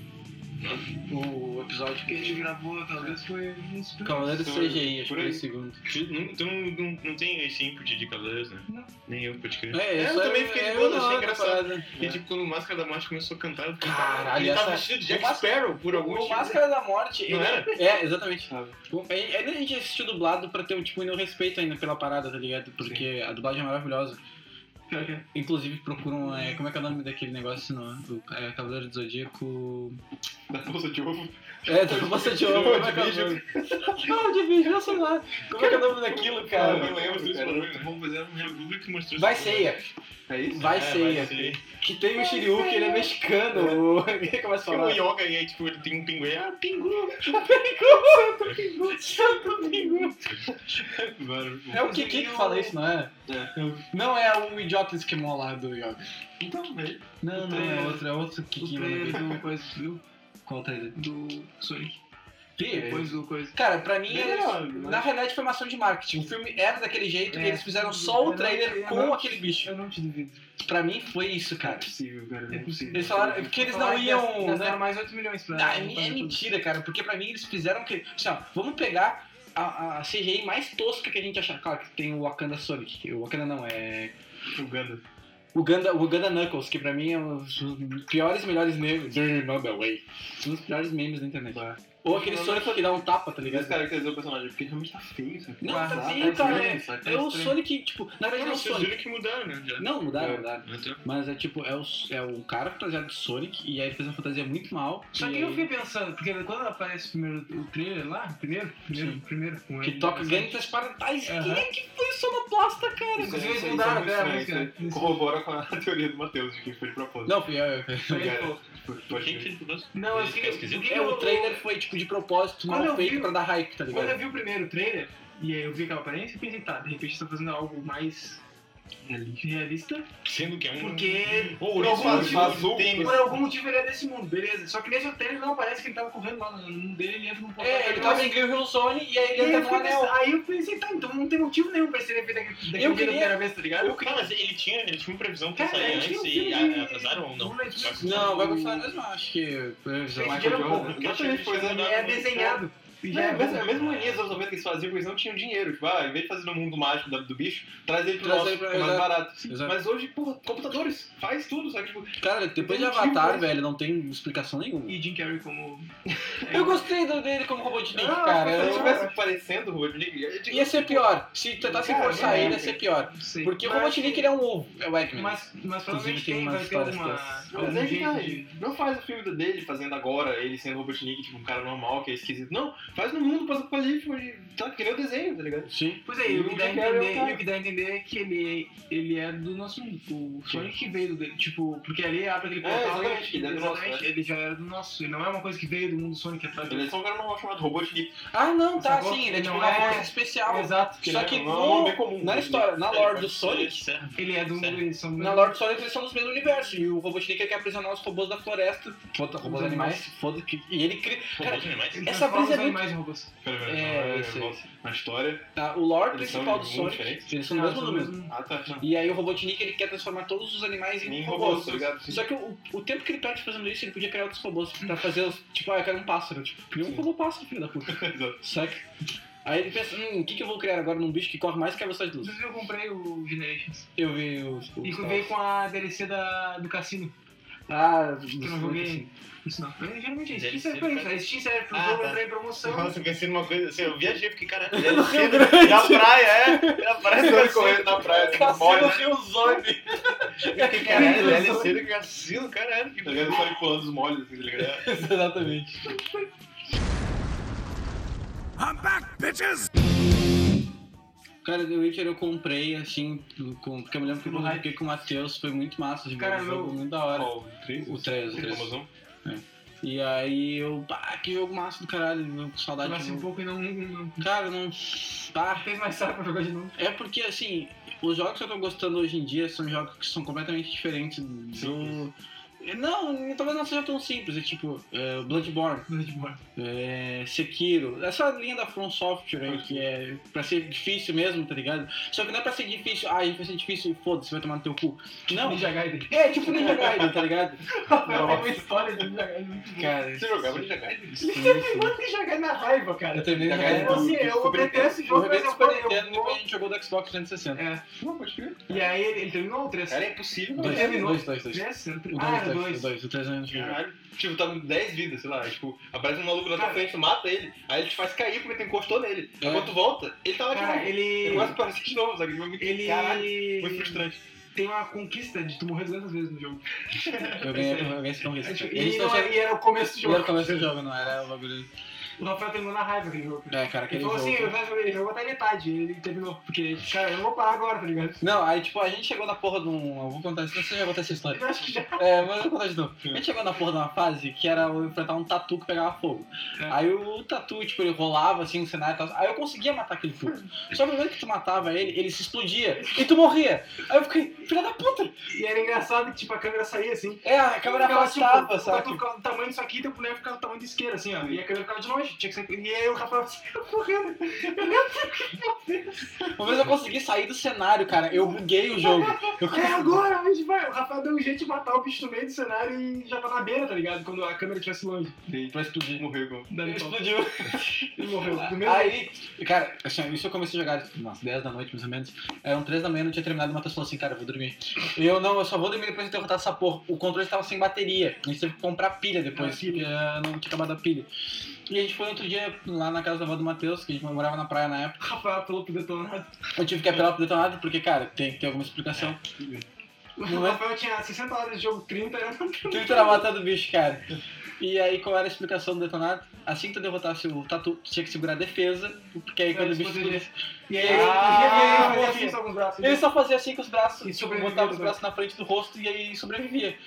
Speaker 8: O episódio
Speaker 4: que a gente
Speaker 8: que.
Speaker 4: gravou, talvez foi uns
Speaker 8: Cavaleiro é do CGI, acho
Speaker 6: Por
Speaker 8: que foi
Speaker 6: aí.
Speaker 8: o segundo.
Speaker 6: Tu não, tu não, não, não tem esse input de Cavaleiros, né?
Speaker 4: Não.
Speaker 6: Nem eu, pode crer.
Speaker 8: É,
Speaker 6: eu
Speaker 8: só
Speaker 6: também fiquei de
Speaker 8: é
Speaker 6: boa,
Speaker 8: uma
Speaker 6: achei
Speaker 8: hora
Speaker 6: engraçado.
Speaker 8: da parada.
Speaker 6: E tipo, quando o Máscara da Morte começou a cantar, eu fiquei,
Speaker 8: Caralho,
Speaker 6: ele tava
Speaker 8: essa-
Speaker 6: vestido de Jack
Speaker 8: Mas-
Speaker 6: Sparrow por algum
Speaker 8: O
Speaker 6: motivo.
Speaker 8: Máscara da Morte,
Speaker 6: Não
Speaker 8: ele- <laughs>
Speaker 6: era?
Speaker 8: É, exatamente.
Speaker 9: Sabe?
Speaker 8: Bom, é- Ainda a gente assistiu dublado pra ter tipo, um respeito ainda pela parada, tá ligado? Porque a dublagem é maravilhosa.
Speaker 4: Pior que é.
Speaker 8: Inclusive procuram. É, como é que é o nome daquele negócio? Não, do, é, Cavaleiro do Zodíaco.
Speaker 9: Da bolsa de ovo.
Speaker 8: É, da bolsa de ouro, como é que é o nome? Não, de vídeo, não sei lá. Como é que é o nome daquilo,
Speaker 9: Cara, eu
Speaker 8: cara?
Speaker 9: não lembro.
Speaker 6: Mostrou esse
Speaker 9: Cara.
Speaker 6: barulho, né? Vamos fazer um Google que mostrou
Speaker 8: Vai
Speaker 6: esse
Speaker 8: ceia,
Speaker 9: É isso?
Speaker 8: vai
Speaker 6: barulho. É,
Speaker 8: ceia.
Speaker 6: vai ceia.
Speaker 8: Que tem o Shiryu, que ele é mexicano.
Speaker 4: É.
Speaker 8: O que começa a
Speaker 6: Tem um
Speaker 8: falar?
Speaker 6: yoga e aí, tipo, ele tem um pinguim. Ah, pingu! Mano,
Speaker 8: É o Kiki que fala isso, não é? Não é o idiota esquimó lá do Yoga.
Speaker 6: né?
Speaker 9: Então, velho.
Speaker 8: Não, não, é outro, é outro Kiki.
Speaker 4: O
Speaker 8: lá
Speaker 4: trailer
Speaker 8: do-
Speaker 4: do coisa, viu?
Speaker 8: Qual trailer?
Speaker 4: Do Sonic.
Speaker 8: Pi?
Speaker 4: Depois do coisa.
Speaker 8: Cara, pra mim,
Speaker 6: É,
Speaker 9: Melhor,
Speaker 8: eles-
Speaker 9: né?
Speaker 8: na realidade foi uma ação de marketing. O filme era daquele jeito e
Speaker 4: É.
Speaker 8: eles fizeram só o
Speaker 4: Eu
Speaker 8: trailer
Speaker 4: não-
Speaker 8: com
Speaker 4: eu não-
Speaker 8: aquele bicho.
Speaker 4: Eu não te duvido.
Speaker 8: Pra mim foi isso, é cara.
Speaker 9: possível, cara. Não é possível.
Speaker 8: Eles falaram, porque eles não iam. né?
Speaker 4: Gastaram mais 8 milhões pra.
Speaker 8: Ah, é mi- é mentira, cara, porque pra mim eles fizeram que. Assim, ó, vamos pegar a, a CGI mais tosca que a gente achar. Claro que tem o Wakanda Sonic. O Wakanda não, é.
Speaker 9: Uganda.
Speaker 8: Uganda, Uganda Knuckles, que pra mim é um dos piores e melhores memes. Remember Way. Um dos piores memes da internet. Ou aquele Sonic
Speaker 4: é
Speaker 8: que dá um tapa, tá
Speaker 9: Esse
Speaker 8: ligado?
Speaker 9: cara que fez o personagem, porque realmente tá feio, sabe?
Speaker 8: Não,
Speaker 4: Tá
Speaker 8: tá
Speaker 4: estranho,
Speaker 8: feio, cara. É,
Speaker 4: sabe? Tá
Speaker 8: é o
Speaker 4: estranho.
Speaker 8: Sonic, tipo, na verdade
Speaker 6: Não,
Speaker 8: não é o
Speaker 6: vocês
Speaker 8: Sonic.
Speaker 6: viram que mudaram, né? Já.
Speaker 8: Não, mudaram, mudaram.
Speaker 6: Então,
Speaker 8: Mas é tipo, é o, é o cara fantasiado de Sonic e aí ele fez uma fantasia muito mal.
Speaker 4: Só
Speaker 8: e
Speaker 4: que
Speaker 8: aí-
Speaker 4: eu fiquei pensando, porque quando aparece primeiro o trailer lá, primeiro, primeiro, primeiro, com
Speaker 8: Que
Speaker 4: ele,
Speaker 8: toca
Speaker 4: assim,
Speaker 8: gangue transparentais. Quem
Speaker 4: Aham.
Speaker 8: é que foi o sonoplasta, cara?
Speaker 4: Inclusive, eles
Speaker 9: Isso aí,
Speaker 4: mudaram
Speaker 9: isso
Speaker 4: até
Speaker 9: aí,
Speaker 4: a
Speaker 9: isso aí,
Speaker 4: música,
Speaker 9: isso aí.
Speaker 4: né?
Speaker 9: Corrobora com a teoria do Matheus, de que foi de propósito.
Speaker 8: Não, é, fui eu. eu- eu-
Speaker 4: foi-
Speaker 9: Cara,
Speaker 4: pô.
Speaker 9: Foi- foi-
Speaker 6: quem que fez o negócio?
Speaker 4: Não, eu
Speaker 6: Ele
Speaker 4: fiquei.
Speaker 6: fica esquisito?
Speaker 4: porque
Speaker 8: É, o
Speaker 4: eu-
Speaker 8: trailer foi tipo de propósito,
Speaker 4: Quando eu
Speaker 8: mal feito
Speaker 4: vi-
Speaker 8: pra dar hype, tá
Speaker 4: Quando eu
Speaker 8: ligado?
Speaker 4: vi o primeiro trailer, e aí eu vi aquela aparência, eu pensei, tá, de repente estão fazendo algo mais realista.
Speaker 6: Sendo que é um.
Speaker 4: Porque
Speaker 6: Ou
Speaker 4: por algum motivo-
Speaker 9: azul.
Speaker 6: tem.
Speaker 4: por algum motivo ele é desse mundo, beleza. Só que nesse trailer não aparece que ele tava correndo lá no mundo dele, ele entra num portal.
Speaker 8: É, ele tava em Green Hill Zone e aí
Speaker 4: E
Speaker 8: ele
Speaker 4: aí,
Speaker 8: entra
Speaker 4: eu
Speaker 8: no
Speaker 4: fiquei
Speaker 8: anel.
Speaker 4: pensando, aí eu pensei, tá, então não tem motivo nenhum pra esse efeito daquele daquele
Speaker 8: Eu
Speaker 4: um dia da
Speaker 8: queria-
Speaker 4: primeira vez, tá ligado?
Speaker 6: Eu, cara, mas ele tinha, ele tinha uma previsão pra
Speaker 4: Cara,
Speaker 6: sair
Speaker 4: ele tinha
Speaker 6: antes
Speaker 4: um
Speaker 6: e
Speaker 4: filme
Speaker 6: a-
Speaker 4: de-
Speaker 6: atrasaram ou não?
Speaker 4: de Netflix.
Speaker 6: Vai-
Speaker 8: Não, vai continuar mesmo, acho que.
Speaker 4: Esse
Speaker 9: Michael
Speaker 4: dinheiro é um
Speaker 9: Jordan.
Speaker 4: pouco.
Speaker 6: Eu achei que
Speaker 9: Exatamente, foi
Speaker 6: eles tinham
Speaker 9: exatamente.
Speaker 4: É desenhado. E
Speaker 9: Não,
Speaker 4: já
Speaker 9: é mesmo,
Speaker 4: é-
Speaker 9: é mesmo mania dos anos 90 que eles faziam, porque eles não tinham dinheiro. Tipo, ah, em vez de fazer no mundo mágico da- do bicho, traz ele pro
Speaker 8: Traz
Speaker 9: nosso,
Speaker 8: ele pra-
Speaker 9: que é mais
Speaker 8: exato.
Speaker 9: barato. Mas hoje, porra, computadores, faz tudo, sabe? Tipo,
Speaker 8: Cara, depois de
Speaker 9: Tem motivo,
Speaker 8: Avatar,
Speaker 9: né?
Speaker 8: velho, não tipo, tem explicação nenhuma.
Speaker 4: E Jim Carrey como.
Speaker 8: Eu gostei do- dele como robô de Nick,
Speaker 9: ah,
Speaker 8: cara.
Speaker 9: se ele
Speaker 8: Eu-
Speaker 9: estivesse parecendo o Rodrigo, ia- ia-
Speaker 8: Ia ser pior. Se tentassem
Speaker 9: Cara,
Speaker 8: forçar
Speaker 9: é,
Speaker 8: ele, ia ser pior.
Speaker 4: Não sei.
Speaker 8: Porque o
Speaker 4: Mas-
Speaker 8: Robotnik ele é um ovo, é o Eggman.
Speaker 4: Mas, mas provavelmente
Speaker 8: tem
Speaker 4: tem,
Speaker 8: umas
Speaker 4: vai ter
Speaker 8: histórias
Speaker 4: alguma.
Speaker 8: que assim.
Speaker 9: Mas
Speaker 4: algum
Speaker 9: é que
Speaker 4: jeito
Speaker 9: tá,
Speaker 4: de-
Speaker 9: não faz o filme dele fazendo agora, ele sendo Robotnik, tipo, um cara normal, que é esquisito. Não, Faz no mundo pós-apocalíptico e tá que nem o desenho, tá ligado?
Speaker 8: Sim.
Speaker 4: Pois é, e o que, dá a
Speaker 9: Jim Carrey é o
Speaker 4: entender,
Speaker 9: cara.
Speaker 4: e o que dá a entender é que ele, ele é do nosso mundo. O Sonic que veio do. Tipo, porque ali abre aquele
Speaker 9: É,
Speaker 4: portal e
Speaker 9: exatamente, ele é do nosso,
Speaker 4: exatamente,
Speaker 9: né?
Speaker 4: ele já era do nosso. Ele não é uma coisa que veio do mundo Sonic atrás
Speaker 9: Ele é
Speaker 4: dele.
Speaker 9: só um cara normal chamado Robotnik.
Speaker 8: Ah, não, tá,
Speaker 4: Sacou?
Speaker 8: sim, ele é tipo
Speaker 4: Não
Speaker 8: uma
Speaker 4: é-
Speaker 8: força especial.
Speaker 4: Exato.
Speaker 8: Só que
Speaker 9: Não, é um nome
Speaker 8: no,
Speaker 9: bem comum.
Speaker 8: na
Speaker 9: né?
Speaker 8: história, na
Speaker 6: É,
Speaker 8: lore do
Speaker 6: pode ser,
Speaker 8: Sonic,
Speaker 6: certo.
Speaker 4: Ele é do
Speaker 6: Sério?
Speaker 4: eles são
Speaker 8: na lore do Sonic eles são dos mesmos universos. E o Robotnik ele quer aprisionar os robôs da floresta. Foda, robôs
Speaker 4: Os
Speaker 8: animais, foda-se. que- E ele cria. Cara,
Speaker 6: Robôs animais?
Speaker 4: Ele
Speaker 8: essa
Speaker 4: transforma
Speaker 8: brisa
Speaker 4: os
Speaker 8: é muito-
Speaker 4: animais em robôs.
Speaker 9: Pera, pera,
Speaker 8: É,
Speaker 9: não, é,
Speaker 8: isso aí.
Speaker 9: nossa, Na história.
Speaker 8: tá, o lore
Speaker 9: Eles
Speaker 8: principal
Speaker 9: são
Speaker 8: do
Speaker 9: muito
Speaker 8: Sonic,
Speaker 9: diferentes?
Speaker 8: eles são do
Speaker 4: Não,
Speaker 8: mesmo
Speaker 4: são do
Speaker 8: número.
Speaker 4: mesmo-
Speaker 9: Ah, tá. Não.
Speaker 8: E aí o Robotnik ele quer transformar todos os animais em,
Speaker 9: Nem
Speaker 8: robôs.
Speaker 9: robôs, tá ligado? Sim.
Speaker 8: Só que o, o tempo que ele perde fazendo isso, ele podia criar outros robôs pra fazer os. Tipo, ah, eu quero um pássaro. Tipo, cria um
Speaker 9: Sim.
Speaker 8: robô pássaro, filho da puta. <laughs>
Speaker 9: Exato.
Speaker 8: Saca? Aí ele pensa, hum, o que, que eu vou criar agora num bicho que corre mais que a velocidade de luz?
Speaker 4: Inclusive eu comprei o Generations.
Speaker 8: Eu vi os. os
Speaker 4: E veio com a DLC da, do cassino.
Speaker 8: Ah,
Speaker 4: Que eu não joguei. Isso não.
Speaker 8: Hum?
Speaker 4: Mas, geralmente a Steam
Speaker 6: DLC
Speaker 4: serve pra
Speaker 6: pra
Speaker 4: isso. A Steam serve pro
Speaker 9: Ah,
Speaker 4: jogo
Speaker 9: tá.
Speaker 4: entrar em
Speaker 8: Então,
Speaker 4: promoção.
Speaker 9: Nossa, eu pensei numa coisa assim, eu viajei,
Speaker 8: <laughs>
Speaker 9: porque caralho, deve ser na praia, é? Na praia, Sonic correndo na praia, assim, mole, né?
Speaker 8: Tá Rio Zone.
Speaker 9: Que caralho, deve ser do Cassino, né, caralho. Tá ligado? Sonic pulando os moles, assim, tá ligado?
Speaker 8: Exatamente. Cara, The Witcher eu comprei, assim, com, porque eu me lembro que eu
Speaker 4: No hype.
Speaker 8: comprei com o Matheus, foi muito massa de
Speaker 4: Cara,
Speaker 8: ver o jogo,
Speaker 4: meu-
Speaker 8: muito da hora.
Speaker 9: Ó, o três,
Speaker 8: O 3, o 3.
Speaker 9: o três, Amazon.
Speaker 8: E aí eu, pá, que jogo massa do caralho, eu com saudade
Speaker 4: Jogasse
Speaker 8: de
Speaker 4: um
Speaker 8: novo.
Speaker 4: pouco e não, não
Speaker 8: Cara, não. Pá,
Speaker 4: fez mais saco pra jogar de novo.
Speaker 8: É porque, assim, os jogos que eu tô gostando hoje em dia são jogos que são completamente diferentes do. É, Não, talvez não seja tão simples. É tipo, é, Bloodborne,
Speaker 4: Bloodborne.
Speaker 8: é, Sekiro, essa linha da From Software aí, que é pra ser difícil mesmo, tá ligado? Só que não é pra ser difícil, ah, vai ser difícil e foda-se, vai tomar no teu cu. Não,
Speaker 4: Ninja Gaiden.
Speaker 8: é
Speaker 4: <laughs>
Speaker 8: tipo Ninja Gaiden, tá ligado?
Speaker 4: É uma história de Ninja
Speaker 8: <laughs>
Speaker 4: Gaiden muito boa.
Speaker 8: Cara,
Speaker 9: Você jogava de Gaiden?
Speaker 8: sim, sim.
Speaker 4: Mano, Ninja Gaiden na raiva, cara.
Speaker 8: Eu terminei Ninja
Speaker 4: É,
Speaker 8: Gaiden.
Speaker 4: tipo assim, eu detesto esse
Speaker 8: Eu
Speaker 4: jogo,
Speaker 8: joguei
Speaker 4: mas
Speaker 8: no
Speaker 4: eu
Speaker 8: Super
Speaker 4: falei,
Speaker 8: Nintendo,
Speaker 4: eu
Speaker 8: depois a
Speaker 4: vou...
Speaker 8: gente jogou do Xbox 360.
Speaker 9: Não, pode crer.
Speaker 4: E aí ele, ele terminou o 3.
Speaker 9: Cara, é impossível,
Speaker 8: Dois,
Speaker 9: mano.
Speaker 4: terminou.
Speaker 8: dois, dois, Um, dois. O
Speaker 4: Ah, era
Speaker 8: 2, o
Speaker 4: 2.
Speaker 8: 2, o 3 anos.
Speaker 9: Caralho. Tipo, tá com 10 vidas, sei lá. Tipo, aparece um maluco na tua
Speaker 4: Cara.
Speaker 9: frente, tu mata ele, aí ele te faz cair porque tu encostou nele.
Speaker 8: É.
Speaker 9: Aí quando tu volta, ele tá lá de novo.
Speaker 4: Cara,
Speaker 9: Ele,
Speaker 4: ele...
Speaker 9: começa a aparecer de novo, sabe? Tipo,
Speaker 4: Ele...
Speaker 9: Caralho, muito frustrante.
Speaker 4: Tem uma conquista de tu morrer 200 vezes no jogo.
Speaker 8: Eu ganhei, eu ganhei esse convite.
Speaker 4: É, tipo,
Speaker 8: Eles
Speaker 4: E,
Speaker 8: estão
Speaker 4: não
Speaker 8: achando
Speaker 4: é- e era o começo do
Speaker 8: que era o
Speaker 4: jogo.
Speaker 8: começo do jogo, não era o bagulho.
Speaker 4: O Rafael terminou na raiva aquele jogo.
Speaker 8: É, cara,
Speaker 4: Ele
Speaker 8: aquele
Speaker 4: falou
Speaker 8: jogo.
Speaker 4: assim, eu já joguei, ele jogou até a metade, ele terminou. Porque, cara, eu não vou parar agora, tá ligado? <laughs>
Speaker 8: Não, aí tipo, a gente chegou na porra de um. Eu vou contar isso, você já contou essa história.
Speaker 4: Eu acho que já.
Speaker 8: É, mas eu vou contar de novo. A gente chegou na porra de uma fase que era eu enfrentar um tatu que pegava fogo.
Speaker 4: É.
Speaker 8: Aí o tatu, tipo, ele rolava assim no cenário e tal. Aí eu conseguia matar aquele fogo. Só que no momento que tu matava ele, ele se explodia e tu morria. Aí eu fiquei, filha da puta!
Speaker 4: E era engraçado que, tipo, a câmera saía assim.
Speaker 8: É, a câmera
Speaker 4: Ficava,
Speaker 8: afastava,
Speaker 4: tipo, O tatu
Speaker 8: sabe?
Speaker 4: ficava do tamanho disso aqui, teu boneco ficava do tamanho do isqueiro, assim, ó. E a câmera ficava de longe. Tinha que ser... E aí o Rafael assim, eu correndo.
Speaker 8: Uma vez eu consegui sair do cenário, cara. Eu buguei o jogo. Eu...
Speaker 4: É agora, a gente vai. O Rafael deu um jeito de matar o bicho no meio do cenário e já tá na beira, tá ligado? Quando a câmera estivesse longe.
Speaker 8: Pra explodir.
Speaker 9: Morreu igual.
Speaker 4: Dando
Speaker 8: Ele
Speaker 4: pau.
Speaker 8: explodiu.
Speaker 4: Ele morreu. Do mesmo jeito.
Speaker 8: Aí, cara, assim, isso eu comecei a jogar tipo, umas 10 da noite, mais ou menos. Eram 3 da manhã, não tinha terminado, o Matheus falou assim, cara, eu vou dormir. E eu, não, eu só vou dormir depois de derrotar essa porra. O controle estava sem bateria. A gente teve que comprar pilha depois,
Speaker 4: Ah, pilha.
Speaker 8: porque eh, não tinha acabado a pilha. E a gente foi outro dia lá na casa da avó do Matheus, que a gente morava na praia na época.
Speaker 4: O Rafael falou pro detonado.
Speaker 8: Eu tive que apelar pro detonado, porque, cara, tem que ter
Speaker 4: <laughs>
Speaker 8: alguma explicação.
Speaker 4: O
Speaker 8: Não é?
Speaker 4: Rafael tinha 60 horas de jogo, 30 era
Speaker 8: Tive que era matando o bicho, cara. E aí, qual era a explicação do detonado? Assim que tu derrotasse o tatu, tu tinha que segurar a defesa, porque aí
Speaker 4: Pra
Speaker 8: quando o bicho
Speaker 4: desproteger.
Speaker 8: explodisse-
Speaker 4: E
Speaker 8: aí,
Speaker 4: aí,
Speaker 8: ele- Ah,
Speaker 4: ele
Speaker 8: morria.
Speaker 4: fazia assim só com os braços.
Speaker 8: Ele só fazia assim com os braços,
Speaker 4: E
Speaker 8: tipo,
Speaker 4: sobrevivia,
Speaker 8: botava os
Speaker 4: né?
Speaker 8: braços na frente do rosto e aí sobrevivia.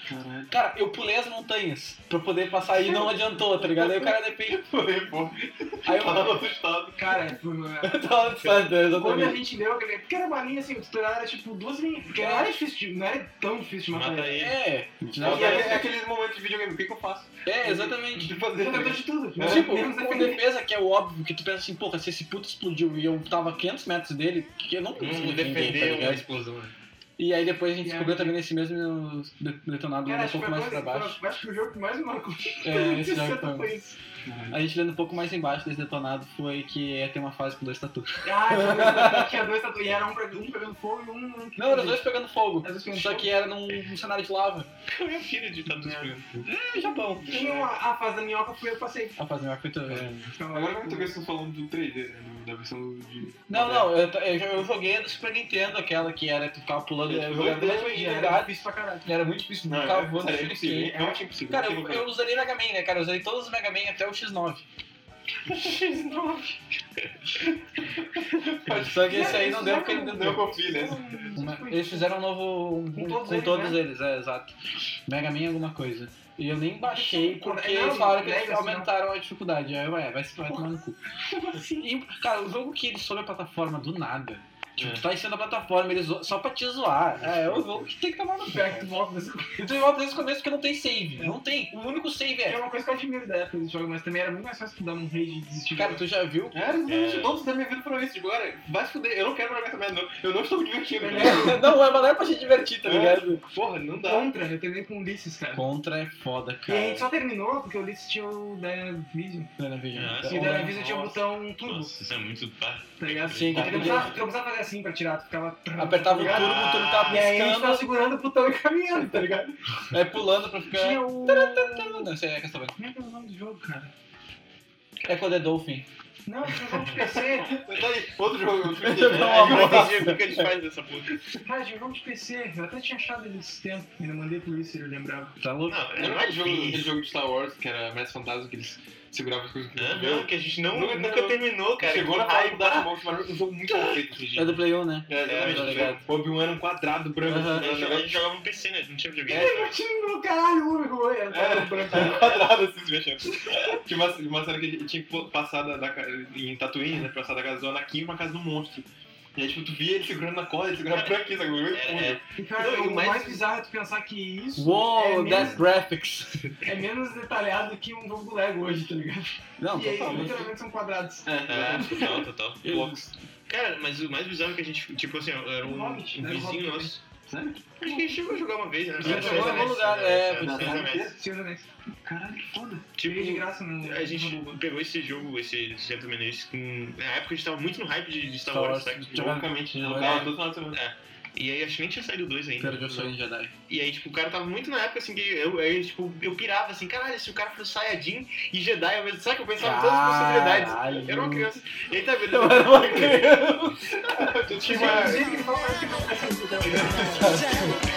Speaker 8: Cara, eu pulei as montanhas pra poder passar aí e não adiantou, tá ligado? Aí o cara depende.
Speaker 9: Morreu, pô.
Speaker 8: Aí
Speaker 9: Tá
Speaker 8: eu
Speaker 9: lá assustado.
Speaker 4: Cara, foi uma- <laughs>
Speaker 8: tava distante,
Speaker 4: Quando a
Speaker 8: exatamente.
Speaker 4: gente leu, aquele- porque era uma linha assim, o tutorial era tipo duas linhas, porque não era difícil, de- não era tão difícil de matar
Speaker 9: Mata
Speaker 4: ele.
Speaker 9: ele.
Speaker 8: É,
Speaker 9: Não,
Speaker 8: não,
Speaker 9: é,
Speaker 8: é,
Speaker 9: é aqueles momentos de videogame, o que, que
Speaker 4: <laughs>
Speaker 9: eu faço?
Speaker 8: é, exatamente.
Speaker 9: De fazer.
Speaker 4: Ele tentou de tudo. né?
Speaker 8: Tipo,
Speaker 4: tá Menos
Speaker 8: com
Speaker 4: defender.
Speaker 8: defesa, que é o óbvio, que tu pensa assim, porra, se esse puto explodiu e eu tava a 500 metros dele, que eu não consigo
Speaker 6: Não
Speaker 8: defender, tá
Speaker 6: defender Hum, uma
Speaker 8: ligado?
Speaker 6: explosão.
Speaker 9: <laughs>
Speaker 6: né?
Speaker 8: E aí depois a gente
Speaker 4: Hum, E aí-
Speaker 8: descobriu também nesse mesmo de- detonado,
Speaker 4: Cara, tipo, acho que
Speaker 8: um
Speaker 4: foi
Speaker 8: pouco
Speaker 4: a
Speaker 8: mais pra
Speaker 4: coisa-
Speaker 8: baixo.
Speaker 4: foi- acho que o jogo que mais me marcou <laughs>
Speaker 8: É, esse jogo
Speaker 4: setup
Speaker 8: foi
Speaker 4: foi isso. Ah,
Speaker 8: A gente lendo um pouco mais embaixo desse detonado foi que ia ter uma fase com dois tatu.
Speaker 4: Ah, tinha dois- tinha dois tatu- e era um, pra- um pegando fogo e um. um-
Speaker 8: Não, eram os dois pegando fogo.
Speaker 4: Era os dois pegando
Speaker 8: Só
Speaker 4: fogo.
Speaker 8: que era É. num, num cenário de lava.
Speaker 9: Eu ia filha de Ah, tatu escolhendo.
Speaker 8: É, Japão.
Speaker 4: Tinha uma, a fase da minhoca foi eu passei.
Speaker 8: Ah, fazer uma coisa. é.
Speaker 9: Agora que eu tô vendo que vocês estão falando do 3D, né? Da versão de.
Speaker 8: Não, não, eu, to- eu, eu joguei a do Super Nintendo, aquela que era tu ficava pulando eu jogava
Speaker 9: Dois,
Speaker 8: na
Speaker 9: dois,
Speaker 8: mesma
Speaker 4: Era
Speaker 8: idade.
Speaker 4: difícil pra caralho.
Speaker 8: Era muito difícil,
Speaker 9: Não,
Speaker 8: não,
Speaker 9: é,
Speaker 8: ficava voando
Speaker 9: cara, é
Speaker 8: shuriken.
Speaker 9: impossível. Eu acho impossível.
Speaker 8: um Cara,
Speaker 9: não tem
Speaker 8: eu,
Speaker 9: como.
Speaker 8: eu usaria Mega Man, né, cara? Eu usei todos os Mega Man até o X9. <laughs> Só que esse aí não deu porque ele
Speaker 9: Não é
Speaker 8: deu.
Speaker 9: confio nessa.
Speaker 8: Uma- Eles fizeram um novo. um- com todos,
Speaker 4: todos eles, né?
Speaker 8: eles, é, exato. Mega Man é alguma coisa. E eu nem baixei porque
Speaker 4: Não,
Speaker 8: eles falaram que eles
Speaker 4: Legacy, não.
Speaker 8: aumentaram a dificuldade. Aí, ué, vai, se- vai tomar no cu. E, cara, o jogo que eles sobe a plataforma do nada. Tipo, tu tá em cima da plataforma, eles zo- só pra te zoar. É, é um jogo que tem que tomar no Então, pé.
Speaker 4: Back to volta desse
Speaker 8: E tu volta desde o começo porque não tem save. Não tem. O único save
Speaker 4: É
Speaker 8: é.
Speaker 4: uma coisa que eu admiro da época desse jogo, mas também era muito mais fácil tu dar um rage e desistir.
Speaker 8: Cara, tu já viu?
Speaker 9: É, exatamente, todos da minha vida foram isso. Tipo, agora, vai se fuder, eu não quero jogar essa merda, não. Eu não estou me divertindo.
Speaker 8: <laughs> não, é, mas não é pra te divertir, tá ligado?
Speaker 9: Porra, não dá.
Speaker 4: Contra, eu terminei com o Ulisses, cara.
Speaker 8: Contra é foda,
Speaker 4: E a gente
Speaker 8: cara. é
Speaker 4: só terminou porque o Ulisses tinha o Dynavision.
Speaker 8: Dynavision.
Speaker 6: Ah,
Speaker 4: E o Dynavision tinha o
Speaker 9: Nossa.
Speaker 4: botão
Speaker 9: Então,
Speaker 4: turbo,
Speaker 6: Nossa, isso é muito. pá.
Speaker 4: tá ligado?
Speaker 8: Sim,
Speaker 4: Então,
Speaker 8: cara,
Speaker 4: tu,
Speaker 8: podia-
Speaker 4: precisava, tu precisava fazer assim pra tirar, tu ficava...
Speaker 8: Apertava o
Speaker 4: tá ligado?
Speaker 8: turbo, o turbo tava
Speaker 4: E aí a gente
Speaker 8: piscando.
Speaker 4: tava segurando o botão e caminhando, tá ligado?
Speaker 8: É pulando pra ficar.
Speaker 4: Tinha o...
Speaker 8: Não, isso aí é Castlevania.
Speaker 4: Como é que era o nome do jogo, cara?
Speaker 8: É quando é Dolphin.
Speaker 4: Não, tinha um jogo de PC.
Speaker 9: Mas tá aí, outro jogo. Outro
Speaker 4: um
Speaker 9: jogo.
Speaker 8: Não, amor.
Speaker 9: o que a gente faz dessa porra?
Speaker 4: Cara, tinha um jogo de PC. Eu até tinha achado ele esse tempo. Ainda mandei pro Ulisses, ele lembrava.
Speaker 8: Tá louco?
Speaker 9: Não, é era mais jogo, aquele jogo de Star Wars, que era mais fantasma, que eles seguravam as coisas que
Speaker 6: Ah,
Speaker 9: viu.
Speaker 6: não, que a gente não,
Speaker 9: Nunca-
Speaker 6: nunca,
Speaker 9: não.
Speaker 6: terminou, cara.
Speaker 9: Chegou
Speaker 6: Que
Speaker 9: na
Speaker 6: raiva.
Speaker 9: parte do Darth Maul, mas um jogo <laughs> muito perfeito esse
Speaker 8: É
Speaker 9: dia.
Speaker 8: do Play 1, né?
Speaker 9: É,
Speaker 8: tá ligado.
Speaker 9: exatamente. O Obi-Wan era um quadrado branco.
Speaker 8: Aham.
Speaker 6: A gente jogava- a
Speaker 9: né?
Speaker 6: gente jogava no PC, né? Não tinha videogame.
Speaker 4: Eu tinha um caralho, o Uruguai. Era
Speaker 9: É.
Speaker 4: um branco.
Speaker 9: quadrado assim se mexendo. Tinha uma, uma cena que a gente tinha que passar da, da, ca- em Tatooine, né? Passar da casa do Anakin pra casa do monstro. E aí, tipo, tu via ele segurando na corda, ele segurava pra aqui, sabe?
Speaker 6: É, é.
Speaker 4: E, cara,
Speaker 9: Não, e o
Speaker 4: o
Speaker 9: mais-
Speaker 4: mais... bizarro é tu pensar que isso é,
Speaker 8: Uou, that
Speaker 4: menos,
Speaker 8: graphics.
Speaker 4: é menos detalhado que um jogo do Lego hoje, tá ligado?
Speaker 8: Não,
Speaker 4: e aí,
Speaker 8: totalmente.
Speaker 4: literalmente são quadrados.
Speaker 6: Ah, total, total.
Speaker 9: Blocos.
Speaker 6: Cara, mas o mais bizarro é que a gente, tipo assim, ó, era um, um
Speaker 4: Hobbit, né?
Speaker 6: vizinho
Speaker 4: Hobbit.
Speaker 6: nosso. Acho que a gente chegou a jogar uma vez, né?
Speaker 8: A gente
Speaker 6: Era
Speaker 8: jogou em algum
Speaker 6: Seis
Speaker 8: lugar,
Speaker 6: Anéis,
Speaker 8: é, pois
Speaker 6: né? Era Seis
Speaker 4: Caralho,
Speaker 6: Anéis.
Speaker 4: Senhor Anéx. Caralho, que foda. Cheguei de
Speaker 6: Tipo,
Speaker 4: graça né? no.
Speaker 6: a gente
Speaker 4: no Google.
Speaker 6: pegou esse jogo, esse Gentleman Ace, com... é, Na época a gente tava muito no hype de, de Star,
Speaker 8: Star
Speaker 6: Wars, né?
Speaker 8: Wars.
Speaker 6: sabe?
Speaker 9: Loucamente, a gente jogava todo final de semana.
Speaker 6: E aí acho que nem tinha saído dois ainda.
Speaker 8: Perdi o sonho de Jedi.
Speaker 6: E aí, tipo, o cara tava muito na época assim que eu, eu, tipo, eu pirava assim, caralho, se o cara fosse Saiyajin e Jedi, ao mesmo sabe que eu pensava em todas as possibilidades. Eu era uma criança. E aí tá vendo? <laughs> Eu era uma criança. eu tinha uma.
Speaker 4: Sempre que fala mais que não.
Speaker 14: Jack,